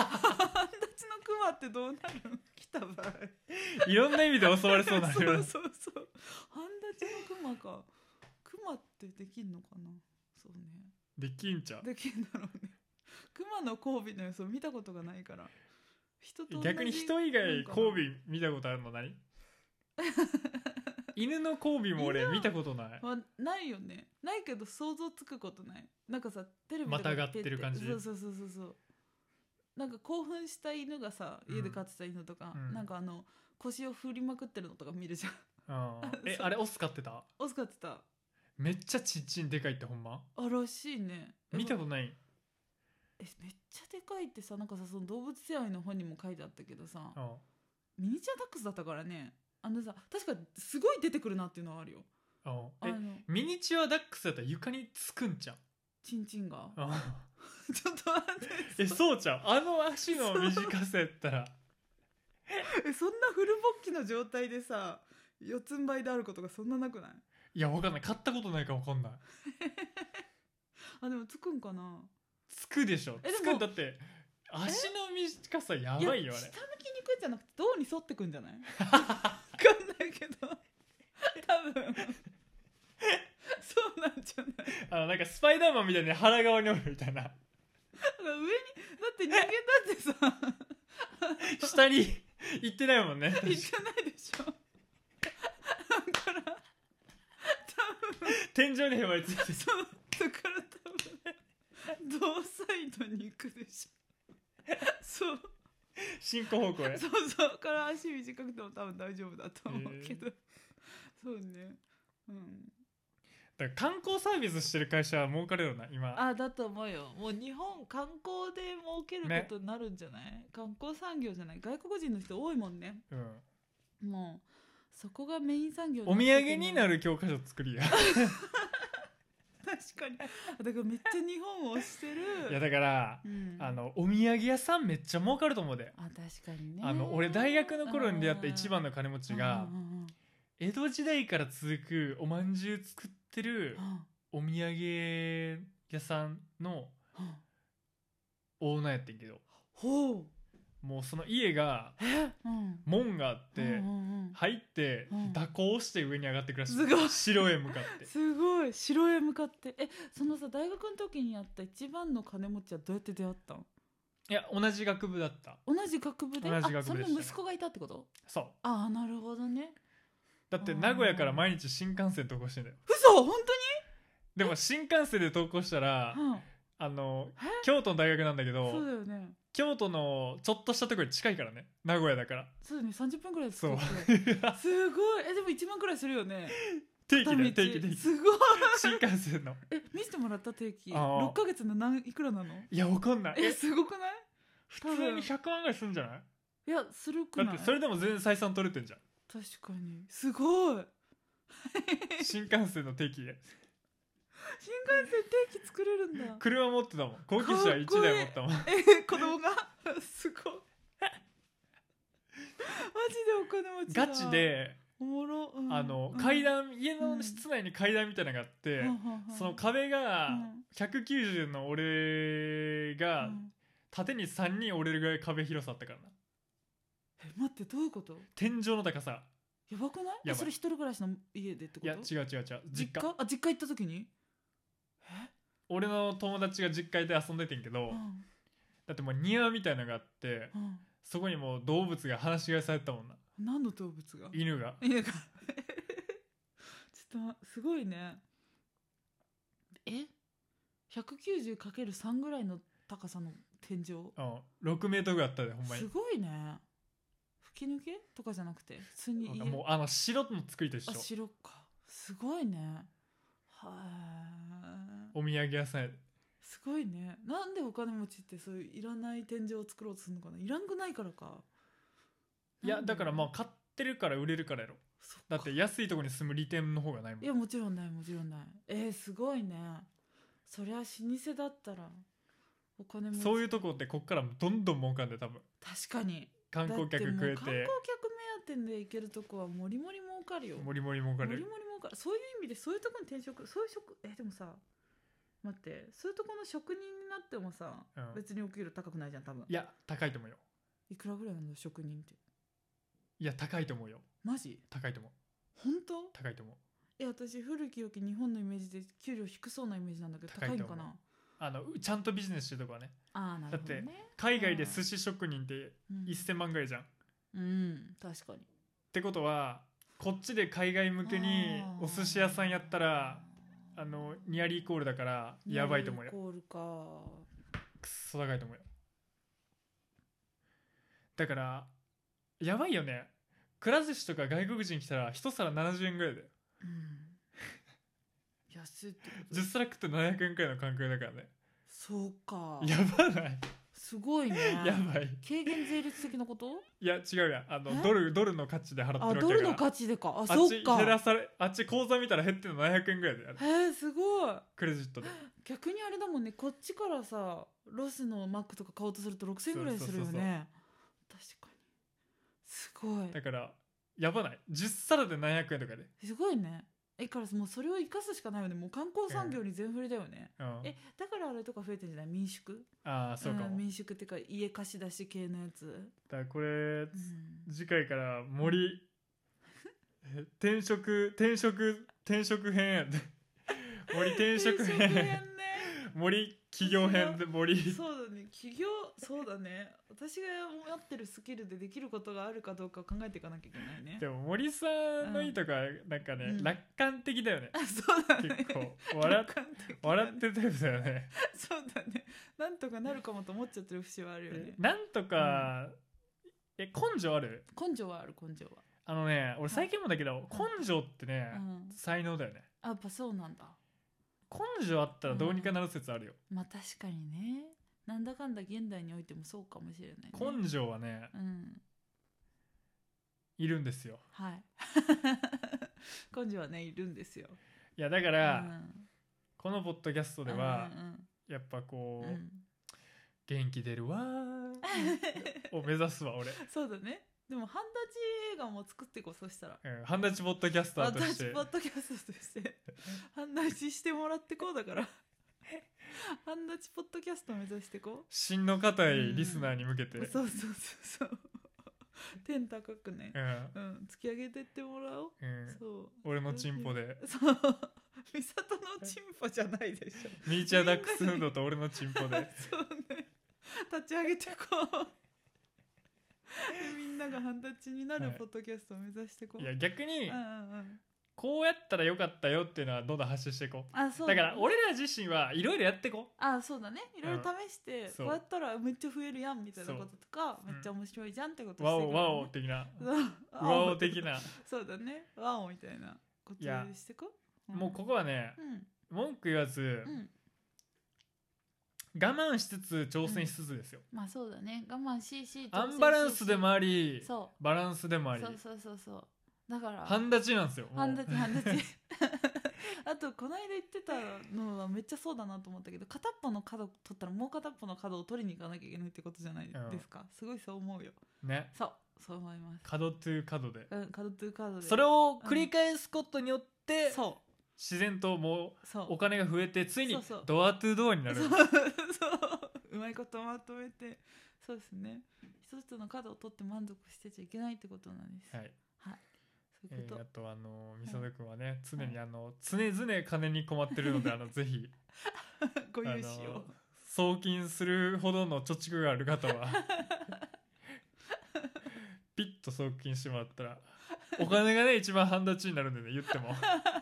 [SPEAKER 2] ちのクマってどうなるん来た場合
[SPEAKER 1] いろんな意味で襲われそうな
[SPEAKER 2] そう
[SPEAKER 1] る
[SPEAKER 2] そうそう半立ちのクマかクマってできんのかなそうね
[SPEAKER 1] できんちゃう
[SPEAKER 2] できんだろうねクマの交尾の様子を見たことがないから人と同じ
[SPEAKER 1] 逆に人以外交尾見たことあるの
[SPEAKER 2] (laughs)
[SPEAKER 1] 何犬の交尾も俺
[SPEAKER 2] 犬は
[SPEAKER 1] 見たことない
[SPEAKER 2] (laughs) まあ、ないよねないけど想像つくことないなんかさテレビとか
[SPEAKER 1] またがってる
[SPEAKER 2] ペッ
[SPEAKER 1] 感じ
[SPEAKER 2] そうそうそうそうそうなんか興奮した犬がさ
[SPEAKER 1] うん
[SPEAKER 2] 家で飼ってた犬とか、
[SPEAKER 1] うん
[SPEAKER 2] なんかあの腰を振りまくってるのとか見るじゃん (laughs)
[SPEAKER 1] うんえあれオス飼ってた
[SPEAKER 2] オス飼ってた
[SPEAKER 1] めっちゃちっちんでかいってほんま
[SPEAKER 2] あらしいね
[SPEAKER 1] 見た
[SPEAKER 2] え
[SPEAKER 1] ことない
[SPEAKER 2] めっちゃでかいってさなんかさその動物世愛の本にも書いてあったけどさ
[SPEAKER 1] うん
[SPEAKER 2] ミニチュアダックスだったからねあのさ確かすごい出てくるなっていうのはあるよ
[SPEAKER 1] うん
[SPEAKER 2] あ
[SPEAKER 1] え
[SPEAKER 2] の
[SPEAKER 1] ミニチュアダックスだったら床につくんちゃ
[SPEAKER 2] チンチンが
[SPEAKER 1] ううん
[SPEAKER 2] (laughs) ちょっと待って
[SPEAKER 1] えそうちゃうあの足の短さやった
[SPEAKER 2] (laughs)
[SPEAKER 1] ら
[SPEAKER 2] えそんなフル勃起の状態でさ四つん這いであることがそんななくない
[SPEAKER 1] いやわかんない買ったことないからわかんない
[SPEAKER 2] あでもつくんかな
[SPEAKER 1] つくでしょ
[SPEAKER 2] えでも
[SPEAKER 1] つくんだって足の短さやばいよあ
[SPEAKER 2] 下
[SPEAKER 1] れ
[SPEAKER 2] 向きに行くんじゃなくて胴に沿ってく
[SPEAKER 1] (laughs)
[SPEAKER 2] んじゃないわかんないけど多分そうなんじゃない
[SPEAKER 1] あのなんかスパイダーマンみたいに腹側におるみたい (laughs) な
[SPEAKER 2] 上にだって人間だっ
[SPEAKER 1] (laughs)
[SPEAKER 2] てさ
[SPEAKER 1] 下に行ってないもん (laughs) ね
[SPEAKER 2] 行ってないでしょだから多分
[SPEAKER 1] 天井にへばりついてる
[SPEAKER 2] そうだから多分同サイドに行くでしょそう
[SPEAKER 1] 進行方向へ
[SPEAKER 2] そうそうから足短くても多分大丈夫だと思うけど、そうねうん
[SPEAKER 1] だから観光サービスしてる会社は儲かるよな今
[SPEAKER 2] あだと思うよもう日本観光で儲けることになるんじゃない、観光産業じゃない外国人の人多いもんね
[SPEAKER 1] うん
[SPEAKER 2] もうそこがメイン産業
[SPEAKER 1] お土産にな
[SPEAKER 2] る
[SPEAKER 1] る教科書作 (laughs) りや
[SPEAKER 2] 確かにだからめっちゃ日本を推してる
[SPEAKER 1] いやだから
[SPEAKER 2] うん、
[SPEAKER 1] あのお土産屋さんめっちゃ儲かると思うで
[SPEAKER 2] あ確かにね
[SPEAKER 1] あの俺大学の頃に出会った一番の金持ちが
[SPEAKER 2] うんうん
[SPEAKER 1] 江戸時代から続くおまんじゅう作ってる
[SPEAKER 2] うんうん
[SPEAKER 1] お土産屋さんの
[SPEAKER 2] うん
[SPEAKER 1] オーナーやってんけど
[SPEAKER 2] ほう
[SPEAKER 1] もうその家が
[SPEAKER 2] えうん
[SPEAKER 1] 門があって、
[SPEAKER 2] うんうんうん
[SPEAKER 1] 入って
[SPEAKER 2] うん
[SPEAKER 1] 蛇行して上に上がってくらしい
[SPEAKER 2] すごい
[SPEAKER 1] 城へ向かって
[SPEAKER 2] (laughs) すごい城へ向かってえそのさ大学の時にやった一番の金持ちはどうやって出会ったん
[SPEAKER 1] いや同じ学部だった
[SPEAKER 2] 同じ学部で
[SPEAKER 1] 同じ学部でした
[SPEAKER 2] あそ
[SPEAKER 1] ね
[SPEAKER 2] の息子がいたってこと
[SPEAKER 1] そう
[SPEAKER 2] ああなるほどね
[SPEAKER 1] だって
[SPEAKER 2] あー
[SPEAKER 1] 名古屋から毎日新幹線投稿してんだよ
[SPEAKER 2] 嘘本
[SPEAKER 1] でも新幹線で投稿したら
[SPEAKER 2] 当に、うん、
[SPEAKER 1] あの
[SPEAKER 2] え
[SPEAKER 1] 京都の大学なんだけど
[SPEAKER 2] そうだよね
[SPEAKER 1] 京都のちょっとしたところに近いからね名古屋だから
[SPEAKER 2] そうだね30分くらいで着く
[SPEAKER 1] そう
[SPEAKER 2] すごいえでも1万くらいするよね
[SPEAKER 1] (laughs) 定期だ
[SPEAKER 2] 片
[SPEAKER 1] よ
[SPEAKER 2] 道
[SPEAKER 1] 定期定期
[SPEAKER 2] すごい
[SPEAKER 1] 新幹線の
[SPEAKER 2] え見せてもらった定期
[SPEAKER 1] あー
[SPEAKER 2] 6ヶ月の何いくらなの
[SPEAKER 1] いやわかんない
[SPEAKER 2] え
[SPEAKER 1] え
[SPEAKER 2] すごくない
[SPEAKER 1] 普通に100万ぐらいするんじゃない
[SPEAKER 2] いやするく
[SPEAKER 1] だ
[SPEAKER 2] な
[SPEAKER 1] っ
[SPEAKER 2] い
[SPEAKER 1] てそれでも全然採算取れてんじゃん
[SPEAKER 2] 確かにすごい
[SPEAKER 1] 新幹線の定期で
[SPEAKER 2] 新幹線定期作れる
[SPEAKER 1] (laughs)
[SPEAKER 2] んだ
[SPEAKER 1] 車持ってたもん高級車1台持ったもん
[SPEAKER 2] え子
[SPEAKER 1] (laughs)
[SPEAKER 2] 供がす (laughs) ごいマジでお金持ちだ
[SPEAKER 1] ガチで
[SPEAKER 2] おもろ、うん
[SPEAKER 1] あの
[SPEAKER 2] うん
[SPEAKER 1] 階段家
[SPEAKER 2] う
[SPEAKER 1] の
[SPEAKER 2] ん
[SPEAKER 1] 室内に階段みたいなのがあって
[SPEAKER 2] うんうんうん
[SPEAKER 1] その壁が
[SPEAKER 2] うん
[SPEAKER 1] 190の俺
[SPEAKER 2] う
[SPEAKER 1] が
[SPEAKER 2] ん
[SPEAKER 1] 縦に3人折れるぐらい壁広さあったからな
[SPEAKER 2] え待ってどういうこと
[SPEAKER 1] 天井の高さ
[SPEAKER 2] やばくない
[SPEAKER 1] やば
[SPEAKER 2] え
[SPEAKER 1] い
[SPEAKER 2] それ一人暮らしの家でってこ
[SPEAKER 1] い
[SPEAKER 2] と
[SPEAKER 1] や違う違う違う実
[SPEAKER 2] 実
[SPEAKER 1] 家
[SPEAKER 2] 家あ実家行った時にえ
[SPEAKER 1] 俺の友達が実家で遊んでてんけど
[SPEAKER 2] うん
[SPEAKER 1] だってもう庭みたいなのがあって
[SPEAKER 2] うん
[SPEAKER 1] そこにもう動物が放し飼いされてたもんな
[SPEAKER 2] 何の動物が
[SPEAKER 1] 犬が
[SPEAKER 2] 犬が (laughs) ちょっとすごいねえ 190×3 ぐらいの高さの天井
[SPEAKER 1] うん6メートルぐらいあったでほんますに
[SPEAKER 2] ごいね吹き抜けとかじゃなくて普通に
[SPEAKER 1] なん
[SPEAKER 2] 家
[SPEAKER 1] かもうあの白の作りと一
[SPEAKER 2] あ
[SPEAKER 1] 緒
[SPEAKER 2] 白かすごいねはあ
[SPEAKER 1] お土産屋さんやです
[SPEAKER 2] ごいねなんでお金持ちってそういういらない天井を作ろうとするのかないらんくないからか
[SPEAKER 1] いやだからまあ買ってるから売れるからやろ
[SPEAKER 2] そか
[SPEAKER 1] だって安いとこに住む利点の方がないもん
[SPEAKER 2] いやもちろんないもちろんないえー、すごいねそりゃ老舗だったらお金持ち
[SPEAKER 1] そういうとこってこっからどんどん儲かんで多分
[SPEAKER 2] 確かに
[SPEAKER 1] 観光客
[SPEAKER 2] だって
[SPEAKER 1] 増
[SPEAKER 2] も
[SPEAKER 1] え
[SPEAKER 2] う観光
[SPEAKER 1] て
[SPEAKER 2] 客目当てで行けるとこはもりもり儲かるよ
[SPEAKER 1] もりもり儲か
[SPEAKER 2] も
[SPEAKER 1] れ
[SPEAKER 2] り
[SPEAKER 1] る
[SPEAKER 2] もり儲かるそういう意味でそういうとこに転職そういう職えでもさ待ってそういうとこの職人になってもさ、
[SPEAKER 1] うん
[SPEAKER 2] 別にお給料高くないじゃん多分
[SPEAKER 1] いや高いと思うよ
[SPEAKER 2] いくらぐらいなんだ職人って
[SPEAKER 1] いや高いと思うよ
[SPEAKER 2] マジ
[SPEAKER 1] 高いと思う
[SPEAKER 2] 本当
[SPEAKER 1] 高いと思う
[SPEAKER 2] え私古き良き日本のイメージで給料低そうなイメージなんだけど
[SPEAKER 1] 高
[SPEAKER 2] 高
[SPEAKER 1] い
[SPEAKER 2] い
[SPEAKER 1] と
[SPEAKER 2] の
[SPEAKER 1] 思う
[SPEAKER 2] かな
[SPEAKER 1] あのちゃんとビジネスしてるとこはね
[SPEAKER 2] ああなるほどね
[SPEAKER 1] だ海外で寿司職人って
[SPEAKER 2] うん
[SPEAKER 1] 1000万ぐらいじゃん、っ
[SPEAKER 2] うん確かに
[SPEAKER 1] てことはこっちで海外向けに
[SPEAKER 2] あー
[SPEAKER 1] お寿司屋さんやったらあのニアリーイコールだからやばいと思うよ
[SPEAKER 2] ニアリーイコールか
[SPEAKER 1] くっそ高いと思うよだからやばいよねくら寿司とか外国人来たら一皿70円ぐらいだよ
[SPEAKER 2] うん
[SPEAKER 1] (laughs)
[SPEAKER 2] 安いってこと
[SPEAKER 1] 10皿食って700円くらいの感覚だからね
[SPEAKER 2] そうか
[SPEAKER 1] やばない
[SPEAKER 2] すごいね
[SPEAKER 1] やばい
[SPEAKER 2] 軽減税率的なこと
[SPEAKER 1] いや違うやんあの
[SPEAKER 2] え
[SPEAKER 1] ドルドルの価値で払ってるわけ
[SPEAKER 2] あ
[SPEAKER 1] だ
[SPEAKER 2] ド
[SPEAKER 1] から
[SPEAKER 2] ルの価値でかあ
[SPEAKER 1] あっ
[SPEAKER 2] そ
[SPEAKER 1] ち
[SPEAKER 2] っ
[SPEAKER 1] 減ら
[SPEAKER 2] か
[SPEAKER 1] されあっち口座見たら減ってるの700円ぐらいだよあれ
[SPEAKER 2] へえすごい
[SPEAKER 1] クレジットで
[SPEAKER 2] 逆にあれだもんねこっちからさロスのマックとか買おうとすると6000円ぐらいするよ
[SPEAKER 1] そうそうそう
[SPEAKER 2] ね確かにすごい
[SPEAKER 1] だからやばない10皿で700円とかで、
[SPEAKER 2] すごいねえからもうそれを生かすしかないよねもう観光産業に全振りだよね、
[SPEAKER 1] うん、
[SPEAKER 2] えだからあれとか増えてんじゃない民宿
[SPEAKER 1] ああそうかも、
[SPEAKER 2] ん
[SPEAKER 1] だ
[SPEAKER 2] 民宿ってか家貸し出し系のやつ、う
[SPEAKER 1] からこれ
[SPEAKER 2] ん、
[SPEAKER 1] 次回から森え転職転職転職編やで森転職
[SPEAKER 2] 転職
[SPEAKER 1] 編
[SPEAKER 2] ね
[SPEAKER 1] 森企業編で森
[SPEAKER 2] そうだね起業そうだね私が持ってるスキルでできることがあるかどうかを考えていかなきゃいけないね
[SPEAKER 1] でも森さんのいいとこはなんかね、
[SPEAKER 2] うん
[SPEAKER 1] 楽観的だよ
[SPEAKER 2] (laughs)
[SPEAKER 1] ね
[SPEAKER 2] あそうだね
[SPEAKER 1] 結構
[SPEAKER 2] (laughs)
[SPEAKER 1] 笑っ
[SPEAKER 2] 楽観的だね
[SPEAKER 1] 笑ってるタイプだよね
[SPEAKER 2] そうだねなんとかなるかもと思っちゃってる節はあるよね
[SPEAKER 1] なんとか、え根性ある
[SPEAKER 2] 根性はある根性は、
[SPEAKER 1] あのね俺最近もだけど、
[SPEAKER 2] うん
[SPEAKER 1] 根性ってね、
[SPEAKER 2] うん、
[SPEAKER 1] 才能だよね
[SPEAKER 2] あやっぱそうなんだ
[SPEAKER 1] 根性あったらどうにかなる説あるよ、
[SPEAKER 2] まあ確かにねなんだかんだ現代においてもそうかもしれない、ね、
[SPEAKER 1] 根性はね
[SPEAKER 2] うん
[SPEAKER 1] いるんですよ
[SPEAKER 2] はい
[SPEAKER 1] (laughs)
[SPEAKER 2] 根性はねいるんですよ
[SPEAKER 1] いやだから、
[SPEAKER 2] うん
[SPEAKER 1] このポッドキャストでは
[SPEAKER 2] う、ん
[SPEAKER 1] やっぱこ
[SPEAKER 2] うん
[SPEAKER 1] う、
[SPEAKER 2] うん
[SPEAKER 1] 元気出るわー
[SPEAKER 2] (laughs)
[SPEAKER 1] を目指すわ俺、
[SPEAKER 2] そうだねでもハンダチ映画も作っていこうそしたら
[SPEAKER 1] うん、ハンダチポッドキャスターとし
[SPEAKER 2] 私
[SPEAKER 1] て
[SPEAKER 2] ポッドキャストと
[SPEAKER 1] (laughs)
[SPEAKER 2] してハンダチしてもらってこうだからハンダチポッドキャストを目指してこ
[SPEAKER 1] 芯の固いリスナーに向けて、
[SPEAKER 2] う
[SPEAKER 1] う
[SPEAKER 2] そうんそうそうそう天高くねうん突き上げてってもらおう
[SPEAKER 1] うん
[SPEAKER 2] そう
[SPEAKER 1] 俺のチンポで
[SPEAKER 2] そう美里のチンポじゃないでしょ
[SPEAKER 1] ミーチャーダックスフードと俺のチンポで
[SPEAKER 2] そうね立ち上げてこうでみんながハンダチになる
[SPEAKER 1] はい
[SPEAKER 2] ポッドキャストを目指してこう、
[SPEAKER 1] いや逆に
[SPEAKER 2] うんうんうん
[SPEAKER 1] こうやったらよかったよっていうのはどんどん発信していこ
[SPEAKER 2] あそううね
[SPEAKER 1] だから俺ら自身はいろいろやっていこ
[SPEAKER 2] あそうだねいろいろ試して、
[SPEAKER 1] そう
[SPEAKER 2] こうやったらめっちゃ増えるやんみたいなこととか
[SPEAKER 1] う
[SPEAKER 2] めっちゃ面白いじゃんってこと
[SPEAKER 1] うワ
[SPEAKER 2] してい
[SPEAKER 1] オ
[SPEAKER 2] くから
[SPEAKER 1] ワ
[SPEAKER 2] ね
[SPEAKER 1] オ的な
[SPEAKER 2] そう
[SPEAKER 1] ワオ的な
[SPEAKER 2] (laughs) そうだねワオみたいなこと
[SPEAKER 1] いや
[SPEAKER 2] してこん
[SPEAKER 1] もうここはね
[SPEAKER 2] うん
[SPEAKER 1] 文句言わず
[SPEAKER 2] うん
[SPEAKER 1] 我慢しつつ挑戦しつつですよ
[SPEAKER 2] まあそうだね我慢しいし
[SPEAKER 1] アンバランスでもあり
[SPEAKER 2] そう
[SPEAKER 1] バランスでもあり
[SPEAKER 2] そうそうそうそうだから
[SPEAKER 1] ハンダチなんですよもう
[SPEAKER 2] ハンダチハンダチ (laughs) あとこの間言ってたのはめっちゃそうだなと思ったけど片っぽの角取ったらもう片っぽの角を取りに行かなきゃいけないってことじゃないですか、すごいそう思うよ
[SPEAKER 1] ね
[SPEAKER 2] そうそう思います
[SPEAKER 1] 角トゥ角で
[SPEAKER 2] うん角と角で
[SPEAKER 1] それを繰り返すことによって
[SPEAKER 2] そ
[SPEAKER 1] 自然とも
[SPEAKER 2] うそ
[SPEAKER 1] う
[SPEAKER 2] う
[SPEAKER 1] お金が増えてついに
[SPEAKER 2] そうそう
[SPEAKER 1] ドアトゥドアになる
[SPEAKER 2] そうそうう (laughs) まいことまとめてそうですね一つの角を取って満足してちゃいけないってことなんです、
[SPEAKER 1] はいい
[SPEAKER 2] そういう
[SPEAKER 1] え
[SPEAKER 2] こ
[SPEAKER 1] ー
[SPEAKER 2] と、
[SPEAKER 1] あとあのみさとくんはね常にあの常々金に困ってるのであのぜ
[SPEAKER 2] (laughs)
[SPEAKER 1] ひ
[SPEAKER 2] ご
[SPEAKER 1] あ
[SPEAKER 2] 融資
[SPEAKER 1] の
[SPEAKER 2] を
[SPEAKER 1] 送金するほどの貯蓄がある方
[SPEAKER 2] (laughs)
[SPEAKER 1] はピッと送金してもらったらお金がね一番ハンダチになるんでね言っても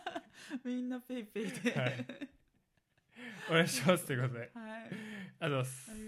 [SPEAKER 2] (laughs) みんなペイペイで
[SPEAKER 1] はいお願いしますということで
[SPEAKER 2] はい
[SPEAKER 1] ありがとうございます
[SPEAKER 2] ありがとうございます